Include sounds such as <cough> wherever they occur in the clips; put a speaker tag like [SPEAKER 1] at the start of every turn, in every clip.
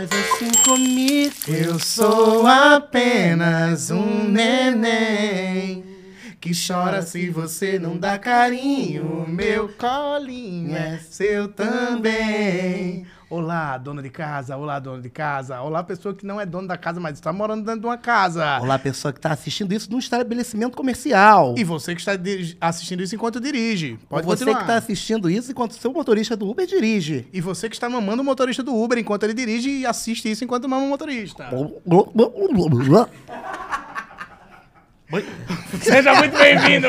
[SPEAKER 1] assim
[SPEAKER 2] Eu sou apenas um neném que chora se você não dá carinho. Meu colinho é seu também. Olá, dona de casa, olá, dona de casa, olá, pessoa que não é dona da casa, mas está morando dentro de uma casa.
[SPEAKER 1] Olá, pessoa que tá assistindo isso num estabelecimento comercial.
[SPEAKER 2] E você que está dir- assistindo isso enquanto dirige.
[SPEAKER 1] Ou
[SPEAKER 2] Pode
[SPEAKER 1] você
[SPEAKER 2] continuar.
[SPEAKER 1] que tá assistindo isso enquanto seu motorista do Uber dirige.
[SPEAKER 2] E você que está mamando o motorista do Uber enquanto ele dirige e assiste isso enquanto mama o motorista. Seja muito bem-vindo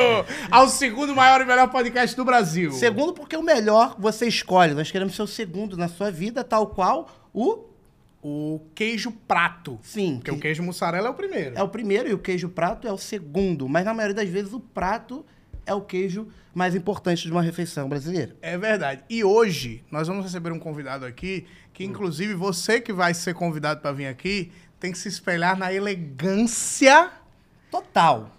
[SPEAKER 2] ao segundo maior e melhor podcast do Brasil.
[SPEAKER 1] Segundo, porque o melhor você escolhe. Nós queremos ser o segundo na sua vida, tal qual o
[SPEAKER 2] O queijo prato.
[SPEAKER 1] sim.
[SPEAKER 2] Porque o queijo mussarela é o primeiro.
[SPEAKER 1] É o primeiro e o queijo prato é o segundo. Mas na maioria das vezes o prato é o queijo mais importante de uma refeição brasileira.
[SPEAKER 2] É verdade. E hoje nós vamos receber um convidado aqui, que
[SPEAKER 1] Hum.
[SPEAKER 2] inclusive você que vai ser convidado para vir aqui, tem que se espelhar na elegância.
[SPEAKER 1] Total.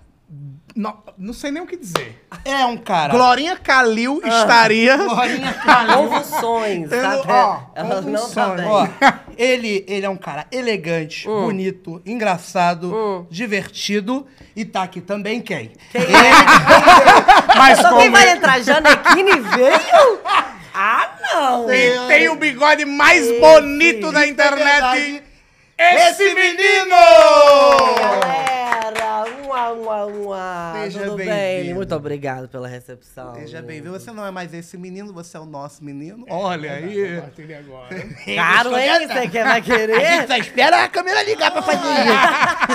[SPEAKER 2] Não, não sei nem o que dizer.
[SPEAKER 1] É um cara.
[SPEAKER 2] Glorinha Calil estaria.
[SPEAKER 1] Ah. Glorinha Calil.
[SPEAKER 3] Convulsões,
[SPEAKER 2] Eu-
[SPEAKER 3] tá
[SPEAKER 2] ó,
[SPEAKER 3] vendo? Ela não tá
[SPEAKER 2] convulsões.
[SPEAKER 3] bem.
[SPEAKER 1] Ó,
[SPEAKER 3] <laughs>
[SPEAKER 1] ele, ele é um cara elegante, bonito, engraçado,
[SPEAKER 3] Hum.
[SPEAKER 1] divertido. E tá aqui também quem?
[SPEAKER 3] Quem é?
[SPEAKER 1] Ele-
[SPEAKER 2] Mas
[SPEAKER 3] Só quem
[SPEAKER 2] como é?
[SPEAKER 3] vai entrar? Janequine veio? Ah, não!
[SPEAKER 2] ele tem o bigode mais bonito da internet.
[SPEAKER 1] é verdade.
[SPEAKER 2] Esse,
[SPEAKER 1] Esse
[SPEAKER 2] menino!
[SPEAKER 3] Galera, uá, uá, uá.
[SPEAKER 1] Seja
[SPEAKER 3] Tudo
[SPEAKER 1] bem-vindo.
[SPEAKER 3] bem? Muito obrigado pela recepção.
[SPEAKER 1] Seja bem-vindo. Você não é mais esse menino, você é o nosso menino.
[SPEAKER 2] Olha aí. É Compartilha <laughs> agora.
[SPEAKER 3] Caro, hein? Você quer, vai querer?
[SPEAKER 1] Só espera a tá câmera ligar pra fazer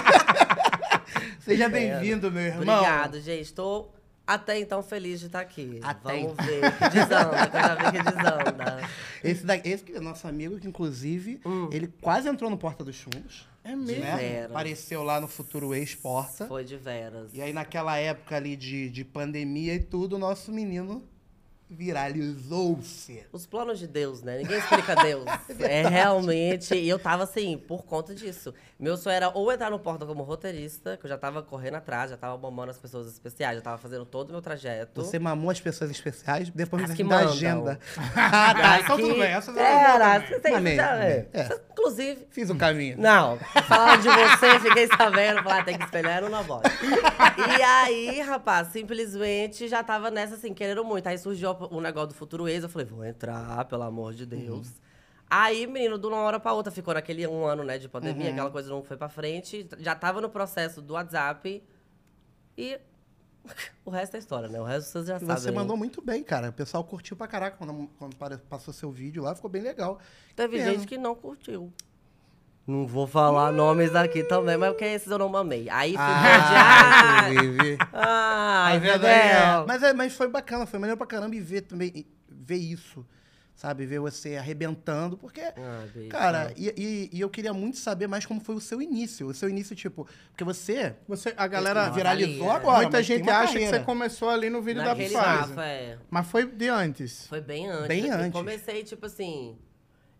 [SPEAKER 1] isso.
[SPEAKER 3] <laughs>
[SPEAKER 1] Seja bem-vindo, meu irmão.
[SPEAKER 3] Obrigado, gente. Estou até então feliz de estar aqui.
[SPEAKER 1] Até
[SPEAKER 3] Vamos
[SPEAKER 1] então.
[SPEAKER 3] ver o que desanda, que eu já vi que desanda.
[SPEAKER 1] Esse, da, esse que é nosso amigo, que inclusive,
[SPEAKER 3] Hum.
[SPEAKER 1] ele quase entrou no Porta dos Fundos.
[SPEAKER 2] É
[SPEAKER 1] Né?
[SPEAKER 3] Vera.
[SPEAKER 1] Apareceu lá no futuro ex-porta.
[SPEAKER 3] Foi de veras.
[SPEAKER 1] E aí, naquela época ali de, de pandemia e tudo, o nosso menino viralizou-se.
[SPEAKER 3] Os planos de Deus, né? Ninguém explica Deus. <laughs> é realmente. E eu tava assim, por conta disso. Meu sonho era ou entrar no Porta como roteirista, que eu já tava correndo atrás, já tava mamando as pessoas especiais, já tava fazendo todo o meu trajeto.
[SPEAKER 1] Você mamou as pessoas especiais, depois
[SPEAKER 3] As
[SPEAKER 1] você
[SPEAKER 3] que
[SPEAKER 1] me dá a
[SPEAKER 3] mandam. <laughs>
[SPEAKER 1] agenda. ah, tá. Então tudo bem. Essa
[SPEAKER 3] Era, você tem
[SPEAKER 1] Mamei,
[SPEAKER 3] que já
[SPEAKER 1] mamei.
[SPEAKER 3] ver.
[SPEAKER 1] É.
[SPEAKER 3] Inclusive.
[SPEAKER 1] Fiz o caminho.
[SPEAKER 3] Não, falaram de você, fiquei sabendo, falaram, tem que espelhar era na voz. E aí, rapaz, simplesmente já tava nessa assim, querendo muito. Aí surgiu o negócio do futuro ex, eu falei, vou entrar, pelo amor de
[SPEAKER 1] Uhum.
[SPEAKER 3] Deus. Aí, menino, de uma hora pra outra, ficou naquele um ano, né, de
[SPEAKER 1] Uhum.
[SPEAKER 3] pandemia, aquela coisa não foi pra frente. Já tava no processo do WhatsApp e <laughs> o resto é história, né? O resto vocês já
[SPEAKER 1] E
[SPEAKER 3] sabem.
[SPEAKER 1] você mandou muito bem, cara. O pessoal curtiu pra caraca quando, quando pare- passou seu vídeo lá, ficou bem legal.
[SPEAKER 3] Teve
[SPEAKER 1] Pena.
[SPEAKER 3] gente que não curtiu. Não vou falar nomes aqui também, mas porque esses eu não mamei. Aí ficou
[SPEAKER 1] Ah, <laughs>
[SPEAKER 3] de... <laughs>
[SPEAKER 1] inclusive.
[SPEAKER 3] Ah,
[SPEAKER 1] Tá vendo aí?
[SPEAKER 3] entendeu?
[SPEAKER 1] Mas, é- mas foi bacana, foi maneiro pra caramba e ver também, e ver isso, sabe? Ver você arrebentando, porque,
[SPEAKER 3] Ah, beijo.
[SPEAKER 1] cara, e, e- e eu queria muito saber mais como foi o seu início. O seu início, tipo, porque você
[SPEAKER 2] Você, a galera.
[SPEAKER 3] Nossa,
[SPEAKER 1] viralizou
[SPEAKER 3] ali,
[SPEAKER 1] agora,
[SPEAKER 2] muita
[SPEAKER 1] mas tem
[SPEAKER 2] gente
[SPEAKER 1] uma
[SPEAKER 2] acha que
[SPEAKER 1] carreira.
[SPEAKER 2] você começou ali no vídeo
[SPEAKER 3] Naquele
[SPEAKER 2] da Pfizer.
[SPEAKER 3] mapa, é.
[SPEAKER 2] Mas foi de antes.
[SPEAKER 3] Foi bem antes.
[SPEAKER 1] Bem
[SPEAKER 3] eu
[SPEAKER 1] antes.
[SPEAKER 3] Comecei, tipo assim.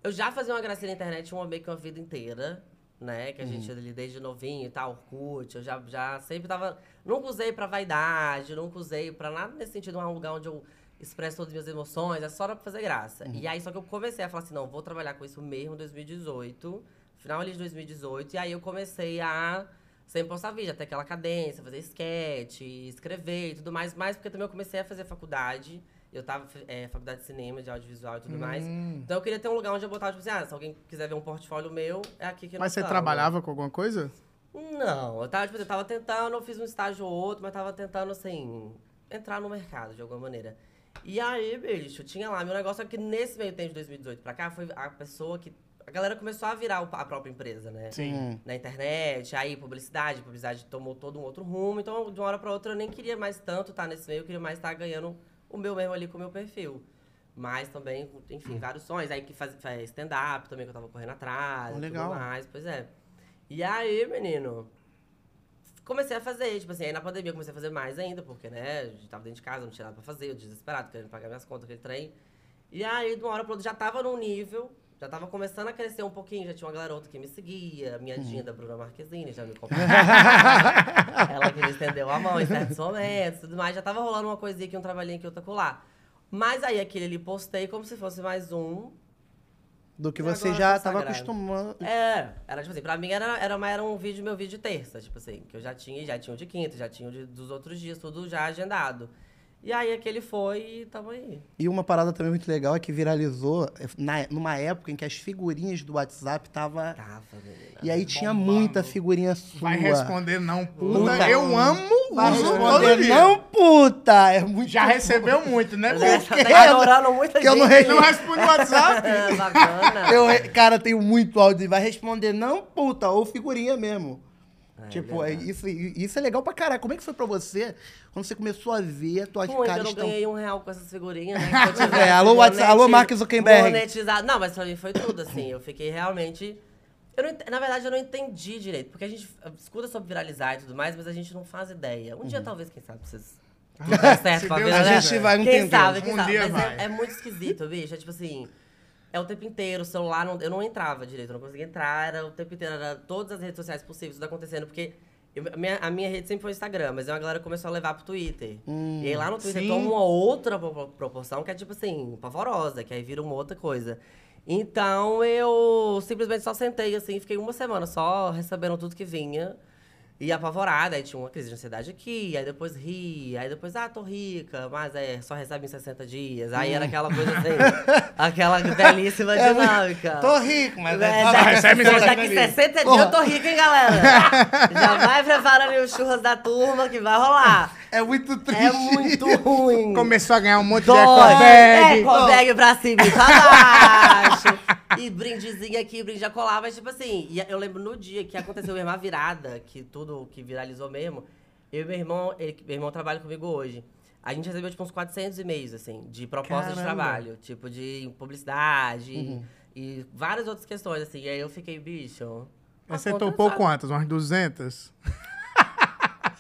[SPEAKER 3] Eu já fazia uma gracinha na internet, um homem que uma vida inteira, né? Que a gente
[SPEAKER 1] Uhum.
[SPEAKER 3] ali desde novinho e tal, Orkut. Eu já, já sempre tava. Nunca usei pra vaidade, nunca usei pra nada nesse sentido, um lugar onde eu expresso todas as minhas emoções, é só era pra fazer graça.
[SPEAKER 1] Uhum.
[SPEAKER 3] E aí, só que eu comecei a falar assim: não, vou trabalhar com isso mesmo em 2018, final ali de 2018. E aí eu comecei a. Sempre postar vídeo, até aquela cadência, fazer sketch, escrever e tudo mais. Mas porque também eu comecei a fazer faculdade. Eu tava é, faculdade de cinema, de audiovisual e
[SPEAKER 2] Hum.
[SPEAKER 3] tudo mais. Então eu queria ter um lugar onde eu botava, tipo assim, ah, se alguém quiser ver um portfólio meu, é aqui que eu
[SPEAKER 2] Mas você
[SPEAKER 3] tava.
[SPEAKER 2] trabalhava com alguma coisa?
[SPEAKER 3] Não, eu tava, tipo, eu tava tentando, eu fiz um estágio ou outro, mas tava tentando, assim, entrar no mercado de alguma maneira. E aí, bicho, tinha lá, meu negócio é que nesse meio tempo de 2018 pra cá, foi a pessoa que. A galera começou a virar o- a própria empresa, né?
[SPEAKER 1] assim,
[SPEAKER 2] Sim.
[SPEAKER 3] Na internet, aí publicidade, publicidade tomou todo um outro rumo, então de uma hora pra outra eu nem queria mais tanto estar nesse meio, eu queria mais estar ganhando o meu mesmo ali com o meu perfil. Mas também, enfim, vários sonhos. Aí que faz, faz stand-up também, que eu tava correndo atrás.
[SPEAKER 1] Oh,
[SPEAKER 3] e
[SPEAKER 1] legal.
[SPEAKER 3] Tudo mais, pois é. E aí, menino, comecei a fazer, tipo assim, aí na pandemia eu comecei a fazer mais ainda, porque, né, a gente tava dentro de casa, não tinha nada pra fazer, eu desesperado, querendo pagar minhas contas, aquele trem. E aí, de uma hora pra outra, já tava num nível, já tava começando a crescer um pouquinho, já tinha uma garota que me seguia, minha dinda Bruna Marquezine, já me acompanhava. Ela que me estendeu a mão em certos momentos, tudo mais, já tava rolando uma coisinha aqui, um trabalhinho aqui, outra colar. Mas aí, aquele ali, postei como se fosse mais um,
[SPEAKER 1] Do que
[SPEAKER 2] é
[SPEAKER 3] Mas
[SPEAKER 1] você
[SPEAKER 3] agora
[SPEAKER 1] já
[SPEAKER 3] tá
[SPEAKER 1] tava
[SPEAKER 3] sagrado.
[SPEAKER 1] acostumando.
[SPEAKER 3] É, era tipo assim, pra mim era, era, uma- era um vídeo, meu vídeo de terça, tipo assim, que eu já tinha, já tinha o de quinta, já tinha o de- dos outros dias, tudo já agendado. E aí aquele foi e tamo aí.
[SPEAKER 1] E uma parada também muito legal é que viralizou eh, na- numa época em que as figurinhas do WhatsApp tava.
[SPEAKER 3] Tava, menina.
[SPEAKER 1] e aí tinha
[SPEAKER 2] bombando.
[SPEAKER 1] muita figurinha sua.
[SPEAKER 2] Vai responder não, puta.
[SPEAKER 1] Puta.
[SPEAKER 2] Eu amo
[SPEAKER 1] Vai
[SPEAKER 2] uso
[SPEAKER 1] responder,
[SPEAKER 2] todo dia.
[SPEAKER 1] não, puta! É muito
[SPEAKER 2] Já recebeu muito, né?
[SPEAKER 3] Ela
[SPEAKER 2] Porque
[SPEAKER 3] tá ignorando muita
[SPEAKER 1] que eu não
[SPEAKER 3] gente.
[SPEAKER 2] <laughs> não responde o WhatsApp.
[SPEAKER 3] É, bacana.
[SPEAKER 1] Eu, re- cara, tenho muito áudio. Vai responder não, puta, ou figurinha mesmo.
[SPEAKER 3] É,
[SPEAKER 1] tipo, é,
[SPEAKER 3] verdade.
[SPEAKER 1] isso, isso é legal pra caralho. Como é que foi pra você quando você começou a ver a tua
[SPEAKER 3] Pô, eu
[SPEAKER 1] cara
[SPEAKER 3] não
[SPEAKER 1] estão...
[SPEAKER 3] ganhei um real com essas
[SPEAKER 1] <laughs>
[SPEAKER 3] figurinhas, né? Se eu tivesse
[SPEAKER 1] É, alô, Whats- alô, Mark Zuckerberg.
[SPEAKER 3] Monetizado. Não, mas pra mim foi tudo, assim. Eu fiquei realmente... Eu não ent- Na verdade, eu não entendi direito. Porque a gente escuta sobre viralizar e tudo mais, mas a gente não faz ideia. Um dia, talvez, quem
[SPEAKER 1] <laughs>
[SPEAKER 3] sabe, vocês... Tudo dá certo
[SPEAKER 2] Se
[SPEAKER 3] com a
[SPEAKER 2] Deus
[SPEAKER 3] vida, né?
[SPEAKER 1] Uhum. quiser. A gente vai, não
[SPEAKER 3] Quem
[SPEAKER 1] tem
[SPEAKER 3] sabe,
[SPEAKER 1] Deus.
[SPEAKER 3] quem
[SPEAKER 2] Um
[SPEAKER 3] sabe.
[SPEAKER 2] dia
[SPEAKER 3] Mas é-
[SPEAKER 2] vai.
[SPEAKER 3] é, muito esquisito, bicho. É tipo assim... É o tempo inteiro, o celular, não- eu não entrava direito, eu não conseguia entrar, era o tempo inteiro, era todas as redes sociais possíveis, tudo acontecendo, porque eu- a, minha, a minha rede sempre foi o Instagram, mas aí a galera começou a levar pro Twitter. e aí lá no Twitter
[SPEAKER 2] sim.
[SPEAKER 3] toma uma outra pro- proporção que é tipo assim, pavorosa, que aí vira uma outra coisa. Então eu simplesmente só sentei assim, fiquei uma semana só recebendo tudo que vinha. E apavorada, aí tinha uma crise de ansiedade aqui, aí depois ri, aí depois, ah, tô rica, mas é, só recebe em 60 dias. Aí era aquela coisa
[SPEAKER 1] <laughs>
[SPEAKER 3] assim, aquela belíssima
[SPEAKER 1] É,
[SPEAKER 3] dinâmica.
[SPEAKER 1] Tô né? rico, mas...
[SPEAKER 3] É,
[SPEAKER 1] vai-
[SPEAKER 3] daqui-
[SPEAKER 2] vai, recebe
[SPEAKER 3] daqui
[SPEAKER 2] mensagem ali.
[SPEAKER 3] 60 dias
[SPEAKER 1] Porra.
[SPEAKER 3] eu tô rica, hein,
[SPEAKER 1] <laughs>
[SPEAKER 3] galera? Já vai preparando aí os churras da turma que vai rolar.
[SPEAKER 1] <laughs> <laughs> É muito triste.
[SPEAKER 3] É muito
[SPEAKER 1] <laughs>
[SPEAKER 3] ruim.
[SPEAKER 2] Começou a ganhar um monte de
[SPEAKER 3] Dói. É,
[SPEAKER 2] Ecobag.
[SPEAKER 3] Ecobag pra cima e pra baixo. <laughs> e brindezinho aqui, brinde a colar. Mas, tipo assim, e eu lembro no dia que aconteceu mesmo a virada, que tudo que viralizou mesmo. Eu e meu irmão, ele- meu irmão trabalha comigo hoje. A gente recebeu, tipo, uns 400 e-mails, assim, de propostas de
[SPEAKER 1] Caramba.
[SPEAKER 3] trabalho. Tipo, de publicidade e várias outras questões, assim. E aí eu fiquei, bicho...
[SPEAKER 2] Mas
[SPEAKER 3] a
[SPEAKER 2] você
[SPEAKER 3] conta
[SPEAKER 2] topou
[SPEAKER 3] tá-
[SPEAKER 2] quantas? Umas 200?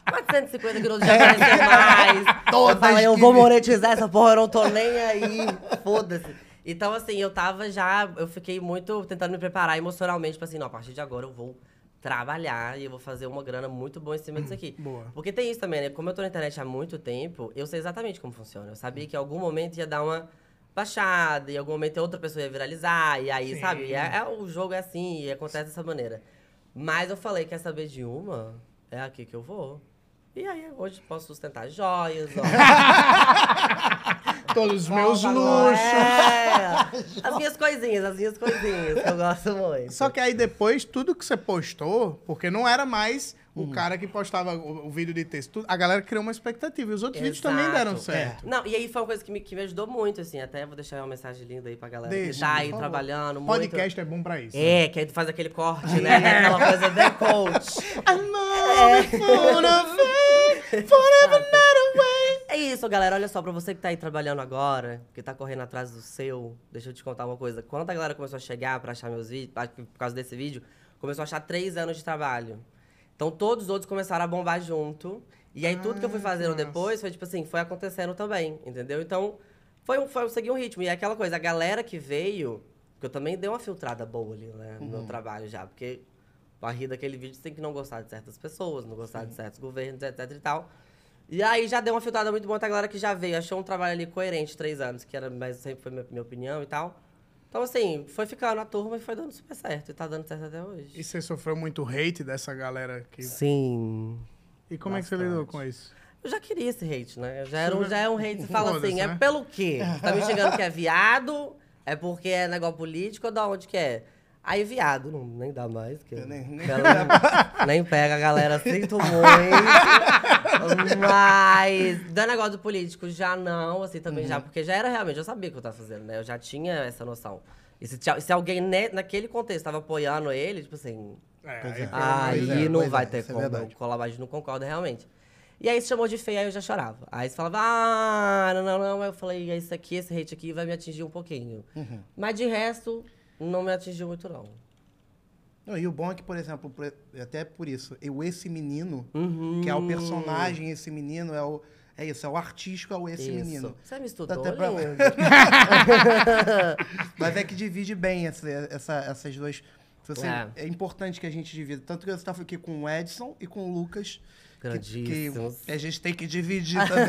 [SPEAKER 3] 450 quilos de aparecer mais.
[SPEAKER 1] <laughs> Todas
[SPEAKER 3] eu falei, eu
[SPEAKER 1] que
[SPEAKER 3] vou
[SPEAKER 1] vem.
[SPEAKER 3] monetizar essa porra, eu não tô nem aí. Foda-se. Então, assim, eu tava já. Eu fiquei muito tentando me preparar emocionalmente, tipo assim, não, a partir de agora eu vou trabalhar e eu vou fazer uma grana muito boa em cima
[SPEAKER 1] Uhum.
[SPEAKER 3] disso aqui.
[SPEAKER 2] boa.
[SPEAKER 3] Porque tem isso também, né? Como eu tô na internet há muito tempo, eu sei exatamente como funciona. Eu
[SPEAKER 2] Hum.
[SPEAKER 3] sabia que em algum momento ia dar uma baixada, e em algum momento outra pessoa ia viralizar, e aí, sabe? É- é- o jogo é assim, e acontece dessa maneira. Mas eu falei, quer saber de uma? É aqui que eu vou. E aí, hoje posso sustentar joias,
[SPEAKER 2] <laughs>
[SPEAKER 3] ó.
[SPEAKER 2] Todos os meus
[SPEAKER 3] Agora,
[SPEAKER 2] luxos. <laughs>
[SPEAKER 3] É, as minhas coisinhas, as minhas coisinhas, que eu gosto muito.
[SPEAKER 2] Só que aí depois, tudo que você postou, porque não era mais
[SPEAKER 3] Hum.
[SPEAKER 2] o cara que postava o, o vídeo de texto, tudo- a galera criou uma expectativa. E os outros vídeos também
[SPEAKER 3] Exato. é.
[SPEAKER 2] deram certo.
[SPEAKER 3] Não, e aí foi uma coisa que me, que me ajudou muito, assim. Até vou deixar uma mensagem linda aí pra galera
[SPEAKER 2] Deixa,
[SPEAKER 3] que tá
[SPEAKER 2] por
[SPEAKER 3] aí
[SPEAKER 2] favor.
[SPEAKER 3] trabalhando muito.
[SPEAKER 2] Podcast é bom pra isso.
[SPEAKER 3] É, que aí tu faz aquele corte, né? Aquela coisa bem coach. Ah, É isso, galera. Olha só, pra você que tá aí trabalhando agora, que tá correndo atrás do seu, deixa eu te contar uma coisa. Quando a galera começou a chegar pra achar meus vídeos, pra- por causa desse vídeo, começou a achar três anos de trabalho. Então todos os outros começaram a bombar junto. E aí tudo que eu fui fazendo depois foi tipo assim, foi acontecendo também, entendeu? Então, foi um, foi um seguir um ritmo. E é aquela coisa, a galera que veio, que eu também dei uma filtrada boa ali, né? No meu trabalho já, porque pra rir daquele vídeo você tem que não gostar de certas pessoas, não gostar de certos governos, etc e tal. E aí já deu uma filtrada muito boa pra galera que já veio, achou um trabalho ali coerente, três anos, que era, mas sempre foi minha, minha opinião e tal. Então, assim, foi ficando na turma e foi dando super certo. E tá dando certo até hoje.
[SPEAKER 2] E você sofreu muito hate dessa galera que.
[SPEAKER 3] Sim.
[SPEAKER 2] E como é que você lidou com isso?
[SPEAKER 3] Eu já queria esse hate, né? Eu já, era, um- já é um hate. Você fala
[SPEAKER 2] Foda-se,
[SPEAKER 3] assim, é
[SPEAKER 2] né?
[SPEAKER 3] pelo quê? Você tá me xingando que é viado? É porque é negócio político ou da onde que é? Aí, viado, não, nem dá mais. Que eu-
[SPEAKER 1] nem-
[SPEAKER 3] que
[SPEAKER 1] nem-
[SPEAKER 3] eu não- nem pega, galera. Sinto muito. Mas, do negócio do político, já não, assim, também já. Porque já era realmente, eu sabia o que eu tava fazendo, né? Eu já tinha essa noção. E se, tinha- se alguém ne- naquele contexto tava apoiando ele, tipo assim,
[SPEAKER 2] É,
[SPEAKER 1] Pois
[SPEAKER 2] aí
[SPEAKER 1] é.
[SPEAKER 2] foi uma
[SPEAKER 1] Pois
[SPEAKER 2] ideia.
[SPEAKER 3] Aí
[SPEAKER 1] é,
[SPEAKER 3] não
[SPEAKER 1] pois
[SPEAKER 3] vai
[SPEAKER 1] é,
[SPEAKER 3] ter
[SPEAKER 1] isso é
[SPEAKER 3] como
[SPEAKER 1] verdade.
[SPEAKER 3] colar, mas não concorda realmente. E aí se chamou de feia, aí eu já chorava. Aí você falava, ah, não, não, não. Aí eu falei, é isso aqui, esse hate aqui vai me atingir um pouquinho.
[SPEAKER 1] Uhum.
[SPEAKER 3] Mas de resto, não me atingiu muito, não.
[SPEAKER 1] Não, e o bom é que, por exemplo, por- até por isso, eu esse menino, que é
[SPEAKER 3] Hum.
[SPEAKER 1] o personagem, esse menino é o. É isso, é o artístico, é o esse menino.
[SPEAKER 3] Você me estudou,
[SPEAKER 1] Dá até pra-
[SPEAKER 3] Leandro?
[SPEAKER 1] <laughs>
[SPEAKER 3] <laughs>
[SPEAKER 1] Mas é que divide bem essa, essa- essas duas. tipo assim, se você-
[SPEAKER 3] É.
[SPEAKER 1] é. importante que a gente divida. Tanto que eu estava aqui com o Edson e com o Lucas, que que-
[SPEAKER 3] Grandíssimos.
[SPEAKER 1] que a gente tem que dividir também.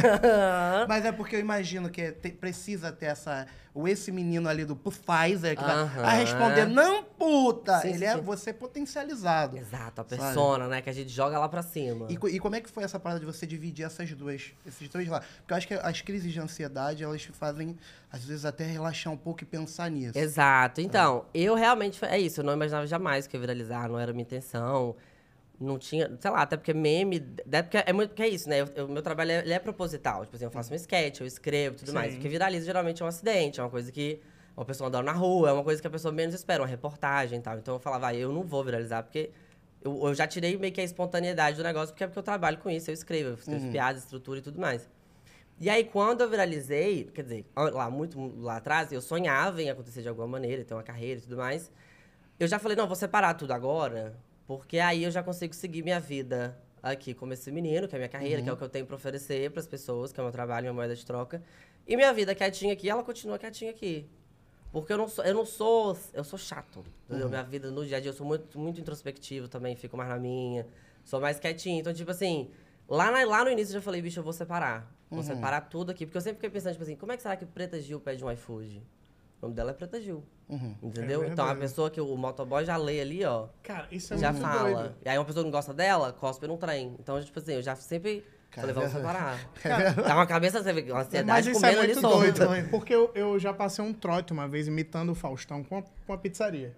[SPEAKER 1] Mas é porque eu imagino que te- precisa ter essa. O esse menino ali do pu- Pfizer que vai-
[SPEAKER 3] Aham.
[SPEAKER 1] vai responder, não, puta!
[SPEAKER 3] Sim,
[SPEAKER 1] Ele é
[SPEAKER 3] sim.
[SPEAKER 1] você potencializado.
[SPEAKER 3] Exato, a
[SPEAKER 1] Sabe?
[SPEAKER 3] persona, né? Que a gente joga lá pra cima.
[SPEAKER 1] E, co- e como é que foi essa parada de você dividir essas duas, esses dois lá? Porque eu acho que as crises de ansiedade, elas te fazem, às vezes, até relaxar um pouco e pensar nisso.
[SPEAKER 3] Exato. Então, eu realmente. É isso, eu não imaginava jamais que eu ia viralizar, não era minha intenção. Não tinha, sei lá, até porque meme. Até porque é muito. Porque é isso, né? Eu- eu- meu trabalho é, ele é proposital. Tipo assim, eu faço um sketch, eu escrevo e tudo mais. O que viraliza geralmente é um acidente, é uma coisa que uma pessoa andando na rua, é uma coisa que a pessoa menos espera, uma reportagem e tal. Então eu falava, ah, eu não vou viralizar, porque eu, eu já tirei meio que a espontaneidade do negócio, porque é porque eu trabalho com isso, eu escrevo, eu escrevo piadas, estrutura e tudo mais. E aí, quando eu viralizei, quer dizer, an- lá muito lá atrás, eu sonhava em acontecer de alguma maneira, ter uma carreira e tudo mais. Eu já falei, não, vou separar tudo agora, porque aí eu já consigo seguir minha vida aqui como esse menino, que é a minha carreira, que é o que eu tenho pra oferecer pras pessoas, que é o meu trabalho, minha moeda de troca. E minha vida quietinha aqui, ela continua quietinha aqui. Porque eu não sou, eu não sou, eu sou chato. Entendeu? Minha vida no dia a dia eu sou muito, muito introspectivo também, fico mais na minha, sou mais quietinho. Então, tipo assim, lá, na- lá no início eu já falei, bicho, eu vou separar. Vou separar tudo aqui. Porque eu sempre fiquei pensando, tipo assim, como é que será que Preta Gil pede um iFood? O nome dela é Preta Gil. Entendeu?
[SPEAKER 2] É
[SPEAKER 3] então a
[SPEAKER 2] verdade.
[SPEAKER 3] pessoa que o motoboy já lê ali, ó,
[SPEAKER 2] Cara, isso é
[SPEAKER 3] já
[SPEAKER 2] muito
[SPEAKER 3] fala.
[SPEAKER 2] doido.
[SPEAKER 3] E aí uma pessoa que não gosta dela, cospe num trem. Então, tipo assim, eu já sempre
[SPEAKER 1] Cara,
[SPEAKER 3] falei, vamos
[SPEAKER 1] é
[SPEAKER 3] separar. Dá uma cabeça, você vê, uma
[SPEAKER 2] Mas
[SPEAKER 3] ansiedade
[SPEAKER 2] isso é
[SPEAKER 3] comendo ali
[SPEAKER 2] muito
[SPEAKER 3] solta.
[SPEAKER 2] doido. Porque eu, eu já passei um trote uma vez imitando o Faustão com a, com a pizzaria.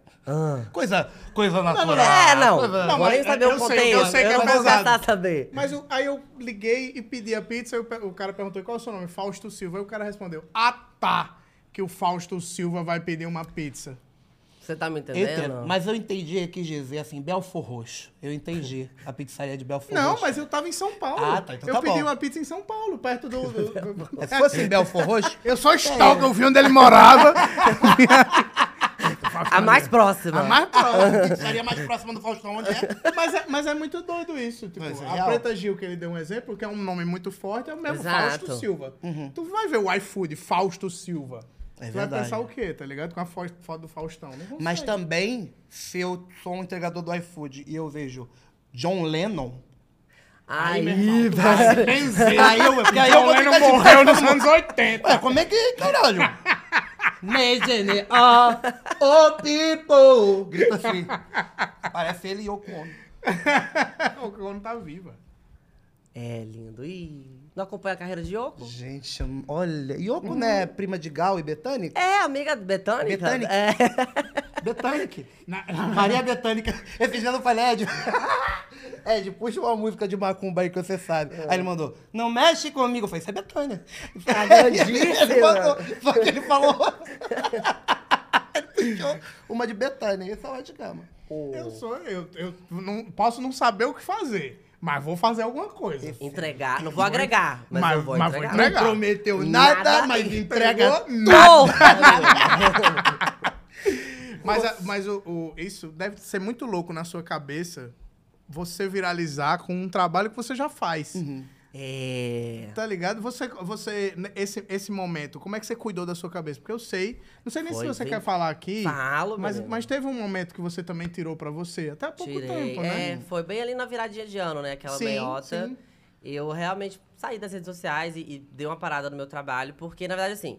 [SPEAKER 1] Coisa, coisa natural.
[SPEAKER 3] É, não.
[SPEAKER 2] Não,
[SPEAKER 3] Vou nem
[SPEAKER 2] mas
[SPEAKER 3] saber
[SPEAKER 2] eu
[SPEAKER 3] o
[SPEAKER 2] sei,
[SPEAKER 3] contexto.
[SPEAKER 2] eu sei que é
[SPEAKER 3] não vou
[SPEAKER 2] pesado.
[SPEAKER 3] gastar saber.
[SPEAKER 2] Mas eu- aí eu liguei e pedi a pizza, e o pe- o cara perguntou qual é o seu nome? Fausto Silva. Aí o cara respondeu: Ah tá! Que o Fausto Silva vai pedir uma pizza.
[SPEAKER 3] Você tá me entendendo?
[SPEAKER 1] Eu entendo, mas eu entendi, eu quis dizer assim, Belfor Roxo. Eu entendi a pizzaria de Belfor
[SPEAKER 2] Não,
[SPEAKER 1] Roxo.
[SPEAKER 2] mas eu tava em São Paulo.
[SPEAKER 1] Ah, tá, então
[SPEAKER 2] eu
[SPEAKER 1] tá
[SPEAKER 2] pedi
[SPEAKER 1] bom. É,
[SPEAKER 2] uma pizza em São Paulo, perto do. do-
[SPEAKER 1] <laughs>
[SPEAKER 2] do-
[SPEAKER 1] Se
[SPEAKER 2] <laughs>
[SPEAKER 1] fosse em Belfor Roxo,
[SPEAKER 2] Eu só stalker, eu vi onde ele morava.
[SPEAKER 1] <laughs>
[SPEAKER 3] A mais próxima.
[SPEAKER 2] a mais próxima.
[SPEAKER 1] Ah,
[SPEAKER 2] <laughs>
[SPEAKER 1] estaria mais próxima do Faustão, onde é?
[SPEAKER 2] É. Mas é, mas é muito doido isso. Tipo,
[SPEAKER 1] Mas é
[SPEAKER 2] a
[SPEAKER 1] real.
[SPEAKER 2] Preta Gil, que ele deu um exemplo, que é um nome muito forte, é o mesmo
[SPEAKER 3] Exato.
[SPEAKER 2] Fausto Silva. Tu vai ver o iFood, Fausto Silva.
[SPEAKER 1] Uhum. É
[SPEAKER 2] tu vai
[SPEAKER 1] verdade.
[SPEAKER 2] pensar o quê, tá ligado? Com a fo- foto do Faustão. Não consegue.
[SPEAKER 1] Mas também, se eu sou um entregador do iFood e eu vejo John <laughs> Lennon,
[SPEAKER 3] Aí,
[SPEAKER 2] Tu
[SPEAKER 3] vai.
[SPEAKER 2] vai se benzer.
[SPEAKER 1] aí eu, porque aí eu
[SPEAKER 2] John
[SPEAKER 1] vou
[SPEAKER 2] Lennon
[SPEAKER 1] ficar de-
[SPEAKER 2] morreu nos anos
[SPEAKER 1] <laughs>
[SPEAKER 2] 80.
[SPEAKER 1] Ué, como é que, <laughs> caralho? Imagine, ó, oh, <laughs> people! Grita assim. Parece ele e eu com
[SPEAKER 2] o Kono tá viva.
[SPEAKER 3] É lindo. Ih, não acompanha a carreira de Yoko?
[SPEAKER 1] Gente, olha. Yoko, né? Prima de Gal e Betânica?
[SPEAKER 3] É, amiga Betânica.
[SPEAKER 1] Bethânica?
[SPEAKER 3] É.
[SPEAKER 1] Betânica.
[SPEAKER 2] Na-
[SPEAKER 1] <laughs> Maria Betânica. Esses dias eu falei, Ed. <laughs> Ed, puxa uma música de macumba aí que você sabe. Aí ele mandou, não mexe comigo. Eu falei, isso é Betânia. <laughs>
[SPEAKER 3] Tá grandíssima.
[SPEAKER 1] Ele mandou, só que ele <laughs> falou. ele puxou uma de Betânia. Esse é o de Gama.
[SPEAKER 2] Eu sou, eu, eu não, posso não saber o que fazer, mas vou fazer alguma coisa.
[SPEAKER 3] Entregar. Não vou agregar, mas, eu vou
[SPEAKER 2] vou
[SPEAKER 3] entregar.
[SPEAKER 2] entregar.
[SPEAKER 1] Prometeu
[SPEAKER 3] Nada,
[SPEAKER 1] nada,
[SPEAKER 3] mas
[SPEAKER 1] mas entregou.
[SPEAKER 3] Tô!
[SPEAKER 2] Mas, a- mas o, o- isso deve ser muito louco na sua cabeça você viralizar com um trabalho que você já faz.
[SPEAKER 3] Uhum. é.
[SPEAKER 2] Tá ligado? Você, você né, esse, esse momento, como é que você cuidou da sua cabeça? Porque eu sei, não sei nem
[SPEAKER 3] Foi,
[SPEAKER 2] se você
[SPEAKER 3] vem.
[SPEAKER 2] quer falar aqui,
[SPEAKER 3] Falo,
[SPEAKER 2] mas,
[SPEAKER 3] menino.
[SPEAKER 2] mas teve um momento que você também tirou pra você, até há pouco
[SPEAKER 3] Tirei.
[SPEAKER 2] tempo, né?
[SPEAKER 3] É, foi bem ali na viradinha de ano, né? Aquela
[SPEAKER 2] Sim,
[SPEAKER 3] meiota.
[SPEAKER 2] sim.
[SPEAKER 3] Eu realmente saí das redes sociais e, e dei uma parada no meu trabalho, porque, na verdade, assim,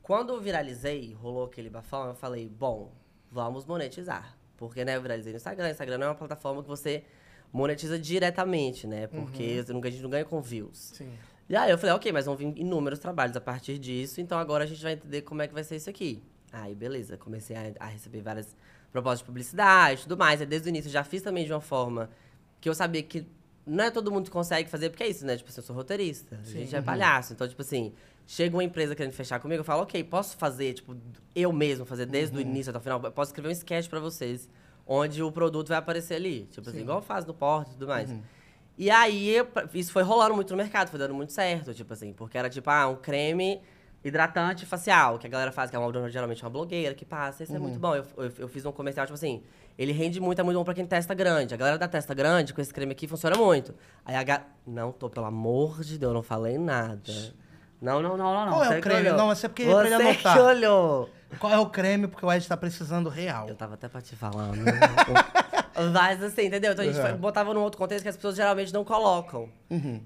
[SPEAKER 3] quando eu viralizei, rolou aquele bafão, eu falei, bom, vamos monetizar. Porque, né, eu viralizei no Instagram, Instagram não é uma plataforma que você monetiza diretamente, né?
[SPEAKER 2] Uhum.
[SPEAKER 3] Porque você não ganha- a gente não ganha com views.
[SPEAKER 2] Sim.
[SPEAKER 3] E aí eu falei, ok, mas vão vir inúmeros trabalhos a partir disso, então agora a gente vai entender como é que vai ser isso aqui. Aí, beleza, comecei a, a receber várias propostas de publicidade e tudo mais. Aí, desde o início, eu já fiz também de uma forma que eu sabia que não é todo mundo que consegue fazer, porque é isso, né? Tipo assim, eu sou roteirista, a gente é palhaço. Então, tipo assim, chega uma empresa querendo fechar comigo, eu falo, ok, posso fazer, tipo, eu mesmo fazer desde o início até o final? Eu Posso escrever um sketch pra vocês, onde o produto vai aparecer ali. Tipo assim, igual faz no porto e tudo mais. E aí, eu- isso foi rolando muito no mercado, foi dando muito certo, tipo assim, porque era tipo, ah, um creme hidratante facial, que a galera faz, que é uma, geralmente uma blogueira que passa, isso é
[SPEAKER 1] Uhum.
[SPEAKER 3] muito bom. Eu, eu, eu fiz um comercial, tipo assim, ele rende muito, é muito bom pra quem testa grande. A galera da testa grande, com esse creme aqui, funciona muito. Aí a ga... Não, tô, pelo amor de Deus, não falei nada. Não, não, não, não, não.
[SPEAKER 1] Qual é o
[SPEAKER 3] que
[SPEAKER 1] creme?
[SPEAKER 3] olhou.
[SPEAKER 1] Não, essa é porque pra ele
[SPEAKER 3] Você
[SPEAKER 1] anotar.
[SPEAKER 3] <laughs> que olhou.
[SPEAKER 1] Qual é o creme? Porque o Ed tá precisando real.
[SPEAKER 3] Eu tava até pra te falar, né?
[SPEAKER 1] <laughs>
[SPEAKER 3] Mas assim, entendeu? Então a gente
[SPEAKER 1] Uhum.
[SPEAKER 3] foi- botava num outro contexto que as pessoas geralmente não colocam.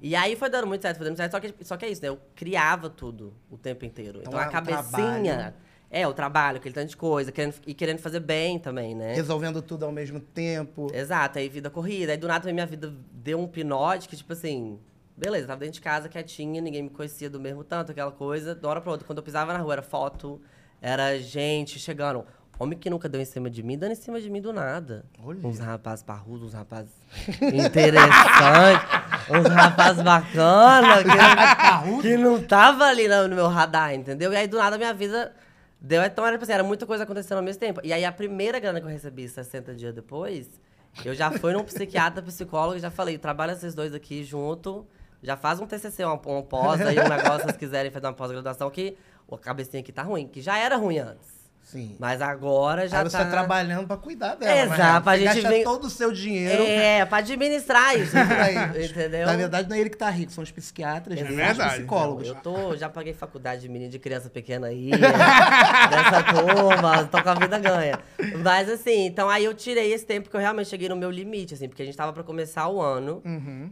[SPEAKER 3] E aí foi dando muito certo, foi dando certo. Só que, só que é isso, né? Eu criava tudo o tempo inteiro. Então,
[SPEAKER 1] Então, é
[SPEAKER 3] a
[SPEAKER 1] um
[SPEAKER 3] cabecinha.
[SPEAKER 1] trabalho.
[SPEAKER 3] É, o trabalho, aquele tanto de coisa. querendo- e querendo fazer bem também, né?
[SPEAKER 1] Resolvendo tudo ao mesmo tempo.
[SPEAKER 3] Exato, aí vida corrida. Aí do nada também minha vida deu um pinote que, tipo assim, beleza, tava dentro de casa, quietinha, ninguém me conhecia do mesmo tanto, aquela coisa. De uma hora pra outra, quando eu pisava na rua, era foto, era gente chegando. Homem que nunca deu em cima de mim, dando em cima de mim do nada.
[SPEAKER 1] Olha.
[SPEAKER 3] Uns rapazes parrudos, uns rapazes <laughs> interessantes, uns rapazes bacanas, que, que não tava ali na- no meu radar, entendeu? E aí, do nada, minha vida deu. Então, era, tipo assim, era muita coisa acontecendo ao mesmo tempo. E aí, a primeira grana que eu recebi 60 dias depois, eu já fui num psiquiatra, <laughs> psicólogo, e já falei: trabalha esses dois aqui junto, já faz um TCC, uma, uma pós, aí um negócio, se vocês quiserem fazer uma pós-graduação, que a cabecinha aqui tá ruim, que já era ruim antes.
[SPEAKER 1] Sim.
[SPEAKER 3] Mas agora já
[SPEAKER 1] Aí você
[SPEAKER 3] tá.
[SPEAKER 1] tá trabalhando pra cuidar dela. né?
[SPEAKER 3] Exato, pra
[SPEAKER 1] Você
[SPEAKER 3] gente
[SPEAKER 1] gasta
[SPEAKER 3] ver-
[SPEAKER 1] todo o seu dinheiro.
[SPEAKER 3] É, pra
[SPEAKER 1] <laughs>
[SPEAKER 3] administrar isso.
[SPEAKER 1] É, pra eles.
[SPEAKER 3] entendeu?
[SPEAKER 1] Na verdade, não é ele que tá rico, são os psiquiatras,
[SPEAKER 2] É
[SPEAKER 1] né?
[SPEAKER 2] verdade.
[SPEAKER 1] os psicólogos.
[SPEAKER 3] Eu tô, já paguei faculdade de menino de criança pequena aí, é, dessa turma, tô com a vida ganha. Mas assim, então aí eu tirei esse tempo que eu realmente cheguei no meu limite, assim, porque a gente tava pra começar o ano.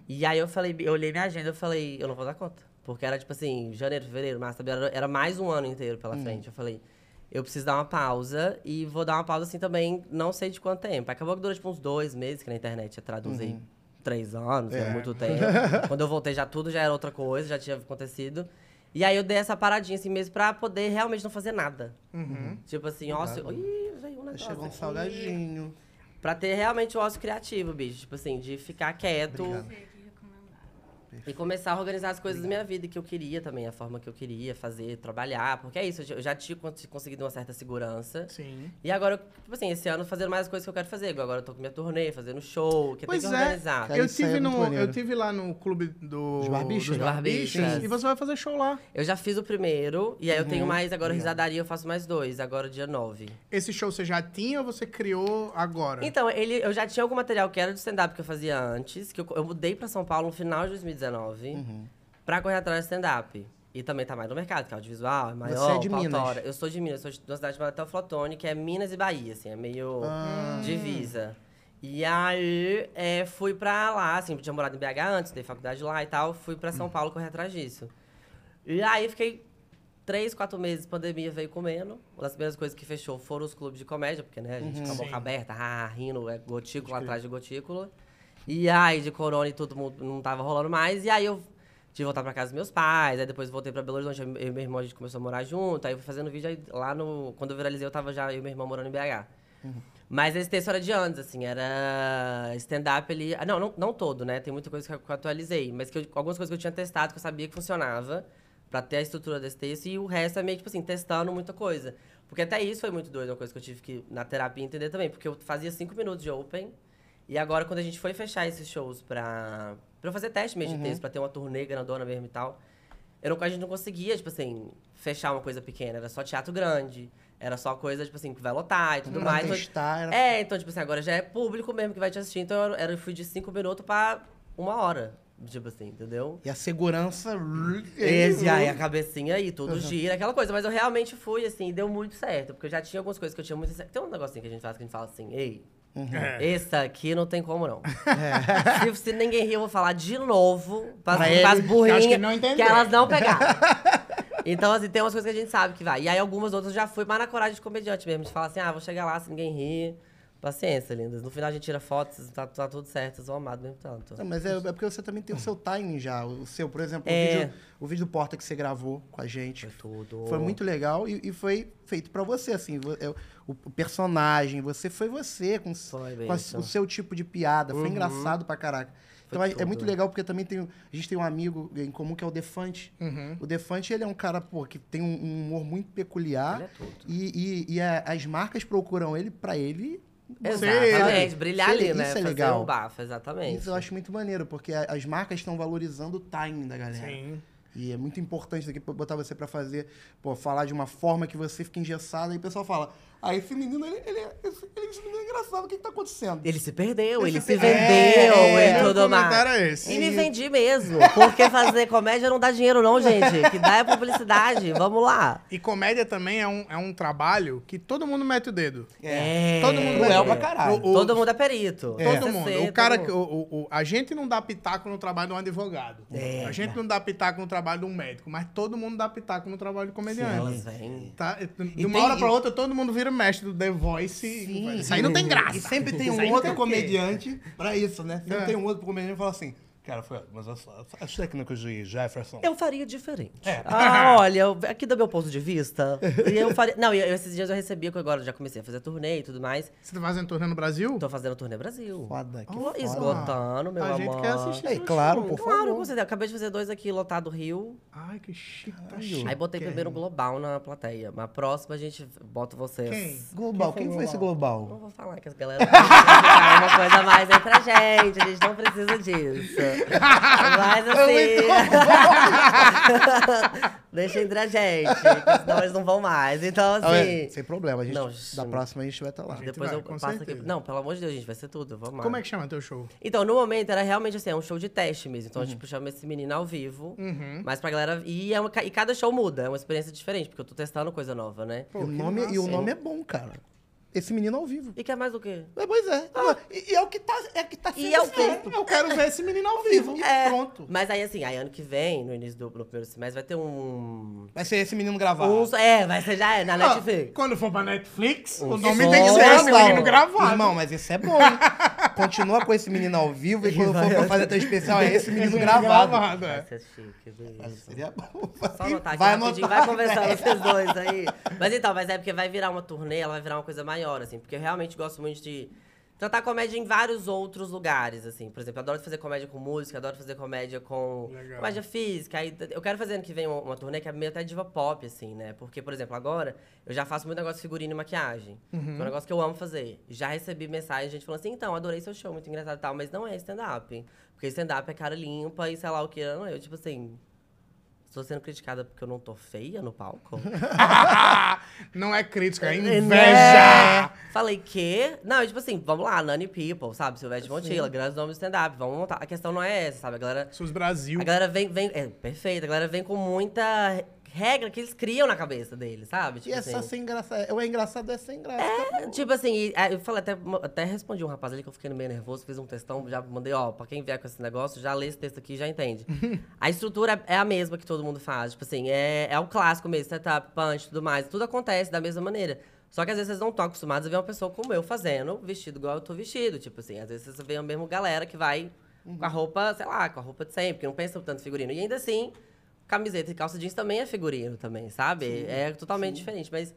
[SPEAKER 3] E aí eu falei, eu olhei minha agenda, eu falei, eu não vou dar conta. Porque era tipo assim, janeiro, fevereiro, março, abril, era- era mais um ano inteiro pela frente. Eu falei, eu preciso dar uma pausa e vou dar uma pausa assim também, não sei de quanto tempo. Acabou que durou tipo uns dois meses, que na internet traduz aí três anos, é. muito tempo. Quando eu voltei já tudo já era outra coisa, já tinha acontecido. E aí eu dei essa paradinha assim mesmo pra poder realmente não fazer nada. Tipo assim, ócio. Ih, veio um negócio.
[SPEAKER 1] Chegou um
[SPEAKER 3] aqui.
[SPEAKER 1] salgadinho.
[SPEAKER 3] Pra ter realmente o ócio criativo, bicho. Tipo assim, de ficar quieto. E começar a organizar as coisas da minha vida, que eu queria também, a forma que eu queria fazer, trabalhar. Porque é isso, eu já- eu já tinha cons- conseguido uma certa segurança.
[SPEAKER 2] Sim.
[SPEAKER 3] E agora, eu, tipo assim, esse ano fazendo mais as coisas que eu quero fazer. igual Agora eu tô com minha turnê, fazendo show, que
[SPEAKER 2] Pois
[SPEAKER 3] tem que
[SPEAKER 2] é,
[SPEAKER 3] organizar.
[SPEAKER 1] Cara,
[SPEAKER 2] eu,
[SPEAKER 1] isso aí
[SPEAKER 2] tive
[SPEAKER 1] é muito
[SPEAKER 2] no,
[SPEAKER 1] maneiro.
[SPEAKER 2] eu tive lá no clube do,
[SPEAKER 1] Dos barbichos,
[SPEAKER 2] dos
[SPEAKER 1] né?
[SPEAKER 2] barbichos,
[SPEAKER 3] Barbichas.
[SPEAKER 2] E você vai fazer show lá.
[SPEAKER 3] Eu já fiz o primeiro, e aí eu
[SPEAKER 1] Uhum.
[SPEAKER 3] tenho mais, agora risadaria, eu faço mais dois, agora dia 9.
[SPEAKER 2] Esse show você já tinha ou você criou agora?
[SPEAKER 3] Então, ele, eu já tinha algum material que era de stand-up que eu fazia antes, que eu, eu mudei pra São Paulo no final de 2019
[SPEAKER 1] Uhum.
[SPEAKER 3] pra correr atrás de stand-up. E também tá mais no mercado, que é audiovisual, é maior,
[SPEAKER 1] Você é de
[SPEAKER 3] pauta
[SPEAKER 1] Minas?
[SPEAKER 3] hora. Eu sou de Minas, sou de uma cidade chamada Teoflotone, que é Minas e Bahia, assim, é meio
[SPEAKER 1] Ah.
[SPEAKER 3] divisa. E aí, é, fui pra lá, assim, eu tinha morado em BH antes, dei faculdade lá e tal, fui pra
[SPEAKER 1] Hum.
[SPEAKER 3] São Paulo correr atrás disso. E aí fiquei três, quatro meses, pandemia veio comendo. Uma das primeiras coisas que fechou foram os clubes de comédia, porque né, a gente com a boca aberta, ah, rindo, é gotícula atrás de gotícula. E aí, de corona e tudo mu- não tava rolando mais. E aí eu tive que voltar pra casa dos meus pais, aí depois voltei pra Belo Horizonte, eu e meu irmão a gente começou a morar junto. Aí eu fui fazendo vídeo aí lá no. Quando eu viralizei, eu tava já eu e meu irmão morando em BH. Uhum. Mas esse texto era de anos, assim, era stand-up ali. ah, Não, não, não todo, né? Tem muita coisa que eu que eu atualizei, mas que eu- algumas coisas que eu tinha testado, que eu sabia que funcionava, pra ter a estrutura desse texto, e o resto é meio tipo assim, testando muita coisa. Porque até isso foi muito doido, uma coisa que eu tive que, na terapia, entender também, porque eu fazia cinco minutos de open, e agora quando a gente foi fechar esses shows pra, pra eu fazer teste mesmo de texto, pra ter uma turnê grandona mesmo e tal, eu não, a gente não conseguia, tipo assim, fechar uma coisa pequena, era só teatro grande. Era só coisa, tipo assim, que vai lotar e tudo
[SPEAKER 1] Pra
[SPEAKER 3] mais. Então,
[SPEAKER 1] testar, era
[SPEAKER 3] é, então, tipo assim, agora já é público mesmo que vai te assistir. Então, eu, era- eu fui de cinco minutos pra uma hora, tipo assim, entendeu?
[SPEAKER 1] E a segurança.
[SPEAKER 3] Esse, aí, a cabecinha aí, tudo gira, aquela coisa. Mas eu realmente fui, assim, e deu muito certo. Porque eu já tinha algumas coisas que eu tinha muito... Tem um negocinho que a gente faz que a gente fala assim, ei...
[SPEAKER 1] Uhum.
[SPEAKER 3] Esse aqui não tem como,
[SPEAKER 1] <laughs>
[SPEAKER 3] não. Se, se ninguém rir, eu vou falar de novo pras,
[SPEAKER 2] Pra
[SPEAKER 3] pras
[SPEAKER 2] ele,
[SPEAKER 3] burrinhas
[SPEAKER 2] acho que não entendeu.
[SPEAKER 3] elas
[SPEAKER 1] <laughs>
[SPEAKER 3] não pegaram. Então, assim, tem umas coisas que a gente sabe que vai. E aí, algumas outras eu já fui, mas na coragem de comediante mesmo. De falar assim, ah, vou chegar lá se ninguém rir. Paciência, lindas. No final a gente tira fotos, tá, tá tudo certo, vocês vão amar do mesmo tanto.
[SPEAKER 1] Não, mas é, é porque você também tem o seu timing já. O seu, por exemplo,
[SPEAKER 3] É.
[SPEAKER 1] o, vídeo, o vídeo do Porta que você gravou com a gente.
[SPEAKER 3] Foi tudo.
[SPEAKER 1] Foi muito legal e, e foi feito pra você, assim. vo- é, O, o personagem, você foi você, com, s-
[SPEAKER 3] Foi,
[SPEAKER 1] com a s-
[SPEAKER 3] beijo.
[SPEAKER 1] o seu tipo de piada. Foi engraçado pra caraca. Então é, é
[SPEAKER 3] tudo.
[SPEAKER 1] muito legal porque também tem, a gente tem um amigo em comum que é o Defante.
[SPEAKER 2] Uhum.
[SPEAKER 1] O Defante, ele é um cara, pô, que tem um, um humor muito peculiar.
[SPEAKER 3] Ele é tudo.
[SPEAKER 1] E, e- e a- as marcas procuram ele pra ele.
[SPEAKER 3] Exatamente,
[SPEAKER 2] Você-
[SPEAKER 3] brilhar
[SPEAKER 1] isso
[SPEAKER 3] ali,
[SPEAKER 1] é- isso
[SPEAKER 3] né?
[SPEAKER 1] é
[SPEAKER 3] Fazer né?
[SPEAKER 1] legal.
[SPEAKER 3] o bafo, exatamente.
[SPEAKER 1] Isso eu acho muito maneiro, porque a- as marcas estão valorizando o timing da galera.
[SPEAKER 2] Sim.
[SPEAKER 1] E é muito importante isso aqui pra botar você pra fazer, pô, falar de uma forma que você fica engessado. Aí o pessoal fala: ah, esse menino, ele, ele, é- esse, ele- esse menino é engraçado, o que, que tá acontecendo?
[SPEAKER 3] Ele se perdeu,
[SPEAKER 1] Ele se
[SPEAKER 3] ele se
[SPEAKER 1] perdeu.
[SPEAKER 3] vendeu
[SPEAKER 1] É, assim.
[SPEAKER 3] e tudo
[SPEAKER 2] meu
[SPEAKER 3] mais.
[SPEAKER 2] comentário é esse.
[SPEAKER 3] E me vendi mesmo. Porque fazer comédia não dá dinheiro, não, gente. Que dá é publicidade. Vamos lá.
[SPEAKER 2] E comédia também é um, é um trabalho que todo mundo mete o dedo.
[SPEAKER 3] É.
[SPEAKER 2] Todo mundo
[SPEAKER 1] Cruel
[SPEAKER 2] mete o
[SPEAKER 1] pra
[SPEAKER 2] dedo.
[SPEAKER 1] caralho.
[SPEAKER 2] O- o-
[SPEAKER 3] Todo mundo é
[SPEAKER 2] Todo
[SPEAKER 3] perito. CC,
[SPEAKER 2] mundo. O
[SPEAKER 3] todo
[SPEAKER 2] cara, que-
[SPEAKER 3] mundo.
[SPEAKER 2] o, o- o- a gente não dá pitaco no trabalho de um advogado. A gente não dá pitaco no trabalho de um médico, mas todo mundo dá pitaco no trabalho do
[SPEAKER 3] Elas
[SPEAKER 2] comediante.
[SPEAKER 3] vêm.
[SPEAKER 2] Tá? De
[SPEAKER 1] E
[SPEAKER 2] uma
[SPEAKER 1] tem-
[SPEAKER 2] hora pra outra, todo mundo vira mestre do The Voice.
[SPEAKER 1] Sim.
[SPEAKER 2] Isso aí não tem graça.
[SPEAKER 1] E sempre tem
[SPEAKER 2] Isso
[SPEAKER 1] um
[SPEAKER 2] aí não
[SPEAKER 1] outro
[SPEAKER 2] tem o quê.
[SPEAKER 1] comediante pra isso, né? Sempre
[SPEAKER 2] É.
[SPEAKER 1] tem um outro comediante que fala assim, cara, foi, mas essa- as técnicas de Jefferson.
[SPEAKER 3] Eu faria diferente.
[SPEAKER 2] É.
[SPEAKER 3] Ah, olha, eu- aqui do meu ponto de vista, eu faria. Não, eu, esses dias eu recebi, que agora eu já comecei a fazer turnê e tudo mais.
[SPEAKER 2] Você tá fazendo turnê no Brasil? Ah,
[SPEAKER 3] Tô fazendo turnê Brasil.
[SPEAKER 1] Foda, que
[SPEAKER 3] Tô
[SPEAKER 1] foda.
[SPEAKER 3] Esgotando, meu
[SPEAKER 2] a
[SPEAKER 3] amor.
[SPEAKER 2] gente quer assistir.
[SPEAKER 1] É,
[SPEAKER 2] seu
[SPEAKER 1] claro,
[SPEAKER 2] show.
[SPEAKER 1] pô. Por
[SPEAKER 3] Claro,
[SPEAKER 1] favor.
[SPEAKER 3] com certeza. Acabei de fazer dois aqui, lotado Rio.
[SPEAKER 2] Ai, que chique. tá
[SPEAKER 3] Aí
[SPEAKER 2] chique.
[SPEAKER 3] botei primeiro o Global na plateia. Mas próxima a gente bota vocês.
[SPEAKER 2] Quem?
[SPEAKER 1] Global, quem,
[SPEAKER 2] um
[SPEAKER 1] foi esse global?
[SPEAKER 3] Não vou falar que as galera é uma coisa a mais entre a gente, a gente não precisa disso. Mas assim. <laughs> Deixa entre a gente, que senão eles não vão mais. Então,
[SPEAKER 1] Ah, é,
[SPEAKER 3] assim.
[SPEAKER 1] sem problema, a gente,
[SPEAKER 3] Não,
[SPEAKER 1] da
[SPEAKER 3] sim.
[SPEAKER 1] próxima a gente vai estar lá.
[SPEAKER 3] Depois
[SPEAKER 2] vai,
[SPEAKER 3] eu
[SPEAKER 2] com
[SPEAKER 3] passo aqui.
[SPEAKER 2] certeza.
[SPEAKER 3] Não, pelo amor de Deus, gente, vai ser tudo. Vamos lá.
[SPEAKER 2] Como é que chama teu show?
[SPEAKER 3] Então, no momento, era realmente assim, é um show de teste mesmo. Então, a
[SPEAKER 2] Uhum.
[SPEAKER 3] gente chama esse menino ao vivo. Mas pra galera. E, é uma ca- e cada show muda, é uma experiência diferente, porque eu tô testando coisa nova, né?
[SPEAKER 1] e, o nome, e o nome é bom, cara. Esse menino ao vivo.
[SPEAKER 3] E quer mais o quê?
[SPEAKER 1] É, Pois é.
[SPEAKER 2] Ah.
[SPEAKER 1] E, e é o que tá, é o que tá
[SPEAKER 3] E é o quê?
[SPEAKER 1] Eu quero ver esse menino ao vivo. E
[SPEAKER 3] É,
[SPEAKER 1] pronto.
[SPEAKER 3] Mas aí, assim, aí ano que vem, no início do no primeiro semestre, vai ter um.
[SPEAKER 1] Vai ser esse menino gravado.
[SPEAKER 3] um é, vai ser já é, na
[SPEAKER 2] Ah,
[SPEAKER 3] Netflix.
[SPEAKER 2] quando for pra Netflix, o
[SPEAKER 3] Os
[SPEAKER 2] nome tem que
[SPEAKER 3] sons
[SPEAKER 2] ser
[SPEAKER 3] é
[SPEAKER 2] esse menino
[SPEAKER 3] bom.
[SPEAKER 2] gravado.
[SPEAKER 1] Irmão, mas isso é
[SPEAKER 2] <laughs>
[SPEAKER 1] bom. hein? Continua com esse menino ao vivo e quando for pra fazer teu especial, é <laughs> esse
[SPEAKER 3] <laughs>
[SPEAKER 1] menino gravado.
[SPEAKER 2] Gravado, é. <laughs>
[SPEAKER 3] Vai ser chique, bicho.
[SPEAKER 1] Seria bom.
[SPEAKER 3] Só anotar aqui
[SPEAKER 1] Vai
[SPEAKER 3] rapidinho,
[SPEAKER 1] anotar,
[SPEAKER 3] vai conversando
[SPEAKER 1] né?
[SPEAKER 3] <laughs> vocês dois aí. Mas então, mas é porque vai virar uma turnê, ela vai virar uma coisa maior, assim. Porque eu realmente gosto muito de tratar comédia em vários outros lugares, assim. Por exemplo, eu adoro fazer comédia com música, adoro fazer comédia com
[SPEAKER 2] Legal.
[SPEAKER 3] comédia física. Aí, eu quero fazer ano que vem uma, uma turnê que é meio até diva pop, assim, né? Porque, por exemplo, agora eu já faço muito negócio de figurino e maquiagem.
[SPEAKER 1] Uhum.
[SPEAKER 3] Que é um negócio que eu amo fazer. Já recebi mensagem de gente falando assim, então, adorei seu show, muito engraçado e tal, mas não é stand-up. Porque stand-up é cara limpa e sei lá o que. Não, eu, tipo assim, Estou sendo criticada porque eu não tô feia no palco? <laughs>
[SPEAKER 2] Não é crítica, é
[SPEAKER 3] Né?
[SPEAKER 2] inveja.
[SPEAKER 3] Falei que. Não, é tipo assim, vamos lá, Nani People, sabe? Silvete Montilla, grandes nomes do stand-up, vamos montar. A questão não é essa, sabe? A galera.
[SPEAKER 2] Sus Brasil.
[SPEAKER 3] A galera vem. vem é, perfeito, a galera vem com muita regra que eles criam na cabeça deles, sabe?
[SPEAKER 1] E é só ser engraçado. O engraçado é ser engraçado.
[SPEAKER 3] É, Tipo assim, e, é, eu falei até, até respondi um rapaz ali que eu fiquei meio nervoso, fiz um textão, já mandei, ó, pra quem vier com esse negócio, já lê esse texto aqui e já entende. a estrutura é a mesma que todo mundo faz, tipo assim, é, é o clássico mesmo, setup, punch, tudo mais, tudo acontece da mesma maneira. Só que às vezes vocês não estão acostumados a ver uma pessoa como eu fazendo, vestido igual eu tô vestido, tipo assim, às vezes vocês veem a mesma galera que vai
[SPEAKER 2] Uhum.
[SPEAKER 3] com a roupa, sei lá, com a roupa de sempre, que não pensa tanto em figurino. E ainda assim, camiseta e calça jeans também é figurino também, sabe? é totalmente diferente, mas...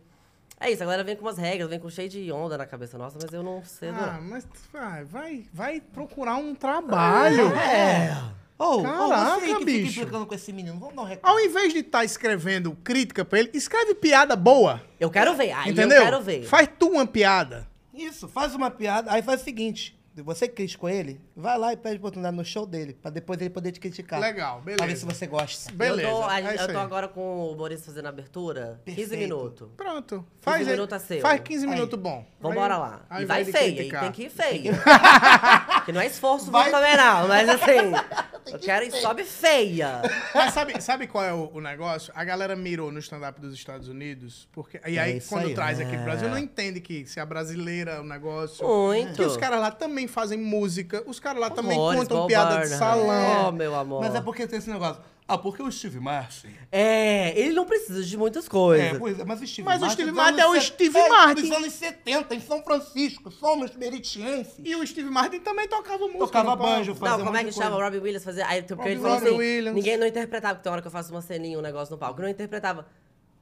[SPEAKER 3] É isso, a galera vem com umas regras, vem com cheio de onda na cabeça nossa, mas eu não sei.
[SPEAKER 2] Ah, mas vai, vai, vai procurar um trabalho.
[SPEAKER 3] É.
[SPEAKER 1] Ou
[SPEAKER 2] Caraca,
[SPEAKER 1] É. você que
[SPEAKER 2] bicho.
[SPEAKER 1] fica implicando com esse menino, vamos dar um recado.
[SPEAKER 2] Ao invés de estar escrevendo crítica pra ele, escreve piada boa.
[SPEAKER 3] Eu quero ver, aí
[SPEAKER 2] entendeu?
[SPEAKER 3] eu quero ver.
[SPEAKER 2] Faz tu uma piada.
[SPEAKER 1] Isso, faz uma piada, aí faz o seguinte. Você que criticou ele, vai lá e pede oportunidade no show dele, pra depois ele poder te criticar.
[SPEAKER 3] Tá.
[SPEAKER 2] Legal,
[SPEAKER 1] Pra ver
[SPEAKER 2] beleza.
[SPEAKER 1] se você gosta.
[SPEAKER 2] Beleza.
[SPEAKER 3] Eu tô, a-
[SPEAKER 2] é
[SPEAKER 3] eu
[SPEAKER 2] isso
[SPEAKER 3] tô
[SPEAKER 2] aí.
[SPEAKER 3] agora com o Boris fazendo a abertura. 15
[SPEAKER 1] Perfeito.
[SPEAKER 3] minutos.
[SPEAKER 2] Pronto. Faz, aí-
[SPEAKER 3] minutos é seu.
[SPEAKER 2] faz 15
[SPEAKER 1] Aí.
[SPEAKER 2] minutos bom.
[SPEAKER 3] Vambora
[SPEAKER 2] Aí-
[SPEAKER 3] lá.
[SPEAKER 2] ao
[SPEAKER 3] E
[SPEAKER 2] invés
[SPEAKER 3] vai
[SPEAKER 2] de
[SPEAKER 3] feia, e
[SPEAKER 2] criticar.
[SPEAKER 3] tem que ir feia. <laughs> que não é esforço também, não,
[SPEAKER 2] <laughs>
[SPEAKER 3] mas assim. eu quero ir sobe feia.
[SPEAKER 2] Mas sabe, sabe qual é o, o negócio? A galera mirou no stand-up dos Estados Unidos, porque. E
[SPEAKER 1] É
[SPEAKER 2] aí,
[SPEAKER 1] isso
[SPEAKER 2] quando
[SPEAKER 1] aí.
[SPEAKER 2] traz aqui pro Brasil, não entende que se a brasileira é o negócio.
[SPEAKER 3] Muito.
[SPEAKER 2] Que os caras lá também fazem música, os caras lá também
[SPEAKER 3] Horrores,
[SPEAKER 2] contam
[SPEAKER 3] igual
[SPEAKER 2] piada de
[SPEAKER 3] Barney.
[SPEAKER 2] salão.
[SPEAKER 3] Oh, meu amor.
[SPEAKER 1] Mas é porque tem esse negócio. Ah, porque o Steve Martin.
[SPEAKER 3] É, ele não precisa de muitas coisas.
[SPEAKER 1] É, pois é, mas o Steve
[SPEAKER 2] Mas o
[SPEAKER 1] Martin.
[SPEAKER 2] Steve
[SPEAKER 1] dos
[SPEAKER 2] Martin é o
[SPEAKER 1] anos
[SPEAKER 2] Steve
[SPEAKER 1] 70,
[SPEAKER 2] Martin.
[SPEAKER 1] Dos anos 70, em São Francisco. Somos meritienses.
[SPEAKER 2] E o Steve Martin também tocava música.
[SPEAKER 1] Tocava
[SPEAKER 2] no palco.
[SPEAKER 1] banjo, fazia
[SPEAKER 3] Não, como
[SPEAKER 1] um
[SPEAKER 3] é
[SPEAKER 1] monte
[SPEAKER 3] que
[SPEAKER 1] de
[SPEAKER 3] chama?
[SPEAKER 1] coisa.
[SPEAKER 3] Robbie Williams fazia. Aí, porque
[SPEAKER 2] Robbie
[SPEAKER 3] ele falou assim:
[SPEAKER 2] Williams.
[SPEAKER 3] ninguém não interpretava, porque tem hora que eu faço uma ceninha, um negócio no palco. Não interpretava.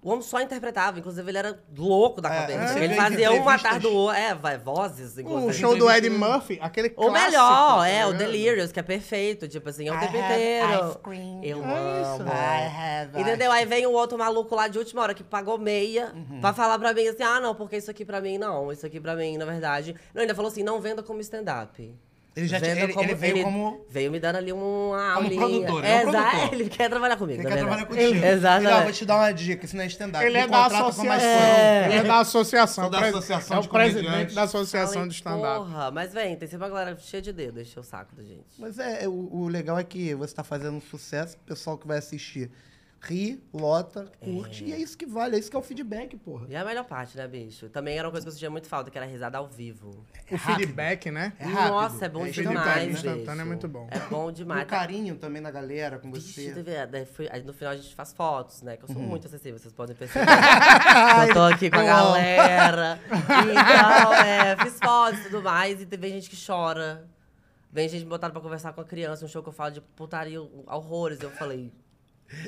[SPEAKER 3] O homem só interpretava, inclusive ele era louco da cabeça.
[SPEAKER 1] é,
[SPEAKER 3] ele
[SPEAKER 1] é,
[SPEAKER 3] fazia
[SPEAKER 1] entrevistas.
[SPEAKER 3] uma atrás do outro. É, vai, vozes,
[SPEAKER 1] Um né?
[SPEAKER 2] O
[SPEAKER 3] inclusive.
[SPEAKER 2] show do Eddie Murphy, aquele
[SPEAKER 3] Ou
[SPEAKER 2] clássico.
[SPEAKER 3] melhor,
[SPEAKER 2] tá
[SPEAKER 3] é, o
[SPEAKER 2] ligado?
[SPEAKER 3] Delirious, que é perfeito. Tipo assim, é o
[SPEAKER 1] I
[SPEAKER 3] tempo
[SPEAKER 1] have
[SPEAKER 3] inteiro.
[SPEAKER 1] ice cream.
[SPEAKER 3] Eu
[SPEAKER 2] É isso.
[SPEAKER 3] amo.
[SPEAKER 1] I have
[SPEAKER 3] Entendeu? Aí vem o outro maluco lá de última hora que pagou meia
[SPEAKER 1] Uhum.
[SPEAKER 3] pra falar pra mim assim: ah, não, porque isso aqui pra mim não, isso aqui pra mim, na verdade. Não, ainda falou assim: não venda como stand-up.
[SPEAKER 1] Ele já tinha-
[SPEAKER 3] Vendo
[SPEAKER 1] ele, ele veio como.
[SPEAKER 3] Veio me dando ali uma aulinha.
[SPEAKER 1] produtor, ele é um
[SPEAKER 3] Exa-
[SPEAKER 1] produtor.
[SPEAKER 3] <laughs> Ele quer trabalhar comigo,
[SPEAKER 1] Ele
[SPEAKER 3] na
[SPEAKER 1] quer trabalhar
[SPEAKER 3] verdade.
[SPEAKER 1] contigo.
[SPEAKER 3] <laughs> Exatamente.
[SPEAKER 1] Ele, ó, vou te dar uma dica, isso não é stand-up.
[SPEAKER 2] Ele
[SPEAKER 1] Me
[SPEAKER 2] é da
[SPEAKER 1] contrata com mais
[SPEAKER 2] associação.
[SPEAKER 1] coisa.
[SPEAKER 2] Ele é da associação.
[SPEAKER 1] Sou da
[SPEAKER 2] pres-
[SPEAKER 1] associação
[SPEAKER 2] é
[SPEAKER 1] de
[SPEAKER 2] o presidente
[SPEAKER 1] comediantes.
[SPEAKER 2] da associação
[SPEAKER 3] Falei,
[SPEAKER 1] um
[SPEAKER 2] de stand-up.
[SPEAKER 3] Porra, mas vem, tem sempre uma galera cheia de dedo, encheu o saco da gente.
[SPEAKER 1] Mas é, o, o legal é que você tá fazendo um sucesso, o pessoal que vai assistir ri, lota, curte, e é isso que vale, é isso que é o feedback, porra.
[SPEAKER 3] E a melhor parte, né, bicho? Também era uma coisa que eu sentia muito falta, que era risada ao vivo.
[SPEAKER 2] O feedback, né?
[SPEAKER 1] É rápido.
[SPEAKER 3] Nossa, é bom
[SPEAKER 1] É
[SPEAKER 2] instantâneo,
[SPEAKER 3] demais,
[SPEAKER 2] instantâneo
[SPEAKER 3] bicho.
[SPEAKER 2] é muito bom.
[SPEAKER 3] É bom
[SPEAKER 1] E
[SPEAKER 3] demais.
[SPEAKER 1] o carinho também da galera com
[SPEAKER 3] Vixe,
[SPEAKER 1] você. Hum.
[SPEAKER 3] teve, daí foi- aí no final a gente faz fotos, né? Que eu sou muito acessível, vocês
[SPEAKER 1] <laughs>
[SPEAKER 3] podem perceber. eu tô aqui com a
[SPEAKER 1] Uau.
[SPEAKER 3] galera. Então, é, fiz fotos e tudo mais. E teve gente que chora. Vem gente me botar pra conversar com a criança. Um show que eu falo de putaria, horrores. Eu falei,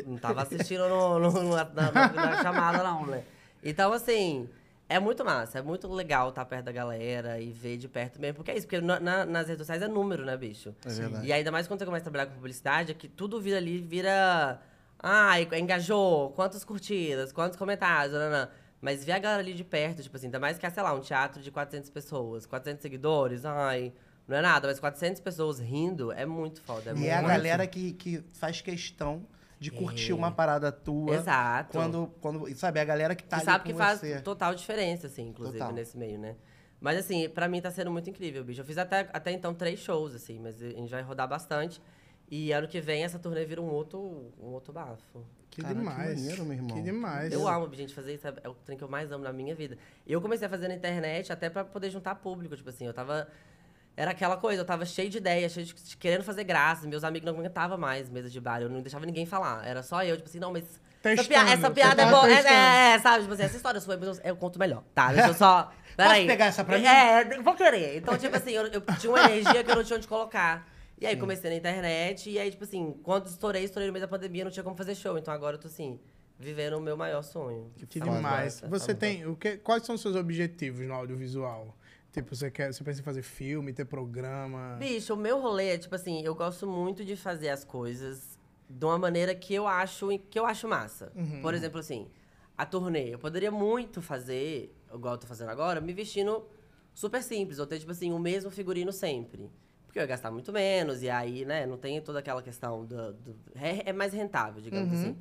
[SPEAKER 3] não tava assistindo no, no- no- na, na- na chamada, não, né? Então, assim, é muito massa, é muito legal estar perto da galera e ver de perto mesmo. Porque é isso, porque na- na- nas redes sociais é número, né, bicho?
[SPEAKER 1] É verdade.
[SPEAKER 3] E ainda mais quando você começa a trabalhar com publicidade, é que tudo vira ali, vira. Ah, engajou, quantas curtidas, quantos comentários, nananã. Mas ver a galera ali de perto, tipo assim, ainda mais que é, sei lá, um teatro de 400 pessoas, 400 seguidores, ai, não é nada, mas 400 pessoas rindo é muito foda. É
[SPEAKER 1] E
[SPEAKER 3] muito É.
[SPEAKER 1] é a galera que, que faz questão de curtir uma parada tua.
[SPEAKER 3] <laughs> Exato.
[SPEAKER 1] Quando, quando, e sabe, é a galera que tá
[SPEAKER 3] que
[SPEAKER 1] ali
[SPEAKER 3] sabe
[SPEAKER 1] com
[SPEAKER 3] que faz
[SPEAKER 1] você.
[SPEAKER 3] total diferença, assim, inclusive,
[SPEAKER 1] Total.
[SPEAKER 3] nesse meio, né? Mas, assim, pra mim tá sendo muito incrível, bicho. Eu fiz até, até então três shows, assim, mas a gente vai rodar bastante. E ano que vem essa turnê vira um outro, um outro bafo.
[SPEAKER 2] Que
[SPEAKER 1] Cara, que
[SPEAKER 2] demais.
[SPEAKER 1] maneiro, meu irmão.
[SPEAKER 2] Que demais.
[SPEAKER 3] Eu amo, gente, fazer isso. É o trem que eu mais amo na minha vida. Eu comecei a fazer na internet até pra poder juntar público. Tipo assim, eu tava. Era aquela coisa, eu tava cheio de ideia, cheio de querendo fazer graça. Meus amigos não aguentavam mais mesa de bar, eu não deixava ninguém falar. Era só eu, tipo assim, não, mas. essa pia-
[SPEAKER 2] Testando,
[SPEAKER 3] essa
[SPEAKER 2] você
[SPEAKER 3] piada é
[SPEAKER 2] tava
[SPEAKER 3] boa. É,
[SPEAKER 2] testando.
[SPEAKER 3] é, é, sabe? Tipo assim, essa história sua, mas eu, eu conto melhor. Tá, deixa eu
[SPEAKER 1] <laughs>
[SPEAKER 3] só. Peraí.
[SPEAKER 1] pegar essa pra mim?
[SPEAKER 3] É, vou querer. Então, tipo assim, eu, eu tinha uma energia que eu não tinha onde colocar. E aí comecei na internet, e aí, tipo assim, quando estourei, estourei no meio da pandemia, não tinha como fazer show. Então agora eu tô assim, vivendo o meu maior sonho.
[SPEAKER 2] Que
[SPEAKER 3] Tá bom,
[SPEAKER 2] demais.
[SPEAKER 3] tá bom.
[SPEAKER 2] Você tem. O que, quais são os seus objetivos no audiovisual? Tipo, você, quer, você pensa em fazer filme, ter programa.
[SPEAKER 3] Bicho, o meu rolê é, tipo assim, eu gosto muito de fazer as coisas de uma maneira que eu acho, que eu acho massa.
[SPEAKER 2] Uhum.
[SPEAKER 3] Por exemplo, assim, a turnê. Eu poderia muito fazer, igual eu tô fazendo agora, me vestindo super simples. Ou ter, tipo assim, o mesmo figurino sempre. Porque eu ia gastar muito menos, e aí, né, não tem toda aquela questão do... do- é, é mais rentável, digamos
[SPEAKER 2] Uhum.
[SPEAKER 3] assim.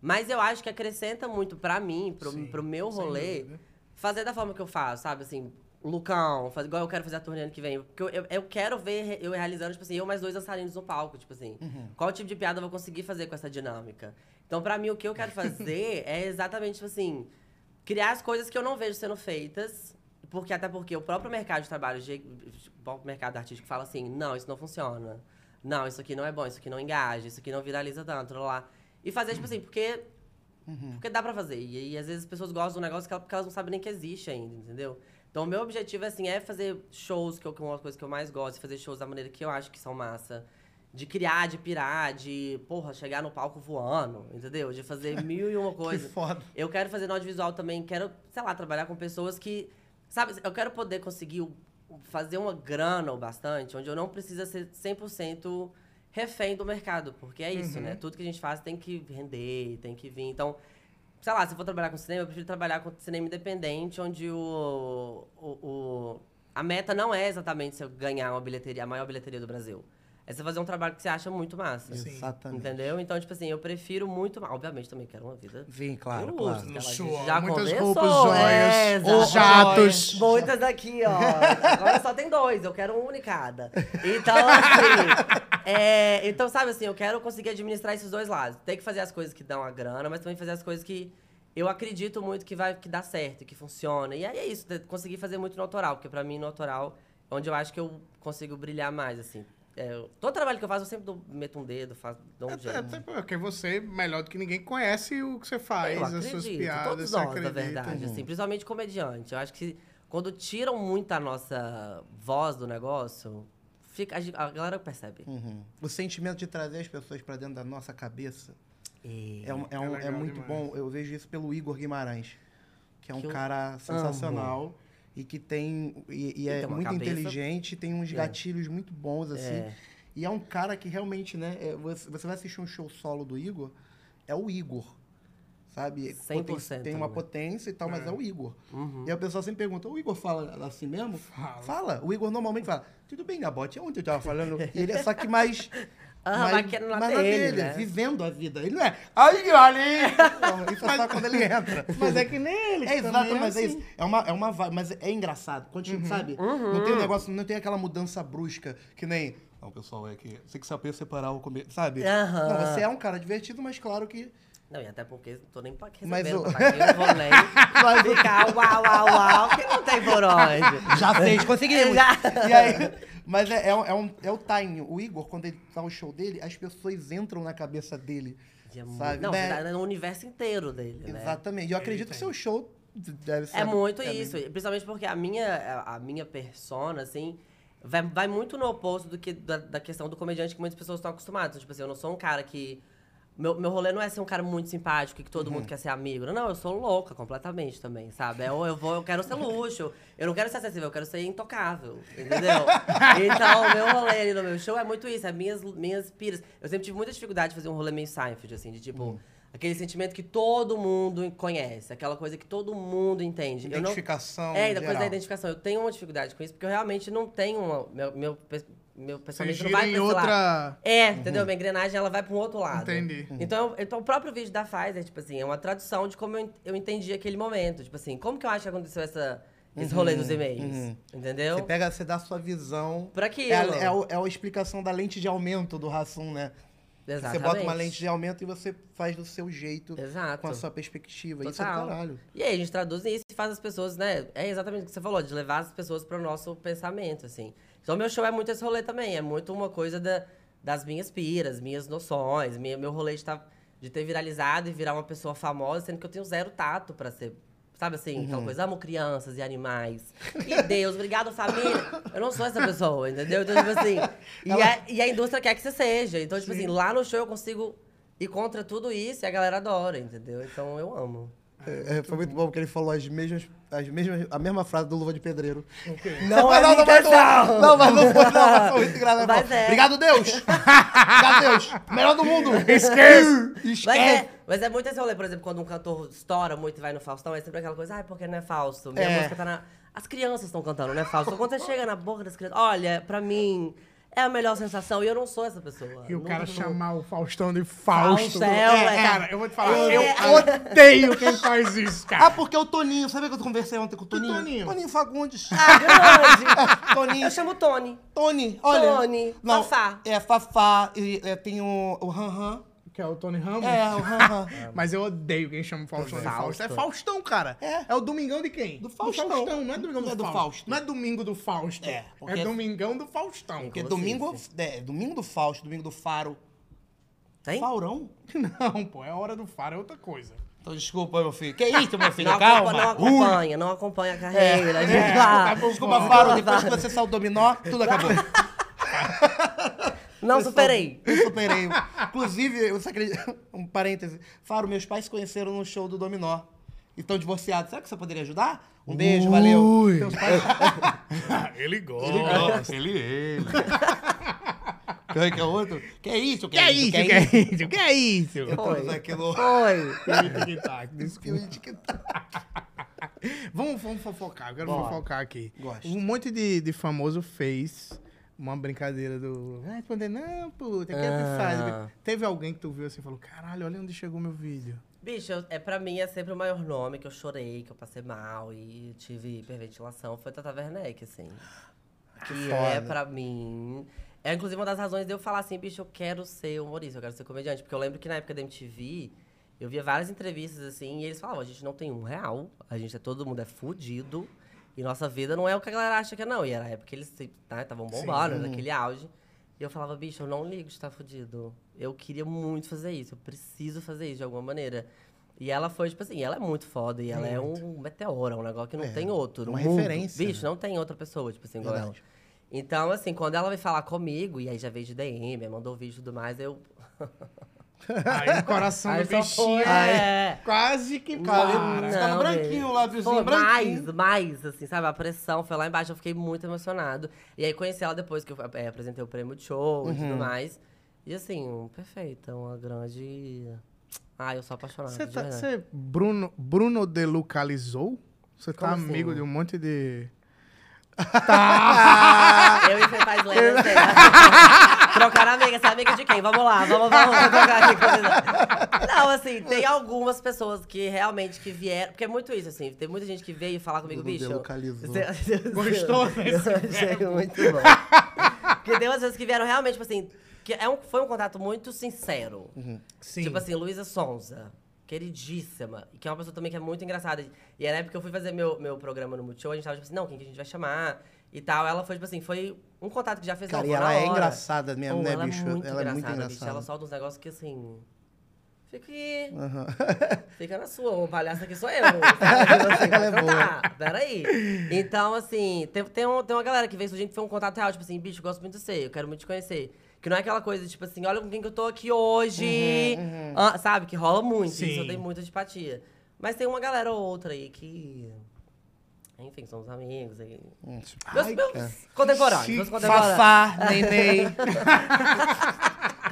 [SPEAKER 3] Mas eu acho que acrescenta muito pra mim, pro, pro meu
[SPEAKER 2] sem
[SPEAKER 3] rolê,
[SPEAKER 2] dúvida.
[SPEAKER 3] fazer da forma que eu faço, sabe? Assim, Lucão, faz, igual eu quero fazer a turnê ano que vem. Porque eu, eu, eu quero ver re- eu realizando, tipo assim, eu mais dois dançarinos no palco, tipo assim. Qual tipo de piada eu vou conseguir fazer com essa dinâmica? Então, pra mim, o que eu quero fazer é exatamente, tipo assim, criar as coisas que eu não vejo sendo feitas. Porque, até porque o próprio mercado de trabalho, de- o próprio mercado artístico fala assim, não, isso não funciona. Não, isso aqui não é bom, isso aqui não engaja, isso aqui não viraliza tanto, lá, lá. E fazer, tipo assim, porque porque dá pra fazer. E, e às vezes as pessoas gostam de um negócio que ela- porque elas não sabem nem que existe ainda, entendeu? Então o meu objetivo assim, é fazer shows, que é uma coisa que eu mais gosto, fazer shows da maneira que eu acho que são massa. De criar, de pirar, de, porra, chegar no palco voando, entendeu? De fazer mil e uma coisa.
[SPEAKER 1] foda.
[SPEAKER 3] Eu quero fazer no audiovisual também, quero, sei lá, trabalhar com pessoas que. Sabe, eu quero poder conseguir o- o- fazer uma grana ou bastante, onde eu não precisa ser 100% refém do mercado, porque é isso, né? Tudo que a gente faz tem que render, tem que vir. Então, sei lá, se eu for trabalhar com cinema, eu prefiro trabalhar com cinema independente, onde o, o, o- a meta não é exatamente se eu ganhar uma bilheteria, a maior bilheteria do Brasil. É você fazer um trabalho que você acha muito massa.
[SPEAKER 2] Sim.
[SPEAKER 1] Exatamente.
[SPEAKER 3] Entendeu? Então, tipo assim, eu prefiro muito mais. Obviamente, também quero uma vida
[SPEAKER 1] Vem, claro,
[SPEAKER 3] eu
[SPEAKER 1] claro.
[SPEAKER 3] uso, cara,
[SPEAKER 2] Luxuosa,
[SPEAKER 3] já
[SPEAKER 2] muitas
[SPEAKER 3] conversou,
[SPEAKER 2] roupas, joias,
[SPEAKER 3] é,
[SPEAKER 2] ou
[SPEAKER 3] exato.
[SPEAKER 2] jatos.
[SPEAKER 3] Muitas aqui, ó. Agora só tem dois, eu quero um unicada. Então, assim. é, então, sabe assim, eu quero conseguir administrar esses dois lados. Tem que fazer as coisas que dão a grana, mas também fazer as coisas que eu acredito muito que vai que dá certo, que funciona. E aí é isso, te- conseguir fazer muito no autoral, porque pra mim no autoral é onde eu acho que eu consigo brilhar mais, assim. É, eu- todo trabalho que eu faço, eu sempre dou- meto um dedo, faço, dou um
[SPEAKER 2] Até,
[SPEAKER 3] jeito.
[SPEAKER 2] até é, tipo, porque você, melhor do que ninguém, conhece o que você faz,
[SPEAKER 3] Eu
[SPEAKER 2] as suas
[SPEAKER 3] acredito,
[SPEAKER 2] piadas.
[SPEAKER 3] Todos
[SPEAKER 2] você
[SPEAKER 3] nós,
[SPEAKER 2] acredita.
[SPEAKER 3] na verdade, assim, principalmente comediante. Eu acho que quando tiram muito a nossa voz do negócio, fica, a, gente- a galera percebe.
[SPEAKER 2] Hum.
[SPEAKER 1] Uhum. O sentimento de trazer as pessoas pra dentro da nossa cabeça
[SPEAKER 3] E-
[SPEAKER 1] é, um- é
[SPEAKER 2] É
[SPEAKER 1] um- é
[SPEAKER 2] legal
[SPEAKER 1] muito
[SPEAKER 2] demais.
[SPEAKER 1] bom. Eu vejo isso pelo Igor Guimarães, que é um
[SPEAKER 3] Que eu
[SPEAKER 1] cara sensacional e que tem e, e é
[SPEAKER 3] tem uma
[SPEAKER 1] muito
[SPEAKER 3] cabeça-
[SPEAKER 1] inteligente, tem uns gatilhos muito bons assim.
[SPEAKER 3] É.
[SPEAKER 1] E é um cara que realmente, né? é, você, você vai assistir um show solo do Igor, é o Igor. sabe?
[SPEAKER 3] 100%
[SPEAKER 1] Poten- Tem uma
[SPEAKER 3] também.
[SPEAKER 1] potência e tal, mas é o Igor.
[SPEAKER 3] né? Uhum.
[SPEAKER 1] E a pessoa sempre pergunta, o Igor fala assim mesmo?
[SPEAKER 2] Fala.
[SPEAKER 1] O Igor normalmente fala, tudo bem, Gabote, é ontem eu tava falando. E ele é só que mais...
[SPEAKER 3] <laughs> Ah,
[SPEAKER 1] mais-
[SPEAKER 3] mas que não é
[SPEAKER 1] mais na
[SPEAKER 3] dele,
[SPEAKER 1] dele,
[SPEAKER 3] né?
[SPEAKER 1] vivendo a vida. Ele não é, aí, olha aí! Não, Isso é só quando ele entra.
[SPEAKER 2] Mas é que nem
[SPEAKER 1] <laughs>
[SPEAKER 2] ele.
[SPEAKER 1] É
[SPEAKER 2] que
[SPEAKER 1] exato,
[SPEAKER 2] também
[SPEAKER 1] mas é
[SPEAKER 2] assim.
[SPEAKER 1] isso. É uma, é uma vibe, mas é engraçado. Continua, sabe? Não tem um negócio, não tem aquela mudança brusca que nem. Não, pessoal, é que você que saber separar o começo, sabe?
[SPEAKER 3] Aham.
[SPEAKER 1] Não, você é um cara divertido, mas claro que.
[SPEAKER 3] Não, e até porque não tô nem pra recebendo
[SPEAKER 1] Mas o-
[SPEAKER 3] pra tá aqui, eu vou
[SPEAKER 2] <laughs>
[SPEAKER 3] nem ficar uau, uau, uau, que não tem por onde.
[SPEAKER 1] Já <laughs> fez, conseguimos.
[SPEAKER 3] Já.
[SPEAKER 1] E aí, mas é, é, um, é, um- é o time. O Igor, quando ele tá no show dele, as pessoas entram na cabeça dele.
[SPEAKER 3] E é mu-
[SPEAKER 1] Sabe?
[SPEAKER 3] Não,
[SPEAKER 1] Né?
[SPEAKER 3] é o universo inteiro dele, né?
[SPEAKER 1] Exatamente. E eu acredito que seu show deve ser.
[SPEAKER 3] É muito
[SPEAKER 1] deve-
[SPEAKER 3] isso, principalmente porque a minha, a- a minha persona, assim, vai, vai muito no oposto do que da, da questão do comediante que muitas pessoas estão acostumadas. Tipo assim, eu não sou um cara que. Meu, meu rolê não é ser um cara muito simpático, que todo mundo quer ser amigo. Não, eu sou louca completamente também, sabe? Eu, eu vou, eu quero ser luxo. Eu não quero ser acessível, eu quero ser intocável, entendeu? Então, o meu rolê ali no meu show é muito isso, é minhas, minhas piras. Eu sempre tive muita dificuldade de fazer um rolê meio Seinfeld, assim, de tipo... Aquele sentimento que todo mundo conhece, aquela coisa que todo mundo entende. Eu não-
[SPEAKER 1] Identificação
[SPEAKER 3] é, da coisa
[SPEAKER 1] Então, geral.
[SPEAKER 3] da identificação. Eu tenho uma dificuldade com isso, porque eu realmente não tenho uma. Meu, meu, pe- meu
[SPEAKER 2] Você
[SPEAKER 3] pensamento não
[SPEAKER 2] gira
[SPEAKER 3] vai
[SPEAKER 2] em
[SPEAKER 3] pra esse lado.
[SPEAKER 2] outra.
[SPEAKER 3] É,
[SPEAKER 1] Uhum.
[SPEAKER 3] entendeu? Minha engrenagem, ela vai pra um outro lado.
[SPEAKER 2] Entendi.
[SPEAKER 3] Então, eu- então, o próprio vídeo da Pfizer, tipo assim, é uma tradução de como eu, en- eu entendi aquele momento. Tipo assim, como que eu acho que aconteceu essa, esse rolê dos e-mails? Entendeu?
[SPEAKER 1] Você pega, você dá a sua visão.
[SPEAKER 3] Pra aquilo.
[SPEAKER 1] É a, é, a, é a explicação da lente de aumento do Rassum, né?
[SPEAKER 3] Exatamente.
[SPEAKER 1] Você bota uma lente de aumento e você faz do seu jeito,
[SPEAKER 3] Exato.
[SPEAKER 1] com a sua perspectiva. Isso é do
[SPEAKER 3] Total.
[SPEAKER 1] caralho.
[SPEAKER 3] E aí a gente traduz isso e faz as pessoas, né? É exatamente o que você falou, de levar as pessoas para o nosso pensamento, assim. Então meu show é muito esse rolê também, é muito uma coisa da- das minhas piras, minhas noções, minha- meu rolê de, tá- de ter viralizado e virar uma pessoa famosa, sendo que eu tenho zero tato para ser. Sabe assim, aquela coisa, amo crianças e animais. E Deus, obrigado família. Eu não sou essa pessoa, entendeu? Então, tipo assim. E, a, e a indústria quer que você seja. Então, tipo assim, lá no show eu consigo ir contra tudo isso e a galera adora, entendeu? Então eu amo.
[SPEAKER 1] É, é, foi muito bom porque ele falou as mesmas, as mesmas, a mesma frase do Luva de Pedreiro.
[SPEAKER 3] Não é
[SPEAKER 1] não, mas não,
[SPEAKER 3] imitação.
[SPEAKER 1] não, mas não foi, não, mas foi muito engraçado.
[SPEAKER 3] Mas é.
[SPEAKER 1] Obrigado,
[SPEAKER 3] <laughs>
[SPEAKER 1] Deus! Obrigado, Deus! Melhor do mundo!
[SPEAKER 2] <laughs> Esquece!
[SPEAKER 3] Mas
[SPEAKER 1] Esquece!
[SPEAKER 3] é, mas é muito esse rolê, por exemplo, quando um cantor estoura muito e vai no Faustão, é sempre aquela coisa, ai, porque não é falso. Minha
[SPEAKER 1] É.
[SPEAKER 3] música tá na. As crianças estão cantando, não é falso. Então, quando você chega na boca das crianças, olha, pra mim é a melhor sensação. E eu não sou essa pessoa.
[SPEAKER 2] E o
[SPEAKER 3] Não-
[SPEAKER 2] cara
[SPEAKER 3] não-
[SPEAKER 2] chamar o Faustão de Fausto.
[SPEAKER 3] Faustão,
[SPEAKER 2] é,
[SPEAKER 3] é.
[SPEAKER 2] cara, eu vou te falar,
[SPEAKER 3] É.
[SPEAKER 2] eu odeio quem faz isso,
[SPEAKER 1] Ah,
[SPEAKER 2] cara.
[SPEAKER 1] porque o Toninho, sabe que eu conversei ontem com o Toninho?
[SPEAKER 2] Toninho?
[SPEAKER 1] Fagundes.
[SPEAKER 3] Ah, grande.
[SPEAKER 2] <laughs>
[SPEAKER 1] Toninho,
[SPEAKER 3] Eu chamo Tony.
[SPEAKER 1] Tony, olha.
[SPEAKER 3] Tony, Fafá.
[SPEAKER 1] É, Fafá, e, é, tem o, o Han Han.
[SPEAKER 2] Que é o Tony Ramos.
[SPEAKER 1] É, o Han Han.
[SPEAKER 2] <laughs> Mas eu odeio quem chama o Faustão de
[SPEAKER 3] Fausto.
[SPEAKER 2] Fausto. É Faustão, cara.
[SPEAKER 1] É.
[SPEAKER 2] É. o Domingão de quem?
[SPEAKER 1] Do Faustão.
[SPEAKER 2] não é Domingão do,
[SPEAKER 1] É do
[SPEAKER 2] Fausto.
[SPEAKER 1] Fausto.
[SPEAKER 2] Não é Domingo do Fausto.
[SPEAKER 1] É,
[SPEAKER 2] É,
[SPEAKER 1] porque-
[SPEAKER 2] Domingão do Faustão.
[SPEAKER 1] Porque domingo, é, domingo do Fausto, domingo do Faro.
[SPEAKER 3] Tem?
[SPEAKER 1] Faurão?
[SPEAKER 2] <laughs> Não, pô, é hora do faro, é outra coisa.
[SPEAKER 1] Então desculpa, meu filho. Que é isso,
[SPEAKER 3] <laughs>
[SPEAKER 1] meu filho?
[SPEAKER 3] Não, acompa- não acompanha, não acompanha a carreira. gente,
[SPEAKER 2] é,
[SPEAKER 3] lá.
[SPEAKER 2] acabou.
[SPEAKER 1] Desculpa, Faro, depois que você saiu do dominó, tudo acabou.
[SPEAKER 3] Não superei.
[SPEAKER 1] Eu superei. Inclusive, você acredita... <laughs> Um parêntese. Faro, meus pais se conheceram no show do dominó. E estão divorciados. Será que você poderia ajudar? Um
[SPEAKER 3] Uh.
[SPEAKER 1] beijo, valeu.
[SPEAKER 2] Ui.
[SPEAKER 1] Teus pais...
[SPEAKER 2] <laughs> Ele gosta.
[SPEAKER 1] ele, ele. Como é que é o outro? Que é isso?
[SPEAKER 2] Que é isso, que é isso, que é isso?
[SPEAKER 1] Entramos aqui no...
[SPEAKER 3] Foi.
[SPEAKER 2] Tic-tac, desculpa. Vamos, vamos fofocar, eu quero
[SPEAKER 1] Bora.
[SPEAKER 2] fofocar aqui.
[SPEAKER 1] Gosto.
[SPEAKER 2] Um monte de, de famoso fez uma brincadeira do. Ah, responder, não, puta, é que
[SPEAKER 3] Ah.
[SPEAKER 2] faz. Teve alguém que tu viu assim e falou: caralho, olha onde chegou meu
[SPEAKER 3] <laughs>
[SPEAKER 2] vídeo.
[SPEAKER 3] Bicho, eu- é, pra mim é sempre o maior nome que eu chorei, que eu passei mal e tive hiperventilação. Foi Tata Werneck, assim. Que é
[SPEAKER 1] foda.
[SPEAKER 3] pra mim. É inclusive uma das razões de eu falar assim, bicho, eu quero ser humorista, eu quero ser comediante. Porque eu lembro que na época da MTV, eu via várias entrevistas assim, e eles falavam: a gente não tem um real, a gente é todo mundo é fudido, e nossa vida não é o que a galera acha que é, não. E era a época que eles estavam bombando, era aquele auge. E eu falava, bicho, eu não ligo de estar fudido. Eu queria muito fazer isso, eu preciso fazer isso de alguma maneira. E ela foi, tipo assim, ela é muito foda, e ela é um meteoro, é um negócio que não tem outro. no
[SPEAKER 1] uma
[SPEAKER 3] mundo.
[SPEAKER 1] referência, né?
[SPEAKER 3] Bicho, não tem outra pessoa, tipo assim, igual ela.
[SPEAKER 1] Verdade.
[SPEAKER 3] Então, assim, quando ela veio falar comigo, e aí já veio de DM, aí mandou vídeo e tudo mais, eu.
[SPEAKER 2] Aí o coração
[SPEAKER 3] Aí
[SPEAKER 2] do
[SPEAKER 3] só
[SPEAKER 2] bichinho.
[SPEAKER 3] foi, é.
[SPEAKER 2] Quase que
[SPEAKER 1] Cara,
[SPEAKER 2] para.
[SPEAKER 1] ele ficava
[SPEAKER 3] Não,
[SPEAKER 1] branquinho, o lábiozinho
[SPEAKER 3] Pô, mais,
[SPEAKER 1] branquinho.
[SPEAKER 3] mais, assim, sabe? A pressão foi lá embaixo, eu fiquei muito emocionado. E aí conheci ela depois que eu eh, apresentei
[SPEAKER 1] Uhum.
[SPEAKER 3] o prêmio de show e tudo mais. E assim, um, perfeita, uma grande Ah, eu sou apaixonada.
[SPEAKER 2] Você
[SPEAKER 3] de
[SPEAKER 2] tá,
[SPEAKER 3] verdade.
[SPEAKER 2] você Bruno, Bruno delucalizou? Você tá
[SPEAKER 3] Como assim?
[SPEAKER 2] amigo de um monte de.
[SPEAKER 3] Eu enfrentar as lendas. sei lá. Trocar amiga, essa amiga de quem? Vamos lá, vamos, vamos trocar aqui. coisa. Não, assim, tem algumas pessoas que realmente que vieram. Porque é muito isso, assim. Tem muita gente que veio falar comigo,
[SPEAKER 1] Bruno
[SPEAKER 3] bicho.
[SPEAKER 1] delocalizou.
[SPEAKER 3] <laughs> você-
[SPEAKER 2] Gostou desse
[SPEAKER 3] Eu achei muito bom. Porque tem umas vezes que vieram realmente, tipo assim, que é um, foi um contato muito sincero.
[SPEAKER 2] Sim.
[SPEAKER 3] Tipo assim, Luísa Sonza, queridíssima, que é uma pessoa também que é muito engraçada. E era na época que eu fui fazer meu, meu programa no Multishow, a gente tava tipo assim, não, quem que a gente vai chamar e tal. Ela foi, tipo assim, foi um contato que já fez
[SPEAKER 1] Cara,
[SPEAKER 3] não,
[SPEAKER 1] e
[SPEAKER 3] vou
[SPEAKER 1] ela
[SPEAKER 3] na
[SPEAKER 1] é
[SPEAKER 3] hora.
[SPEAKER 1] engraçada mesmo,
[SPEAKER 3] Ou
[SPEAKER 1] né,
[SPEAKER 3] ela
[SPEAKER 1] bicho?
[SPEAKER 3] É muito
[SPEAKER 1] ela é muito
[SPEAKER 3] engraçada, bicho.
[SPEAKER 1] engraçada.
[SPEAKER 3] Ela solta uns negócios que assim. Fica aí. <laughs>
[SPEAKER 1] Aham.
[SPEAKER 3] Fica na sua, o palhaço
[SPEAKER 1] <laughs>
[SPEAKER 3] aqui sou eu. Assim,
[SPEAKER 1] Ela é boa.
[SPEAKER 3] tá, peraí. Então, assim, tem, tem, um- tem uma galera que veio surgindo que foi um contato real, tipo assim, bicho, gosto muito de você, eu quero muito te conhecer. Que não é aquela coisa, tipo assim, olha com quem que eu tô aqui hoje.
[SPEAKER 1] Uhum,
[SPEAKER 3] Ah, sabe, que rola muito. Isso
[SPEAKER 2] Sim.
[SPEAKER 3] eu tenho muita antipatia. Mas tem uma galera ou outra aí que. Enfim, somos amigos aí.
[SPEAKER 1] Hum, tipo,
[SPEAKER 3] Meus,
[SPEAKER 1] ai,
[SPEAKER 3] meus
[SPEAKER 1] cara.
[SPEAKER 3] contemporâneos, meus contemporâneos.
[SPEAKER 4] Fafá,
[SPEAKER 1] <laughs>
[SPEAKER 4] Neném.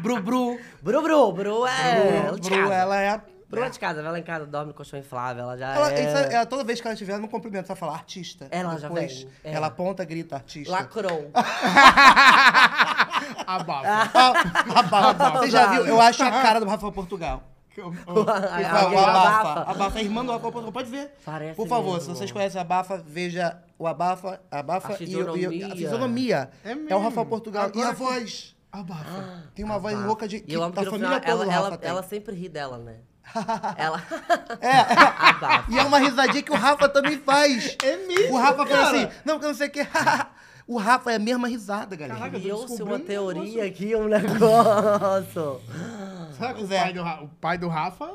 [SPEAKER 4] Bru Bru.
[SPEAKER 3] Bru, Bru, Bru é.
[SPEAKER 1] Bru,
[SPEAKER 3] de
[SPEAKER 1] Bru,
[SPEAKER 3] casa.
[SPEAKER 1] ela é.
[SPEAKER 3] Bru é de casa, vai lá em casa, dorme no colchão inflável, ela já
[SPEAKER 1] Ela,
[SPEAKER 3] é...
[SPEAKER 1] isso é- ela- toda vez que ela estiver, ela não cumprimenta, ela fala artista.
[SPEAKER 3] Ela já
[SPEAKER 1] Depois,
[SPEAKER 3] vem, é.
[SPEAKER 1] Ela aponta, grita artista. <laughs>
[SPEAKER 3] Lacrou.
[SPEAKER 2] <laughs> Abafa.
[SPEAKER 3] <laughs>
[SPEAKER 1] Ah, abafa. Você já viu? Eu acho a cara do Rafael Portugal.
[SPEAKER 3] <laughs> A-
[SPEAKER 1] Ele
[SPEAKER 3] a-
[SPEAKER 1] fala,
[SPEAKER 3] a-
[SPEAKER 1] o abafa.
[SPEAKER 3] abafa.
[SPEAKER 1] Abafa. A irmã do Rafael Portugal. Pode ver.
[SPEAKER 3] Parece
[SPEAKER 1] Por favor, se
[SPEAKER 3] mesmo.
[SPEAKER 1] vocês conhecem a abafa, veja o abafa, abafa
[SPEAKER 3] A
[SPEAKER 1] e, o- e o- a
[SPEAKER 3] fisionomia.
[SPEAKER 1] fisionomia.
[SPEAKER 2] É
[SPEAKER 1] o
[SPEAKER 2] mesmo.
[SPEAKER 1] Rafael Portugal. E
[SPEAKER 2] Agora
[SPEAKER 1] a
[SPEAKER 2] que-
[SPEAKER 1] voz.
[SPEAKER 2] Abafa.
[SPEAKER 1] Tem uma voz
[SPEAKER 3] Tá.
[SPEAKER 1] louca de.
[SPEAKER 3] E eu amo que
[SPEAKER 1] da
[SPEAKER 3] no final
[SPEAKER 1] família é toda do
[SPEAKER 3] ela, ela,
[SPEAKER 1] Rafa tem.
[SPEAKER 3] ela sempre ri dela, né?
[SPEAKER 1] <laughs>
[SPEAKER 3] ela.
[SPEAKER 1] É,
[SPEAKER 3] <laughs> Abafa.
[SPEAKER 1] E é uma risadinha que o Rafa também faz.
[SPEAKER 2] É mesmo,
[SPEAKER 1] O Rafa fala
[SPEAKER 2] cara.
[SPEAKER 1] assim, não, porque eu não sei o quê. <laughs> o Rafa é a mesma risada, galera.
[SPEAKER 2] Caraca.
[SPEAKER 3] E
[SPEAKER 2] eu tô
[SPEAKER 3] ouço
[SPEAKER 2] descobrindo
[SPEAKER 3] uma
[SPEAKER 2] um
[SPEAKER 3] teoria aqui,
[SPEAKER 1] <laughs>
[SPEAKER 3] um negócio.
[SPEAKER 2] Sabe o
[SPEAKER 1] é.
[SPEAKER 2] pai, do, Ra- o pai do Rafa?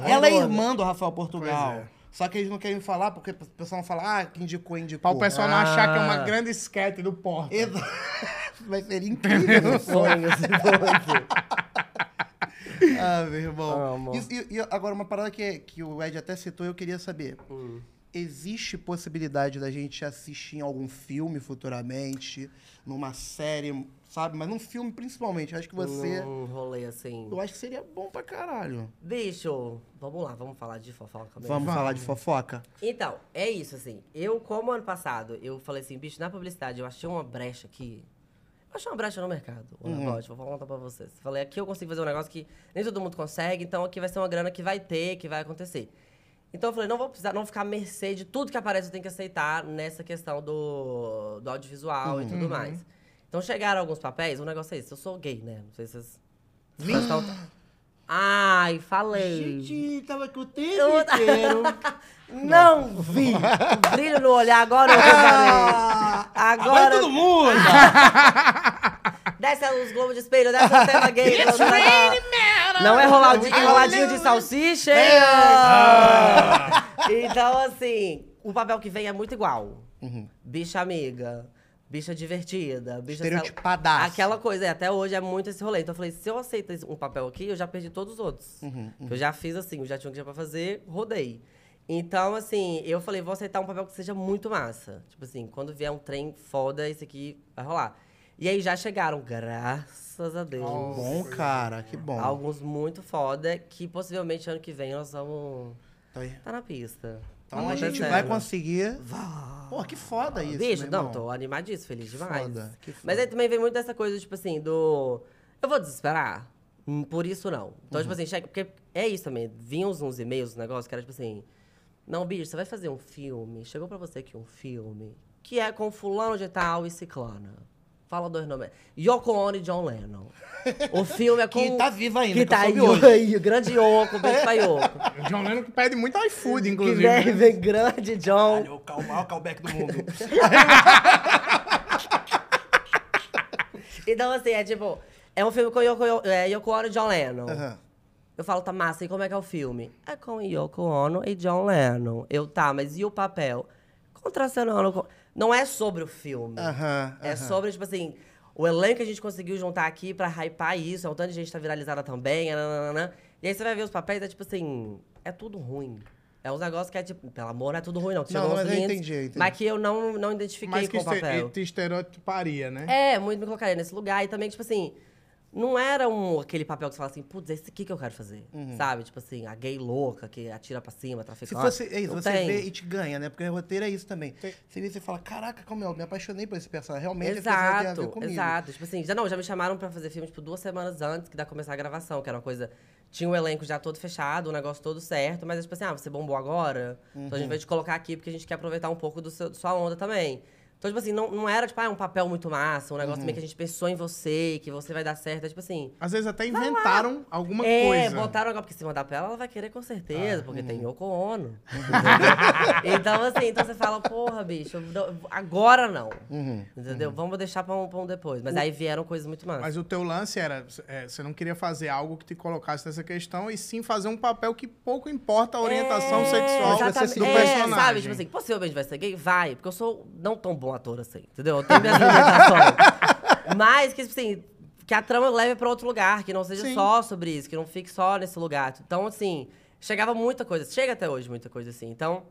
[SPEAKER 1] Ela é irmã do Rafael Portugal.
[SPEAKER 2] Pois é.
[SPEAKER 1] Só que eles não querem falar, porque o pessoal fala, ah, que indicou, indicou.
[SPEAKER 2] Pra o pessoal não
[SPEAKER 3] Ah.
[SPEAKER 2] achar que é uma grande esquete do porta.
[SPEAKER 1] Exa- <laughs> Vai ser incrível.
[SPEAKER 3] <laughs>
[SPEAKER 1] esse Um sonho.
[SPEAKER 3] Sonho,
[SPEAKER 1] <laughs>
[SPEAKER 3] se fosse.
[SPEAKER 1] ah, meu irmão.
[SPEAKER 3] Amo.
[SPEAKER 1] Isso- E, e agora, uma parada que, é, que o Ed até citou, eu queria saber. Existe possibilidade da gente assistir em algum filme futuramente, numa série, sabe? Mas num filme principalmente. Eu acho que você.
[SPEAKER 3] Um rolê assim.
[SPEAKER 1] Eu acho que seria bom pra caralho.
[SPEAKER 3] Bicho, vamos lá, vamos falar de fofoca mesmo.
[SPEAKER 1] Vamos, falar de fofoca?
[SPEAKER 3] Então, é isso, assim. Eu, como ano passado, eu falei assim, bicho, na publicidade, eu achei uma brecha aqui. Eu achei uma brecha no mercado. O negócio, vou contar pra vocês. Falei, aqui eu consigo fazer um negócio que nem todo mundo consegue, então aqui vai ser uma grana que vai ter, que vai acontecer. Então eu falei, não vou precisar, não vou ficar à mercê de tudo que aparece, eu tenho que aceitar nessa questão do, do audiovisual e tudo mais. Então chegaram alguns papéis, o negócio é esse, eu sou gay, né? Não sei se vocês. vocês estão- Ai, falei.
[SPEAKER 1] tava com o
[SPEAKER 3] Eu- <laughs> Não vi! O brilho no olhar agora eu reparei. Agora. Ah,
[SPEAKER 1] todo mundo!
[SPEAKER 3] Desce os globos de espelho, desce o tema gay. todo mundo lá. Não é Roladinho, roladinho de salsicha, hein? Então, assim, o papel que vem é muito igual. Bicha amiga, bicha divertida, bicha.
[SPEAKER 1] Estereotipadaça.
[SPEAKER 3] Aquela coisa, é, até hoje é muito esse rolê. Então eu falei, se eu aceito esse- um papel aqui, eu já perdi todos os outros.
[SPEAKER 1] Uhum,
[SPEAKER 3] Eu já fiz assim, eu já tinha o que tinha pra fazer, rodei. Então, assim, eu falei, vou aceitar um papel que seja muito massa. Tipo assim, quando vier um trem foda, esse aqui vai rolar. E aí já chegaram, graças a Deus.
[SPEAKER 1] Bom, cara, que Oh. bom.
[SPEAKER 3] Alguns muito foda, que possivelmente ano que vem nós vamos.
[SPEAKER 1] Tá aí.
[SPEAKER 3] Tá na pista. Tá
[SPEAKER 1] Então a gente
[SPEAKER 3] Acontecendo.
[SPEAKER 1] vai conseguir. Pô, que foda isso.
[SPEAKER 3] Bicho,
[SPEAKER 1] meu
[SPEAKER 3] não,
[SPEAKER 1] irmão.
[SPEAKER 3] tô animadíssimo, feliz
[SPEAKER 1] Que
[SPEAKER 3] demais.
[SPEAKER 1] foda, que foda.
[SPEAKER 3] Mas aí também vem muito dessa coisa, tipo assim, do. Eu vou desesperar? Hum, Por isso não. Então,
[SPEAKER 1] Uhum.
[SPEAKER 3] tipo assim, chega. Porque é isso também. Vinham uns, uns e-mails, uns negócios, que era tipo assim. Não, bicho, você vai fazer um filme. Chegou pra você aqui um filme que é com fulano de tal e ciclana. Fala dois nomes. Yoko Ono e John Lennon.
[SPEAKER 1] <laughs>
[SPEAKER 3] O filme é com...
[SPEAKER 1] Que tá viva ainda,
[SPEAKER 3] Que
[SPEAKER 1] que eu
[SPEAKER 3] tá
[SPEAKER 1] soube
[SPEAKER 3] aí,
[SPEAKER 1] hoje.
[SPEAKER 3] aí, grande Yoko, beijo pra Yoko.
[SPEAKER 1] <laughs>
[SPEAKER 2] O John Lennon que pede muito iFood,
[SPEAKER 3] que
[SPEAKER 2] inclusive.
[SPEAKER 3] vem,
[SPEAKER 2] né?
[SPEAKER 3] vem grande John.
[SPEAKER 1] Olha, o cal- maior callback do mundo.
[SPEAKER 3] <laughs> Então, assim, é tipo... É um filme com Yoko, é, Yoko Ono e John Lennon.
[SPEAKER 1] Aham.
[SPEAKER 3] Eu falo, tá massa, e como é que é o filme? É com Yoko Ono e John Lennon. Eu, tá, mas e o papel? Contracenando com... Não é sobre o filme.
[SPEAKER 1] Aham,
[SPEAKER 3] É sobre, tipo assim, o elenco que a gente conseguiu juntar aqui pra hypar isso. É um tanto de gente tá viralizada também. nananana. né, E aí você vai ver os papéis, é tipo assim, é tudo ruim. É uns negócios que é tipo, pelo amor, não é tudo ruim, não. que
[SPEAKER 1] Não,
[SPEAKER 3] chegou
[SPEAKER 1] mas
[SPEAKER 3] uns
[SPEAKER 1] eu
[SPEAKER 3] lindos,
[SPEAKER 1] entendi, eu entendi.
[SPEAKER 3] Mas que eu não, não identifiquei
[SPEAKER 2] Mas que
[SPEAKER 3] com o
[SPEAKER 2] este-
[SPEAKER 3] papel.
[SPEAKER 2] te estereotiparia, né?
[SPEAKER 3] É, muito me colocaria nesse lugar. E também, tipo assim, não era um, aquele papel que você fala assim, putz, esse aqui que eu quero fazer. Sabe? Tipo assim, a gay louca que atira pra cima,
[SPEAKER 1] Uhum. Se
[SPEAKER 3] traficante.
[SPEAKER 1] fosse, é isso,
[SPEAKER 3] Não
[SPEAKER 1] você
[SPEAKER 3] tem.
[SPEAKER 1] vê e te ganha, né? Porque o roteiro é isso também. Você vê e você fala, caraca, como eu me apaixonei por esse personagem. Realmente esse personagem tem a ver
[SPEAKER 3] Exato,
[SPEAKER 1] comigo.
[SPEAKER 3] exato. Tipo assim, já não, já me chamaram pra fazer filme, tipo, duas semanas antes que da começar a gravação, que era uma coisa. Tinha o elenco já todo fechado, o negócio todo certo, mas tipo assim, ah, você bombou agora? Então
[SPEAKER 1] Uhum.
[SPEAKER 3] a gente vai te colocar aqui porque a gente quer aproveitar um pouco do seu- da sua onda também. Então, tipo assim, não, não era, tipo, ah, um papel muito massa, um negócio
[SPEAKER 1] Uhum.
[SPEAKER 3] também que a gente pensou em você, e que você vai dar certo. É tipo assim.
[SPEAKER 2] Às vezes até inventaram alguma
[SPEAKER 3] é,
[SPEAKER 2] coisa.
[SPEAKER 3] botaram agora, porque se mandar pra ela, ela vai querer com certeza, porque tem Yoko Ono. <laughs> então, assim, então você fala, porra, bicho, eu não- agora não.
[SPEAKER 1] Uhum.
[SPEAKER 3] Entendeu? Vamos deixar pra um, pra um depois. Mas aí vieram coisas muito más.
[SPEAKER 2] Mas o teu lance era, é, você não queria fazer algo que te colocasse nessa questão, e sim fazer um papel que pouco importa a orientação sexual
[SPEAKER 3] É, exatamente.
[SPEAKER 2] do
[SPEAKER 3] é,
[SPEAKER 2] personagem.
[SPEAKER 3] Sabe, tipo assim, possivelmente vai ser gay? Vai, porque eu sou não tão bom ator assim, entendeu? Eu tenho minhas limitações. Mas que, tipo assim, que a trama leve pra outro lugar, que não seja
[SPEAKER 2] Sim.
[SPEAKER 3] só sobre isso, que não fique só nesse lugar. Então, assim, chegava muita coisa, chega até hoje muita coisa assim. Então,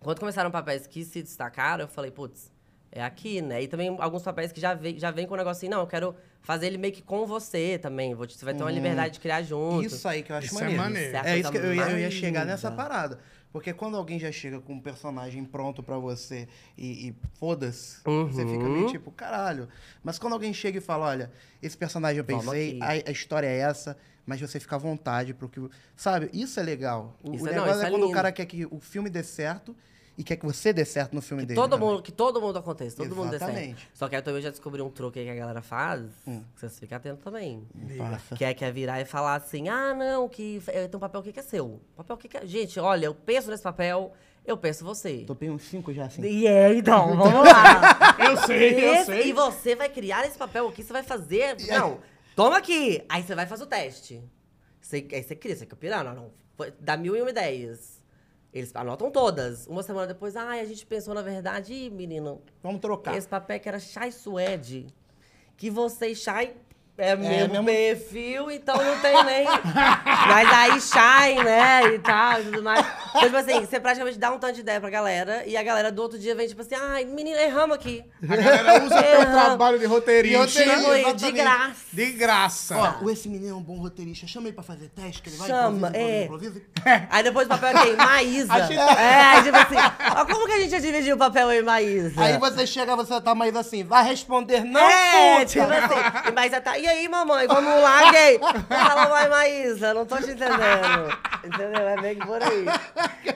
[SPEAKER 3] quando começaram papéis que se destacaram, eu falei, putz. É aqui, né? E também alguns papéis que já vem, já vem com o negócio assim, não, eu quero fazer ele meio que com você também. Vou te- você vai ter uma liberdade de criar junto.
[SPEAKER 1] Isso aí que eu acho
[SPEAKER 2] Isso é
[SPEAKER 1] maneiro.
[SPEAKER 2] maneiro.
[SPEAKER 3] Isso é a
[SPEAKER 1] É isso que
[SPEAKER 3] coisa
[SPEAKER 1] eu ia, eu ia
[SPEAKER 3] mais
[SPEAKER 1] chegar nessa
[SPEAKER 3] linda.
[SPEAKER 1] parada. Porque quando alguém já chega com um personagem pronto pra você e, e foda-se, você fica meio
[SPEAKER 3] Uhum.
[SPEAKER 1] tipo, caralho. Mas quando alguém chega e fala, olha, esse personagem eu
[SPEAKER 3] Vamos
[SPEAKER 1] pensei, a,
[SPEAKER 3] aqui.
[SPEAKER 1] a história é essa, mas você fica à vontade pro que... Sabe, isso é legal. O,
[SPEAKER 3] Isso
[SPEAKER 1] o
[SPEAKER 3] é- não,
[SPEAKER 1] negócio
[SPEAKER 3] isso
[SPEAKER 1] é,
[SPEAKER 3] é
[SPEAKER 1] quando o
[SPEAKER 3] lindo.
[SPEAKER 1] cara quer que o filme dê certo e quer que você dê certo no filme dele.
[SPEAKER 3] Todo
[SPEAKER 1] também.
[SPEAKER 3] mundo, que todo mundo aconteça, todo mundo dê certo.
[SPEAKER 1] Exatamente. Hum.
[SPEAKER 3] Só que aí eu também já descobri um truque aí que a galera faz, que vocês ficam atentos também.
[SPEAKER 1] Passa.
[SPEAKER 3] Que é, que é virar e falar assim, ah, não, que eh, tem um papel que que é seu. Papel que que é... Gente, olha, eu penso nesse papel, eu penso você.
[SPEAKER 1] Topei uns cinco já, assim.
[SPEAKER 3] E é, então, vamos lá.
[SPEAKER 2] Eu sei, eu
[SPEAKER 3] Esse-
[SPEAKER 2] sei.
[SPEAKER 3] E você vai criar esse papel aqui, você vai fazer. Não, toma aqui. Aí você vai fazer o teste. Você, aí você cria, você fica pirando. Não, foi- dá mil e uma ideias. Eles anotam todas. Uma semana depois, ai, a gente pensou na verdade, ih, menino,
[SPEAKER 1] Vamos trocar.
[SPEAKER 3] esse papel que era Chai Suede, que você e Chai é, mesmo
[SPEAKER 1] mesmo-
[SPEAKER 3] perfil, então não tem nem. <laughs> Mas aí Chai, né, e tal, e tudo mais. Então, tipo assim, você praticamente dá um tanto de ideia pra galera, e a galera do outro dia vem tipo assim, ai, menina, erramos aqui.
[SPEAKER 2] A galera usa teu
[SPEAKER 3] Erramos.
[SPEAKER 2] É um
[SPEAKER 3] Tipo,
[SPEAKER 2] trabalho de roteirista.
[SPEAKER 3] De graça.
[SPEAKER 2] Exatamente. De graça.
[SPEAKER 1] Ó, o esse menino é um bom roteirista. Chama ele pra fazer teste, que ele vai
[SPEAKER 3] Chama,
[SPEAKER 1] improvisa,
[SPEAKER 3] é.
[SPEAKER 1] improvisa, improvisa.
[SPEAKER 3] Aí depois o papel é quem?
[SPEAKER 2] <laughs>
[SPEAKER 3] Maísa.
[SPEAKER 2] A gente- tá-
[SPEAKER 3] É, aí tipo assim, ó, como que a gente ia dividir o papel em Maísa?
[SPEAKER 1] Aí você chega, você tá mais assim, vai responder não,
[SPEAKER 3] é,
[SPEAKER 1] puta!
[SPEAKER 3] tipo assim, e Maísa tá, e aí mamãe, vamos lá, gay? Fala, vai Maísa, não tô te entendendo. Entendeu? É meio que
[SPEAKER 1] <laughs>
[SPEAKER 3] por aí.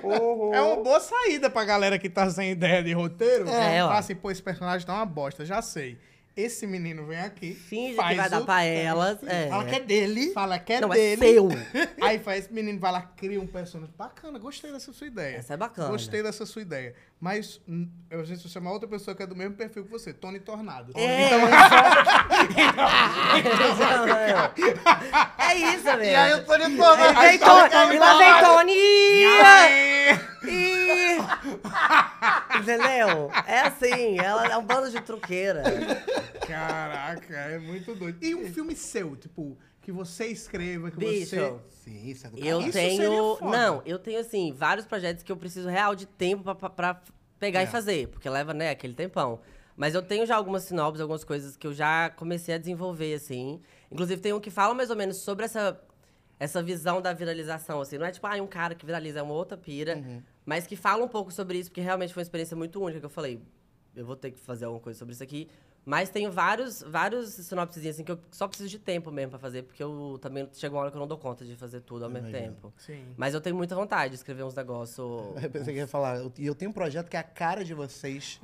[SPEAKER 3] Uhum.
[SPEAKER 2] É
[SPEAKER 1] um
[SPEAKER 2] uma boa saída pra galera que tá sem ideia de roteiro.
[SPEAKER 3] É, ó.
[SPEAKER 2] Fala assim, pô, esse personagem tá uma bosta, já sei. Esse menino vem aqui,
[SPEAKER 3] Finge
[SPEAKER 2] faz
[SPEAKER 3] que vai dar
[SPEAKER 2] o
[SPEAKER 3] pra
[SPEAKER 2] teste,
[SPEAKER 3] elas. É.
[SPEAKER 1] Fala que é dele.
[SPEAKER 2] Fala que é
[SPEAKER 3] Não, é
[SPEAKER 2] dele.
[SPEAKER 3] seu.
[SPEAKER 2] <laughs> Aí faz, esse menino vai lá, cria um personagem. Bacana, gostei dessa sua ideia.
[SPEAKER 3] Essa é bacana.
[SPEAKER 2] Gostei dessa sua ideia. Mas hum, a gente chama outra pessoa que é do mesmo perfil que você, Tony Tornado.
[SPEAKER 3] É, Então,
[SPEAKER 2] Então,
[SPEAKER 3] <laughs> né? é, isso, velho.
[SPEAKER 1] E aí tá eu tô de todo.
[SPEAKER 3] É. Aí vem Tony, e lá vem Tony. Ih, Ih! Entendeu? É assim, ela é um bando de truqueira.
[SPEAKER 2] Caraca, é muito doido. E um filme seu, tipo, que você escreva, que
[SPEAKER 3] Bicho,
[SPEAKER 2] você.
[SPEAKER 1] Sim, isso é do
[SPEAKER 3] eu
[SPEAKER 2] Isso
[SPEAKER 3] tenho.
[SPEAKER 2] seria foda.
[SPEAKER 3] Não, eu tenho, assim, vários projetos que eu preciso real de tempo pra, pra- pra pegar e fazer, porque leva, né, aquele tempão. Mas eu tenho já algumas sinopses, algumas coisas que eu já comecei a desenvolver, assim. Inclusive, tem um que fala mais ou menos sobre essa, essa visão da viralização, assim. Não é tipo, ah, um cara que viraliza, é uma outra pira. Mas que fala um pouco sobre isso, porque realmente foi uma experiência muito única que eu falei. eu vou ter que fazer alguma coisa sobre isso aqui. Mas tenho vários, vários sinopses assim, que eu só preciso de tempo mesmo pra fazer, porque eu também chega uma hora que eu não dou conta de fazer tudo ao mesmo tempo.
[SPEAKER 2] Sim.
[SPEAKER 3] Mas eu tenho muita vontade de escrever uns negócios.
[SPEAKER 1] Eu pensei que ia falar, eu- e eu tenho um projeto que é a cara de
[SPEAKER 3] <laughs>
[SPEAKER 1] vocês.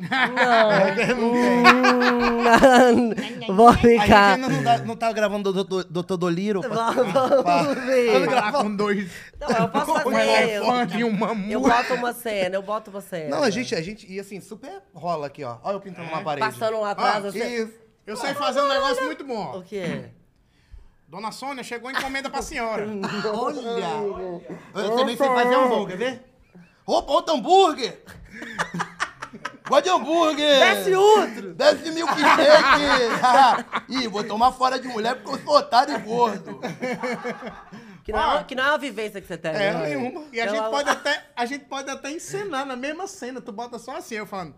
[SPEAKER 3] Hum, Vou
[SPEAKER 1] A gente
[SPEAKER 3] ficar.
[SPEAKER 1] ainda não, dá- não tá gravando do Dr. Dr. Doliro.
[SPEAKER 3] Vamos ver.
[SPEAKER 2] Falar com dois.
[SPEAKER 3] Não, eu
[SPEAKER 2] <laughs>
[SPEAKER 3] posso
[SPEAKER 2] um
[SPEAKER 3] fazer. eu-
[SPEAKER 2] elefante e um mamute.
[SPEAKER 3] Eu boto uma cena, eu boto uma cena.
[SPEAKER 1] Não, a gente, a gente, e assim, super rola aqui, ó. Olha eu pintando uma parede.
[SPEAKER 3] É, Passando lá atrás,
[SPEAKER 2] Ah,
[SPEAKER 3] você.
[SPEAKER 2] isso. Eu sei fazer um negócio muito bom.
[SPEAKER 3] O que é?
[SPEAKER 2] Dona Sônia, chegou a encomenda pra
[SPEAKER 3] <laughs>
[SPEAKER 2] senhora.
[SPEAKER 1] Olha! Eu também sei fazer um hambúrguer, vê? Opa, outro <laughs> hambúrguer! Gosto de hambúrguer!
[SPEAKER 3] Desce outro!
[SPEAKER 1] Desce <laughs> milkshake! <laughs> Ih, vou tomar fora de mulher porque eu sou otário e gordo.
[SPEAKER 3] Que não, é uma, que não é uma vivência que você tem.
[SPEAKER 2] Ah. É,
[SPEAKER 3] né?
[SPEAKER 2] nenhuma. E a
[SPEAKER 3] Então,
[SPEAKER 2] gente,
[SPEAKER 3] ela-
[SPEAKER 2] pode até, a gente pode até encenar na mesma cena. Tu bota só assim, eu falando.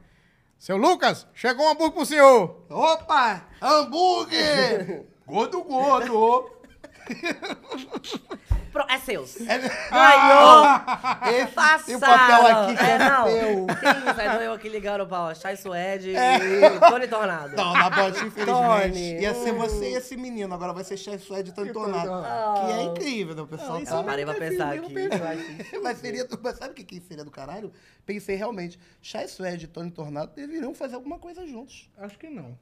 [SPEAKER 2] Seu Lucas, chegou um hambúrguer pro senhor.
[SPEAKER 1] Opa! Hambúrguer!
[SPEAKER 2] <laughs> Gordo, gordo.
[SPEAKER 3] Pro- é seus.
[SPEAKER 2] <laughs>
[SPEAKER 1] Ah!
[SPEAKER 3] Ganhou!
[SPEAKER 1] Esse-
[SPEAKER 3] Passaram!
[SPEAKER 1] o papel aqui que
[SPEAKER 3] é,
[SPEAKER 1] é
[SPEAKER 3] não.
[SPEAKER 1] meu.
[SPEAKER 3] Que isso? Aí não eu aqui ligando pra Chai Suede
[SPEAKER 2] É.
[SPEAKER 3] e Tony
[SPEAKER 1] <laughs>
[SPEAKER 3] Tornado.
[SPEAKER 1] Não, na bote, infelizmente.
[SPEAKER 3] Tony.
[SPEAKER 1] Ia ser você e esse menino, agora vai ser chefe suede tantonado.
[SPEAKER 3] Tornado.
[SPEAKER 1] Que é incrível, né, pessoal?
[SPEAKER 3] Eu parei pra pensar aqui.
[SPEAKER 1] Mas seria. do- Mas sabe o que que seria do caralho? Pensei realmente, Chai Suede e Tony Tornado deveriam fazer alguma coisa juntos.
[SPEAKER 2] Acho que não.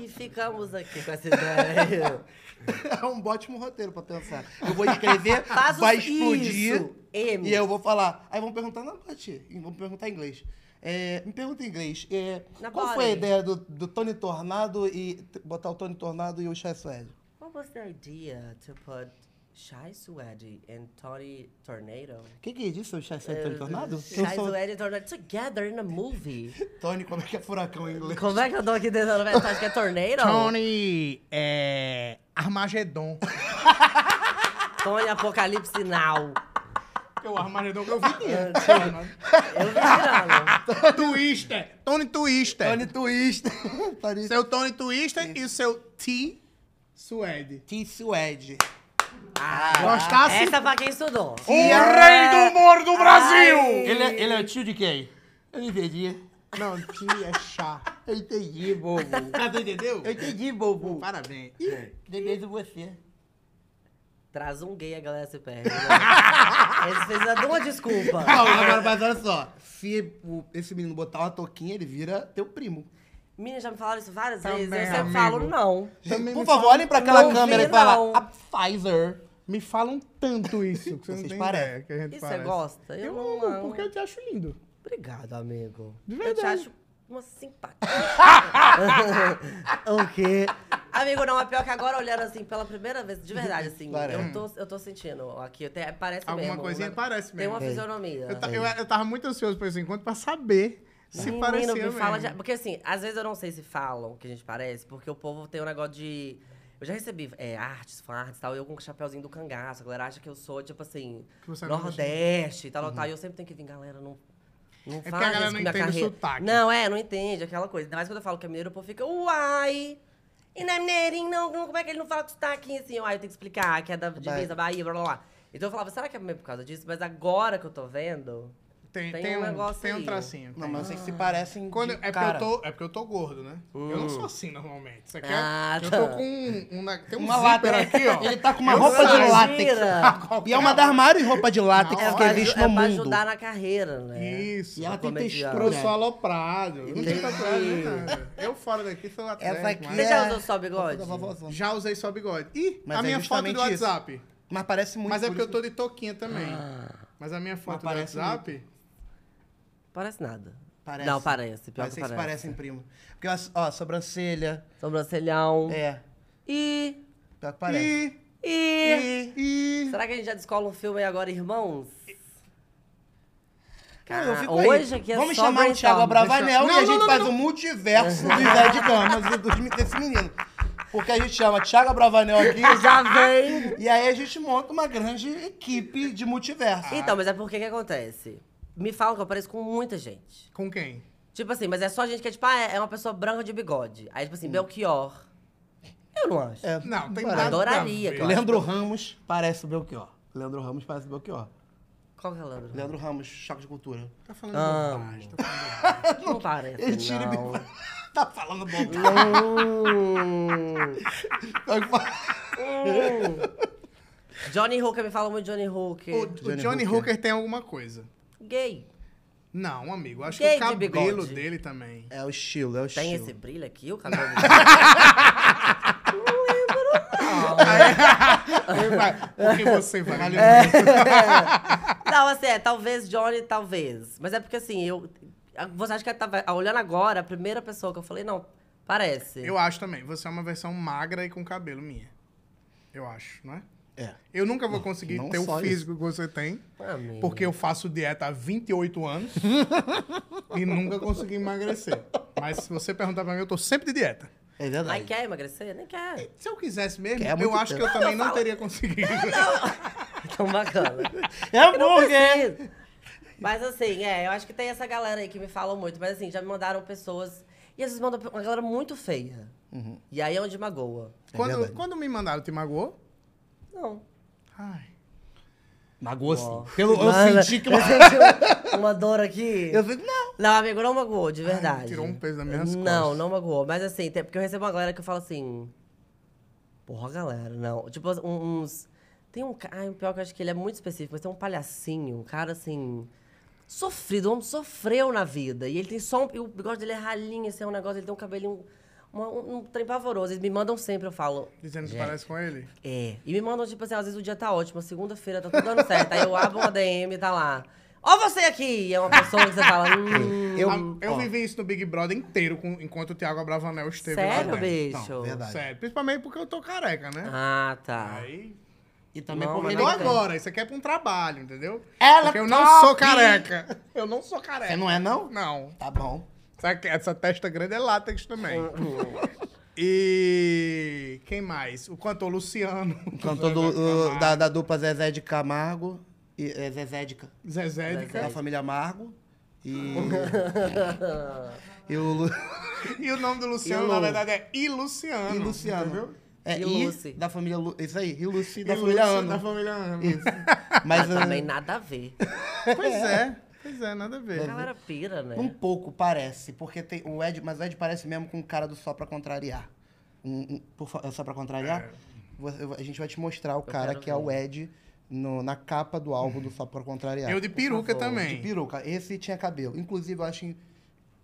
[SPEAKER 3] E ficamos aqui com essa ideia. <laughs>
[SPEAKER 1] <laughs> É um ótimo roteiro pra pensar. Eu vou escrever,
[SPEAKER 3] <laughs> Faz o-
[SPEAKER 1] vai explodir.
[SPEAKER 3] isso, M.
[SPEAKER 1] E eu vou falar. Aí vão perguntar, não, Pati, e vão perguntar em inglês. É, me pergunta em inglês. é,
[SPEAKER 3] Na
[SPEAKER 1] qual
[SPEAKER 3] body.
[SPEAKER 1] foi a ideia do, do Tony Tornado e. botar o Tony Tornado e o Chai Suede?
[SPEAKER 3] What was the idea to put Chai Suede and Tony Tornado?
[SPEAKER 1] O que, que é isso? O Chai Suede e Tony Tornado? Eu
[SPEAKER 3] Chai
[SPEAKER 1] sou
[SPEAKER 3] Suede and Tornado together in a movie.
[SPEAKER 1] Tony, como é que é furacão em inglês?
[SPEAKER 3] Como é que eu tô aqui dentro da novela? Você acha que é Tornado?
[SPEAKER 2] Tony é. Armagedon.
[SPEAKER 3] Tony Apocalipse Now.
[SPEAKER 1] <laughs>
[SPEAKER 2] Porque o Armagedon que é. eu vi dele.
[SPEAKER 3] Eu vi tirando.
[SPEAKER 2] <laughs> Twister. Tony Twister.
[SPEAKER 1] Tony Twist. <laughs> Tony
[SPEAKER 2] Seu Tony Twister e o seu T. Suede.
[SPEAKER 1] T. Suede.
[SPEAKER 2] Gostasse?
[SPEAKER 3] Essa é pra quem estudou.
[SPEAKER 2] O
[SPEAKER 1] é
[SPEAKER 2] rei do humor do Brasil!
[SPEAKER 1] Ele, é- ele é tio de quem? Eu não entendi.
[SPEAKER 2] Não, T é chá.
[SPEAKER 1] Eu entendi, bobo.
[SPEAKER 2] Ah, tu entendeu?
[SPEAKER 1] Eu entendi, bobo.
[SPEAKER 2] um Parabéns.
[SPEAKER 1] Deveria você.
[SPEAKER 3] Traz um gay, a galera se perde.
[SPEAKER 1] <laughs>
[SPEAKER 3] Né? Esse precisa de uma desculpa.
[SPEAKER 1] Não, agora, mas olha só. Se o- esse menino botar uma toquinha, ele vira teu primo.
[SPEAKER 3] Meninas já me falaram isso várias
[SPEAKER 2] Também,
[SPEAKER 3] vezes. Eu sempre
[SPEAKER 2] amigo.
[SPEAKER 3] falo não.
[SPEAKER 2] Também
[SPEAKER 1] Por
[SPEAKER 2] me
[SPEAKER 1] favor,
[SPEAKER 2] fala-
[SPEAKER 1] olhem pra aquela
[SPEAKER 3] Não vi,
[SPEAKER 1] câmera e
[SPEAKER 3] não.
[SPEAKER 1] fala, a Pfizer.
[SPEAKER 2] Me falam tanto isso que você não
[SPEAKER 1] Vocês
[SPEAKER 2] tem
[SPEAKER 1] parecem. é
[SPEAKER 2] ideia que a gente
[SPEAKER 3] E você
[SPEAKER 2] parece.
[SPEAKER 3] gosta?
[SPEAKER 2] Eu
[SPEAKER 3] não,
[SPEAKER 2] amo,
[SPEAKER 3] não.
[SPEAKER 2] porque eu te acho lindo.
[SPEAKER 3] Obrigado, amigo.
[SPEAKER 2] De
[SPEAKER 3] Eu te
[SPEAKER 2] verdade.
[SPEAKER 3] acho uma
[SPEAKER 2] <laughs>
[SPEAKER 3] simpatia.
[SPEAKER 1] Ah,
[SPEAKER 3] o quê? Amigo, não, é pior que agora olhando assim, pela primeira vez, de verdade, assim,
[SPEAKER 1] Parece.
[SPEAKER 3] eu tô, eu tô sentindo aqui, até parece
[SPEAKER 2] Alguma
[SPEAKER 3] mesmo.
[SPEAKER 2] coisinha
[SPEAKER 3] né?
[SPEAKER 2] parece
[SPEAKER 3] Tem
[SPEAKER 2] mesmo.
[SPEAKER 3] uma
[SPEAKER 2] Tem.
[SPEAKER 3] fisionomia.
[SPEAKER 2] Eu, ta- eu, eu tava muito ansioso por esse encontro pra saber se
[SPEAKER 3] Menino,
[SPEAKER 2] parecia
[SPEAKER 3] me
[SPEAKER 2] mesmo.
[SPEAKER 3] fala de- Porque assim, às vezes eu não sei se falam que a gente parece, porque o povo tem um negócio de. Eu já recebi é, artes, fan artes e tal, eu com o chapéuzinho do cangaço. A galera acha que eu sou, tipo assim,
[SPEAKER 2] Que você é Uhum.
[SPEAKER 3] Nordeste e tal, tal, tal. E eu sempre tenho que vir, galera, não. Não
[SPEAKER 2] É porque
[SPEAKER 3] faz
[SPEAKER 2] a galera
[SPEAKER 3] isso
[SPEAKER 2] não
[SPEAKER 3] com minha
[SPEAKER 2] entende o
[SPEAKER 3] carreira.
[SPEAKER 2] sotaque.
[SPEAKER 3] Não, é, não entende aquela coisa. Ainda mais quando eu falo que é mineiro, o povo fica, uai! E não é mineirinho, não, não, como é que ele não fala com sotaque assim? Uai, eu tenho que explicar que é da divisa, Bahia, blá blá blá. Então eu falava, será que é meio por causa disso? Mas agora que eu tô vendo.
[SPEAKER 2] Tem,
[SPEAKER 3] Tem
[SPEAKER 2] tem
[SPEAKER 3] um
[SPEAKER 2] um,
[SPEAKER 3] negócio
[SPEAKER 2] tem um
[SPEAKER 3] aí.
[SPEAKER 2] tracinho.
[SPEAKER 1] Não,
[SPEAKER 2] tem.
[SPEAKER 1] mas vocês se parecem
[SPEAKER 2] Quando-
[SPEAKER 1] de
[SPEAKER 2] é, porque
[SPEAKER 1] cara. Hum.
[SPEAKER 2] eu tô, é porque eu tô gordo, né? Eu não sou assim normalmente. Isso aqui é-
[SPEAKER 3] Ah,
[SPEAKER 2] eu
[SPEAKER 3] tá.
[SPEAKER 2] tô com um, um na- tem um
[SPEAKER 1] Uma
[SPEAKER 2] zíper
[SPEAKER 1] lata
[SPEAKER 2] aqui, ó.
[SPEAKER 1] Ele tá com uma
[SPEAKER 2] Eu
[SPEAKER 1] roupa
[SPEAKER 2] saio.
[SPEAKER 1] de látex.
[SPEAKER 3] Mentira.
[SPEAKER 1] E é uma das maiores roupas de látex
[SPEAKER 2] Não,
[SPEAKER 1] que
[SPEAKER 3] pra,
[SPEAKER 1] existe
[SPEAKER 3] aju- é
[SPEAKER 1] no
[SPEAKER 3] pra
[SPEAKER 1] mundo.
[SPEAKER 3] ajudar na carreira, né?
[SPEAKER 2] Isso.
[SPEAKER 1] E ela tem
[SPEAKER 3] Comediante.
[SPEAKER 2] Eu
[SPEAKER 1] textura. né?
[SPEAKER 2] sou aloprado. Eu não tenho
[SPEAKER 1] Entendi.
[SPEAKER 2] tatuagem, nada. Eu fora daqui sou atleta.
[SPEAKER 1] Essa aqui
[SPEAKER 2] mas-
[SPEAKER 3] Você
[SPEAKER 1] é-
[SPEAKER 3] já usou só bigode?
[SPEAKER 1] Da vovózona.
[SPEAKER 2] Já usei só bigode. Ih,
[SPEAKER 1] Mas
[SPEAKER 2] a
[SPEAKER 1] é
[SPEAKER 2] minha foto
[SPEAKER 1] justamente
[SPEAKER 2] do
[SPEAKER 1] isso.
[SPEAKER 2] WhatsApp.
[SPEAKER 1] Mas parece muito.
[SPEAKER 2] Mas é
[SPEAKER 1] por
[SPEAKER 2] porque eu
[SPEAKER 1] isso
[SPEAKER 2] tô de touquinha também. Mas a minha foto do
[SPEAKER 1] parece
[SPEAKER 2] WhatsApp...
[SPEAKER 3] Parece nada.
[SPEAKER 1] Parece.
[SPEAKER 3] Não, parece. Pior
[SPEAKER 1] Mas
[SPEAKER 3] que
[SPEAKER 1] vocês
[SPEAKER 3] parece.
[SPEAKER 1] parecem primo. Porque, ó, ó, sobrancelha.
[SPEAKER 3] Sobrancelhão.
[SPEAKER 1] É.
[SPEAKER 3] E...
[SPEAKER 1] Pior que parece.
[SPEAKER 3] E...
[SPEAKER 2] Ih,
[SPEAKER 3] Será que a gente já descola um filme aí agora, irmãos?
[SPEAKER 1] Cara, eu
[SPEAKER 3] Ah,
[SPEAKER 1] fico aí.
[SPEAKER 3] hoje aqui é
[SPEAKER 1] Vamos
[SPEAKER 3] só
[SPEAKER 1] chamar o Thiago
[SPEAKER 3] brainstorm.
[SPEAKER 1] Abravanel
[SPEAKER 2] Deixa eu-
[SPEAKER 1] e a
[SPEAKER 2] Não,
[SPEAKER 1] gente
[SPEAKER 2] não,
[SPEAKER 1] faz
[SPEAKER 2] não,
[SPEAKER 1] o multiverso do Zé de Camas e dos, desse menino. Porque a gente chama Thiago Abravanel aqui
[SPEAKER 3] <laughs>
[SPEAKER 1] <laughs>
[SPEAKER 3] Já vem!
[SPEAKER 1] e aí a gente monta uma grande equipe de multiverso.
[SPEAKER 3] Então, mas é porque que acontece? Me falam que eu pareço com muita gente.
[SPEAKER 2] Com quem?
[SPEAKER 3] Tipo assim, mas é só gente que é tipo, ah, é é uma pessoa branca de bigode. Aí, tipo assim, Belchior. Eu não acho.
[SPEAKER 1] Hum. É,
[SPEAKER 2] Não, tem
[SPEAKER 1] parece.
[SPEAKER 2] nada a
[SPEAKER 3] adoraria,
[SPEAKER 2] ver.
[SPEAKER 3] Eu claro.
[SPEAKER 1] Leandro Ramos parece o Belchior. Leandro Ramos parece o Belchior.
[SPEAKER 3] Qual que é o Leandro?
[SPEAKER 1] Leandro Ramos, choque de cultura.
[SPEAKER 2] Tá falando
[SPEAKER 3] Ah.
[SPEAKER 2] bobagem. Tá falando bobagem.
[SPEAKER 3] Não parece,
[SPEAKER 2] É
[SPEAKER 1] Ele tira e
[SPEAKER 3] não.
[SPEAKER 1] me... <laughs> Tá falando bom.
[SPEAKER 3] Hum.
[SPEAKER 1] <laughs>
[SPEAKER 3] <laughs> Johnny Hooker, me fala muito de Johnny Hooker.
[SPEAKER 2] O, o
[SPEAKER 1] Johnny
[SPEAKER 2] Johnny
[SPEAKER 1] Hooker.
[SPEAKER 2] Hooker tem alguma coisa.
[SPEAKER 3] Gay.
[SPEAKER 2] Não, amigo. Acho
[SPEAKER 3] Gay
[SPEAKER 2] que o
[SPEAKER 3] de
[SPEAKER 2] cabelo
[SPEAKER 3] bigode.
[SPEAKER 1] <laughs>
[SPEAKER 2] dele também.
[SPEAKER 1] É o estilo, é o
[SPEAKER 3] Tem
[SPEAKER 1] estilo.
[SPEAKER 3] esse brilho aqui, o cabelo dele?
[SPEAKER 2] Ele vai, Porque você vale
[SPEAKER 1] É.
[SPEAKER 2] muito.
[SPEAKER 3] Não, assim, é, talvez Johnny, talvez. Mas é porque assim, eu. Você acha que eu tava olhando agora, a primeira pessoa que eu falei, não, parece.
[SPEAKER 2] Eu acho também. Você é uma versão magra e com cabelo minha. Eu acho, não é?
[SPEAKER 1] É.
[SPEAKER 2] Eu nunca vou conseguir
[SPEAKER 1] não
[SPEAKER 2] ter o
[SPEAKER 1] só isso.
[SPEAKER 2] físico que você tem,
[SPEAKER 3] Amigo.
[SPEAKER 2] porque eu faço dieta há
[SPEAKER 1] <laughs>
[SPEAKER 2] 28 anos e nunca consegui emagrecer. Mas se você perguntar pra mim, eu tô sempre de dieta.
[SPEAKER 1] É
[SPEAKER 3] Ai,
[SPEAKER 1] verdade.
[SPEAKER 3] quer emagrecer? Nem quer.
[SPEAKER 2] Se eu quisesse mesmo,
[SPEAKER 1] Quer
[SPEAKER 2] eu
[SPEAKER 1] muito
[SPEAKER 2] acho que eu também não teria
[SPEAKER 1] <laughs>
[SPEAKER 2] conseguido.
[SPEAKER 3] Então bacana.
[SPEAKER 1] É hambúrguer!
[SPEAKER 3] Mas assim, é, eu acho que tem essa galera aí que me falam muito. Mas assim, já me mandaram pessoas. E às vezes mandam uma galera muito feia. E aí é onde magoa.
[SPEAKER 2] quando,
[SPEAKER 1] verdade.
[SPEAKER 2] quando me mandaram, te magoou?
[SPEAKER 3] Não.
[SPEAKER 2] Ai.
[SPEAKER 1] Magoou sim.
[SPEAKER 2] Pelo, eu
[SPEAKER 3] Mano,
[SPEAKER 2] senti que
[SPEAKER 3] eu <laughs>
[SPEAKER 2] <laughs>
[SPEAKER 3] senti uma dor aqui.
[SPEAKER 1] Eu fico, não.
[SPEAKER 3] Não, amigo, não magoou, de verdade.
[SPEAKER 2] tirou um peso das minhas
[SPEAKER 3] Não,
[SPEAKER 2] costas.
[SPEAKER 3] não magoou. Mas assim, tem- porque eu recebo uma galera que eu falo assim. Porra, galera, não. Tipo, um- uns. Tem um cara. Ai, o pior que eu acho que ele é muito específico, mas tem um palhacinho, um cara assim. Sofrido, um homem sofreu na vida. E ele tem só um. E o bigode dele é ralinho, esse é um negócio, ele tem um cabelinho. uma- um, um trem pavoroso. Eles me mandam sempre, eu falo.
[SPEAKER 2] Dizendo que parece com ele?
[SPEAKER 3] É. E me mandam, tipo assim, às vezes o dia tá ótimo, segunda-feira tá tudo dando certo. Aí eu abro uma DM e tá lá. Ó você aqui! E é uma pessoa que
[SPEAKER 2] <laughs>
[SPEAKER 3] você fala. Hum,
[SPEAKER 2] Eu, Ah, eu vivi isso no Big Brother inteiro, com- enquanto o Thiago Abravanel esteve
[SPEAKER 3] sério,
[SPEAKER 2] lá. dentro.
[SPEAKER 3] bicho?
[SPEAKER 1] Não, verdade.
[SPEAKER 2] Sério. Principalmente porque eu tô careca, né?
[SPEAKER 3] Ah, tá.
[SPEAKER 2] Aí.
[SPEAKER 1] E também
[SPEAKER 3] Não,
[SPEAKER 1] porque
[SPEAKER 3] mas
[SPEAKER 1] ele
[SPEAKER 2] Eu tô
[SPEAKER 3] não
[SPEAKER 1] não
[SPEAKER 3] entendo.
[SPEAKER 2] agora, isso aqui é pra um trabalho, entendeu?
[SPEAKER 1] Ela
[SPEAKER 2] porque eu
[SPEAKER 1] top!
[SPEAKER 2] não sou careca. <laughs> Eu não sou careca.
[SPEAKER 1] Você não é, não?
[SPEAKER 2] Não.
[SPEAKER 1] Tá bom.
[SPEAKER 2] Sabe que essa testa grande é látex também.
[SPEAKER 1] Hum,
[SPEAKER 2] <laughs> e quem mais? O cantor Luciano.
[SPEAKER 1] O cantor
[SPEAKER 2] <laughs>
[SPEAKER 1] do- o- da, da dupla Zezé de Camargo e é, Zezé de Ca- da
[SPEAKER 2] Zezédica.
[SPEAKER 1] família Amargo. E. e o Lu...
[SPEAKER 2] <laughs> E o nome do Luciano,
[SPEAKER 1] E
[SPEAKER 2] na
[SPEAKER 1] Lu.
[SPEAKER 2] verdade, é I Luciano.
[SPEAKER 1] e Luciano.
[SPEAKER 2] entendeu?
[SPEAKER 1] É,
[SPEAKER 3] E
[SPEAKER 1] e
[SPEAKER 3] Lucy.
[SPEAKER 1] da família Lu... Isso aí, e Lucy da
[SPEAKER 2] E
[SPEAKER 1] família
[SPEAKER 2] Luci-
[SPEAKER 1] Ana.
[SPEAKER 2] Da família Ana.
[SPEAKER 1] Isso. Mas
[SPEAKER 3] Mas também
[SPEAKER 1] ah,
[SPEAKER 3] nada a ver.
[SPEAKER 2] Pois é. <laughs> Pois é, nada a ver.
[SPEAKER 3] A galera pira, né?
[SPEAKER 1] um pouco parece, porque tem o Ed, mas o Ed parece mesmo com o cara do Só Pra Contrariar. Um, um- por fa- só Pra
[SPEAKER 2] É.
[SPEAKER 1] Contrariar? Vou- eu- a gente vai te mostrar o cara
[SPEAKER 3] quero
[SPEAKER 1] que é o Ed no- na capa do álbum do Só Pra Contrariar.
[SPEAKER 2] Eu de peruca
[SPEAKER 1] De
[SPEAKER 2] também.
[SPEAKER 1] peruca. Esse tinha cabelo. Inclusive, eu acho que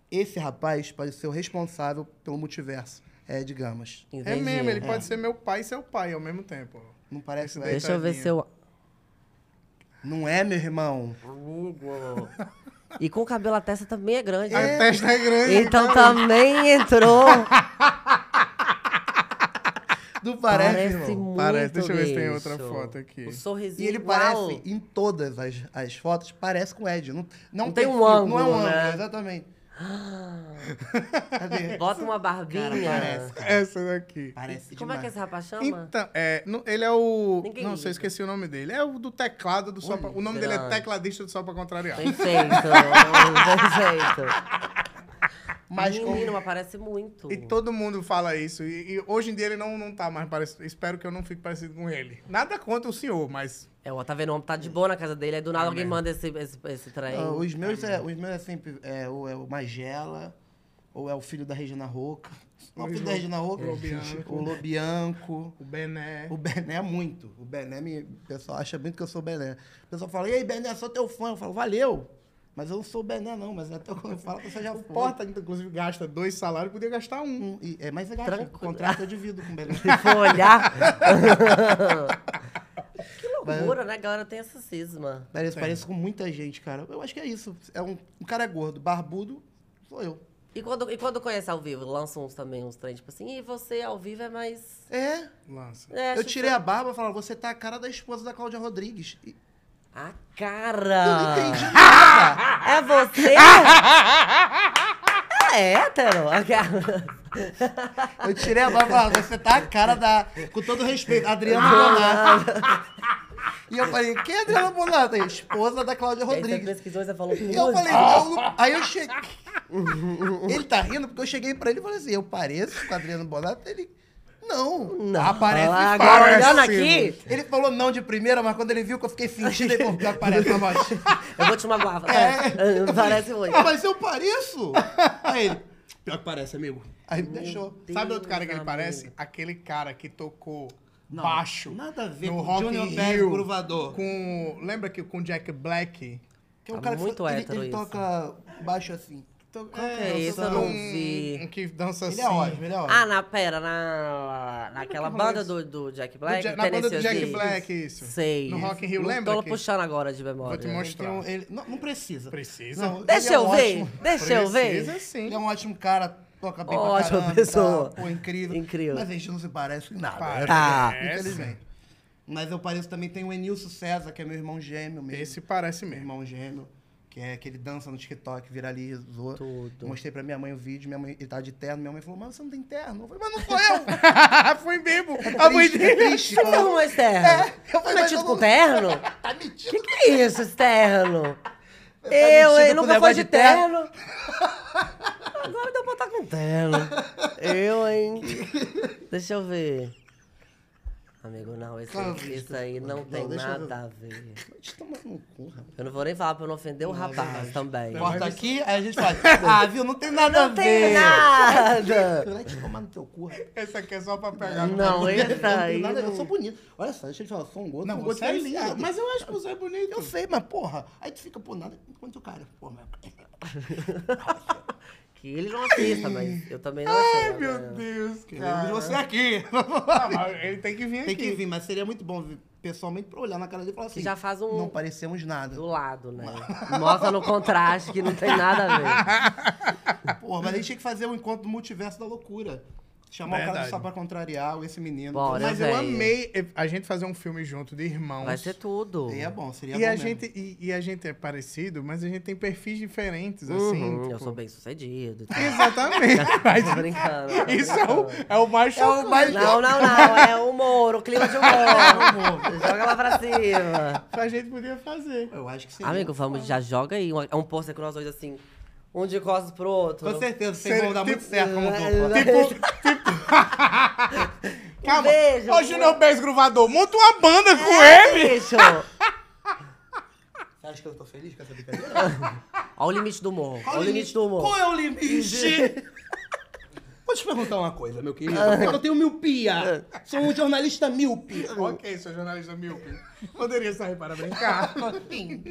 [SPEAKER 1] esse rapaz pode ser o responsável pelo multiverso. É de Gamas.
[SPEAKER 2] É
[SPEAKER 3] Entendi.
[SPEAKER 2] mesmo, ele pode ser meu pai e seu pai ao mesmo tempo.
[SPEAKER 1] Não parece
[SPEAKER 2] Esse
[SPEAKER 1] o
[SPEAKER 2] daí-
[SPEAKER 1] Ed.
[SPEAKER 3] Deixa eu ver se eu.
[SPEAKER 1] Não é, meu irmão?
[SPEAKER 2] <laughs>
[SPEAKER 3] Amigo. E com o cabelo a testa também é grande.
[SPEAKER 2] A testa é grande.
[SPEAKER 3] Então também
[SPEAKER 2] <laughs>
[SPEAKER 3] entrou.
[SPEAKER 1] Não parece,
[SPEAKER 3] Parece
[SPEAKER 1] irmão.
[SPEAKER 3] muito.
[SPEAKER 2] Parece, deixa eu ver se tem
[SPEAKER 3] bicho.
[SPEAKER 2] outra foto aqui.
[SPEAKER 3] O sorrisinho.
[SPEAKER 1] E ele
[SPEAKER 3] igual.
[SPEAKER 1] parece, em todas as, as fotos, parece com o Ed. Não, não,
[SPEAKER 3] Não tem um
[SPEAKER 1] fio, Não é um
[SPEAKER 3] ângulo,
[SPEAKER 1] ângulo,
[SPEAKER 3] né? <gasps>
[SPEAKER 1] exatamente. Cadê?
[SPEAKER 3] Bota uma barbinha.
[SPEAKER 1] Cara, parece.
[SPEAKER 2] Essa daqui.
[SPEAKER 1] Parece
[SPEAKER 3] Como é que
[SPEAKER 1] demais.
[SPEAKER 3] esse rapaz chama?
[SPEAKER 2] Então, é, no- ele é o.
[SPEAKER 3] Ninguém
[SPEAKER 2] não, sei, eu
[SPEAKER 3] liga.
[SPEAKER 2] esqueci o nome dele. É o do teclado do Só pra, O nome dele é
[SPEAKER 3] grande.
[SPEAKER 2] tecladista do Só pra Contrariar.
[SPEAKER 3] Perfeito. Perfeito.
[SPEAKER 1] Mas
[SPEAKER 3] Mas
[SPEAKER 1] como-
[SPEAKER 3] Menino, mas parece
[SPEAKER 2] <laughs>
[SPEAKER 3] muito.
[SPEAKER 2] E todo mundo fala isso. E, e hoje em dia ele não, não tá mais parecido. Espero que eu não fique parecido com ele. Nada contra o senhor, mas.
[SPEAKER 3] É, ó, tá vendo? O homem tá de boa na casa dele. Aí do
[SPEAKER 2] Tá
[SPEAKER 3] nada alguém manda esse, esse, esse trem.
[SPEAKER 1] Ah, os, meus é, os meus é sempre é, ou é o Magela, ou é o filho da Regina Roca. Não, o filho da Regina Roca.
[SPEAKER 2] Lobianco.
[SPEAKER 1] O Lobianco.
[SPEAKER 2] O Bené.
[SPEAKER 1] O Bené é muito. O Bené, me, o pessoal acha muito que eu sou o Bené. O pessoal fala, e aí, Bené, sou teu fã. Eu falo, valeu. Mas eu não sou o Bené, não. Mas até quando eu falo, você já foi.
[SPEAKER 2] O Porta, inclusive, gasta dois salários, podia gastar um.
[SPEAKER 1] Hum, e- é, mas é gato,
[SPEAKER 3] Tranquilo.
[SPEAKER 1] o contrato eu divido com o
[SPEAKER 3] <laughs>
[SPEAKER 1] Bené.
[SPEAKER 3] Se for olhar. que loucura, né? A galera tem essa cisma.
[SPEAKER 1] Parece, parece com muita gente, cara. Eu acho que é isso. É um, um cara gordo, barbudo, sou eu.
[SPEAKER 3] E quando, e quando conhece ao vivo, lançam uns também uns trem, tipo assim, e você ao vivo é mais.
[SPEAKER 1] É,
[SPEAKER 2] Lança.
[SPEAKER 3] É,
[SPEAKER 1] eu
[SPEAKER 3] acho
[SPEAKER 1] tirei
[SPEAKER 3] que-
[SPEAKER 1] a barba e falaram, você tá a cara da esposa da Cláudia Rodrigues. E-
[SPEAKER 3] a Ah.
[SPEAKER 1] Eu não entendi
[SPEAKER 3] cara!
[SPEAKER 1] nada.
[SPEAKER 3] <laughs>
[SPEAKER 1] <laughs>
[SPEAKER 3] É você? Ela é hétero? A cara-
[SPEAKER 1] Eu tirei a barba e falaram, você tá a cara da... Com todo respeito, Adriana Bonato. <laughs> E eu falei, quem é Adriana Bonato? Aí, Esposa da Cláudia
[SPEAKER 3] E aí você
[SPEAKER 1] Rodrigues.
[SPEAKER 3] pesquisou e você falou.
[SPEAKER 1] E eu
[SPEAKER 3] "Putz".
[SPEAKER 1] falei, eu não- aí eu cheguei. <laughs> Ele tá rindo porque eu cheguei pra ele e falei assim: eu pareço com o Adriano Bonato? Ele. Não.
[SPEAKER 3] Não.
[SPEAKER 1] Aparece
[SPEAKER 3] Ah,
[SPEAKER 1] e
[SPEAKER 3] agora
[SPEAKER 1] fala.
[SPEAKER 3] olhando aqui.
[SPEAKER 1] Ele falou não de primeira, mas quando ele viu que eu fiquei fingindo, ele falou: "Pior que parece uma voz.
[SPEAKER 3] Eu vou te magoar.
[SPEAKER 1] É.
[SPEAKER 3] <laughs> É. Parece muito.
[SPEAKER 1] Ah, mas eu pareço? Aí ele. Pior que parece, amigo. Aí me deixou.
[SPEAKER 2] Sabe outro
[SPEAKER 3] Deus,
[SPEAKER 2] cara que ele
[SPEAKER 3] amigo.
[SPEAKER 2] parece? Aquele cara que tocou baixo.
[SPEAKER 1] nada a ver
[SPEAKER 2] no
[SPEAKER 1] com
[SPEAKER 2] Rock
[SPEAKER 1] Junior
[SPEAKER 2] in
[SPEAKER 1] Bell,
[SPEAKER 2] Rio,
[SPEAKER 1] Gruvador.
[SPEAKER 2] Com, lembra que com Jack Black?
[SPEAKER 1] Que é um
[SPEAKER 3] Tá
[SPEAKER 1] cara que
[SPEAKER 3] muito
[SPEAKER 1] ele,
[SPEAKER 3] hétero
[SPEAKER 1] ele
[SPEAKER 3] isso.
[SPEAKER 1] toca baixo assim.
[SPEAKER 2] Qual
[SPEAKER 3] que é esse? Eu não vi.
[SPEAKER 2] Um que dança
[SPEAKER 1] Ele
[SPEAKER 2] assim.
[SPEAKER 1] é ótimo, ele é ótimo.
[SPEAKER 3] Ah, na, pera, na, naquela
[SPEAKER 2] que rolou
[SPEAKER 3] banda
[SPEAKER 2] isso?
[SPEAKER 3] do, do Jack Black?
[SPEAKER 2] Do Ja- na banda do
[SPEAKER 3] Tennessee
[SPEAKER 2] Jack
[SPEAKER 3] Wills.
[SPEAKER 2] Black, isso.
[SPEAKER 3] Sei.
[SPEAKER 2] No Rock in Rio,
[SPEAKER 3] Não
[SPEAKER 2] lembra
[SPEAKER 3] Tô
[SPEAKER 2] que-
[SPEAKER 3] puxando então. agora de memória.
[SPEAKER 2] Vou
[SPEAKER 1] Ele
[SPEAKER 2] te
[SPEAKER 1] tem
[SPEAKER 2] mostrar.
[SPEAKER 1] um- ele- não, não precisa.
[SPEAKER 2] Precisa?
[SPEAKER 1] Não,
[SPEAKER 3] Deixa
[SPEAKER 1] ele é
[SPEAKER 3] eu
[SPEAKER 1] um
[SPEAKER 3] ver,
[SPEAKER 1] ótimo-
[SPEAKER 3] deixa eu ver.
[SPEAKER 2] Precisa sim.
[SPEAKER 1] Ele é um ótimo cara, toca bem pra
[SPEAKER 3] Ótima
[SPEAKER 1] caramba,
[SPEAKER 3] pessoa.
[SPEAKER 1] tá? Pô, incrível.
[SPEAKER 3] Incrível.
[SPEAKER 1] Mas a gente não se parece em nada. É,
[SPEAKER 2] Parece.
[SPEAKER 3] Tá.
[SPEAKER 1] Infelizmente. Mas eu pareço também, tem o Enilson César, que é meu irmão gêmeo mesmo.
[SPEAKER 2] Esse parece
[SPEAKER 3] <laughs>
[SPEAKER 1] Meu
[SPEAKER 2] mesmo.
[SPEAKER 1] irmão gêmeo, que é que ele dança no TikTok, viralizou.
[SPEAKER 3] Tudo.
[SPEAKER 1] Mostrei pra minha mãe o vídeo, minha mãe, ele tava de terno, minha mãe falou, mas você não tem terno? Eu falei, mas não sou eu!
[SPEAKER 2] <laughs> Fui mesmo.
[SPEAKER 1] É
[SPEAKER 2] A mãe
[SPEAKER 1] triste, é
[SPEAKER 2] dele.
[SPEAKER 1] triste.
[SPEAKER 3] Você arrumou esse terno?
[SPEAKER 1] É, eu falei,
[SPEAKER 3] tá
[SPEAKER 1] mas
[SPEAKER 3] metido
[SPEAKER 1] eu
[SPEAKER 3] com
[SPEAKER 1] não-
[SPEAKER 3] terno?
[SPEAKER 1] Tá mentindo.
[SPEAKER 3] Que que é isso, esse terno?
[SPEAKER 1] Tá
[SPEAKER 3] Eu,
[SPEAKER 1] metido
[SPEAKER 3] hein?
[SPEAKER 1] com
[SPEAKER 3] Nunca foi
[SPEAKER 1] negócio
[SPEAKER 3] de
[SPEAKER 1] de terno?
[SPEAKER 3] terno. Agora deu pra estar com terno. Eu, hein? Deixa eu ver. Amigo, não, esse, esse aí não, tem
[SPEAKER 1] deixa eu ver.
[SPEAKER 3] nada a ver.
[SPEAKER 1] Te toma no cu, rapaz.
[SPEAKER 3] Eu não vou nem falar pra não ofender o rapaz
[SPEAKER 2] Tá
[SPEAKER 3] também.
[SPEAKER 4] Corta aqui, aí a gente
[SPEAKER 1] <laughs>
[SPEAKER 4] faz. Ah, viu? Não tem nada a
[SPEAKER 3] Não tem
[SPEAKER 4] ver.
[SPEAKER 3] nada!
[SPEAKER 1] Vai te tomar no teu cu, rapaz.
[SPEAKER 2] Essa aqui é só pra pegar. no-
[SPEAKER 3] Não,
[SPEAKER 1] Não
[SPEAKER 3] esse
[SPEAKER 1] tem
[SPEAKER 3] aí.
[SPEAKER 1] nada, eu
[SPEAKER 3] não-
[SPEAKER 1] sou bonito. Olha só, deixa eu te falar, eu sou um gordo.
[SPEAKER 2] Não,
[SPEAKER 1] um gordo
[SPEAKER 2] você é lindo.
[SPEAKER 1] diferenciado.
[SPEAKER 2] Mas eu acho que você é bonito.
[SPEAKER 1] Eu sei, mas porra, aí tu fica por nada enquanto o cara, porra, meu.
[SPEAKER 3] Que ele não assista, mas eu também não assisto.
[SPEAKER 2] Ai, meu
[SPEAKER 3] né?
[SPEAKER 2] Deus,
[SPEAKER 1] Queremos
[SPEAKER 2] cara.
[SPEAKER 1] você
[SPEAKER 3] <laughs>
[SPEAKER 1] aqui.
[SPEAKER 2] Ah, mas ele tem que vir
[SPEAKER 1] Tem que
[SPEAKER 2] aqui.
[SPEAKER 1] vir, mas seria muito bom vir pessoalmente pra olhar na cara dele e falar assim.
[SPEAKER 3] já faz um-
[SPEAKER 1] Não parecemos nada.
[SPEAKER 3] Do lado, né? Mostra no contraste que não tem nada a ver.
[SPEAKER 1] Porra,
[SPEAKER 2] Uhum.
[SPEAKER 1] mas a gente tinha que fazer o encontro do multiverso da loucura. Chamar o cara
[SPEAKER 2] Verdade.
[SPEAKER 1] do só pra contrariar o- esse menino.
[SPEAKER 3] Bora.
[SPEAKER 2] Mas eu
[SPEAKER 3] velho.
[SPEAKER 2] amei a gente fazer um filme junto de irmãos.
[SPEAKER 3] Vai ser tudo.
[SPEAKER 1] E é bom, seria
[SPEAKER 2] E
[SPEAKER 1] bom
[SPEAKER 2] a,
[SPEAKER 1] mesmo.
[SPEAKER 2] gente, e, e a gente é parecido, mas a gente tem perfis diferentes, assim.
[SPEAKER 3] Uhum,
[SPEAKER 2] tipo-
[SPEAKER 3] eu sou bem sucedido. tá?
[SPEAKER 2] Exatamente. <laughs>
[SPEAKER 3] Tô
[SPEAKER 2] Mas
[SPEAKER 3] brincando. tô
[SPEAKER 2] é isso é o,
[SPEAKER 3] brincando.
[SPEAKER 2] é o mais
[SPEAKER 1] É o mais-
[SPEAKER 2] chocante.
[SPEAKER 3] Não, não, não. É humor, o clima de humor. Joga lá pra cima.
[SPEAKER 2] que a gente podia fazer.
[SPEAKER 1] Eu acho que seria.
[SPEAKER 3] Amigo, vamos, já joga aí. um- É um pôster com nós dois assim. Um de costas pro outro.
[SPEAKER 1] Com certeza, vocês
[SPEAKER 2] Seria
[SPEAKER 1] vão dar muito
[SPEAKER 2] tipo-
[SPEAKER 1] certo como dupla.
[SPEAKER 3] <laughs>
[SPEAKER 2] Tipo, calma.
[SPEAKER 3] beijo, É.
[SPEAKER 2] Hoje não é o Bess Gruvador. Monta uma banda com ele.
[SPEAKER 3] Bicho!
[SPEAKER 1] Você acha que eu tô feliz com essa brincadeira?
[SPEAKER 3] Olha o limite do humor. Olha o limite do humor.
[SPEAKER 1] Qual é o limite? <laughs> Vou te perguntar uma coisa, meu querido. É que eu tenho miopia. Sou um jornalista míope.
[SPEAKER 2] Ok, seu jornalista míope. Poderia sair para brincar.
[SPEAKER 1] assim?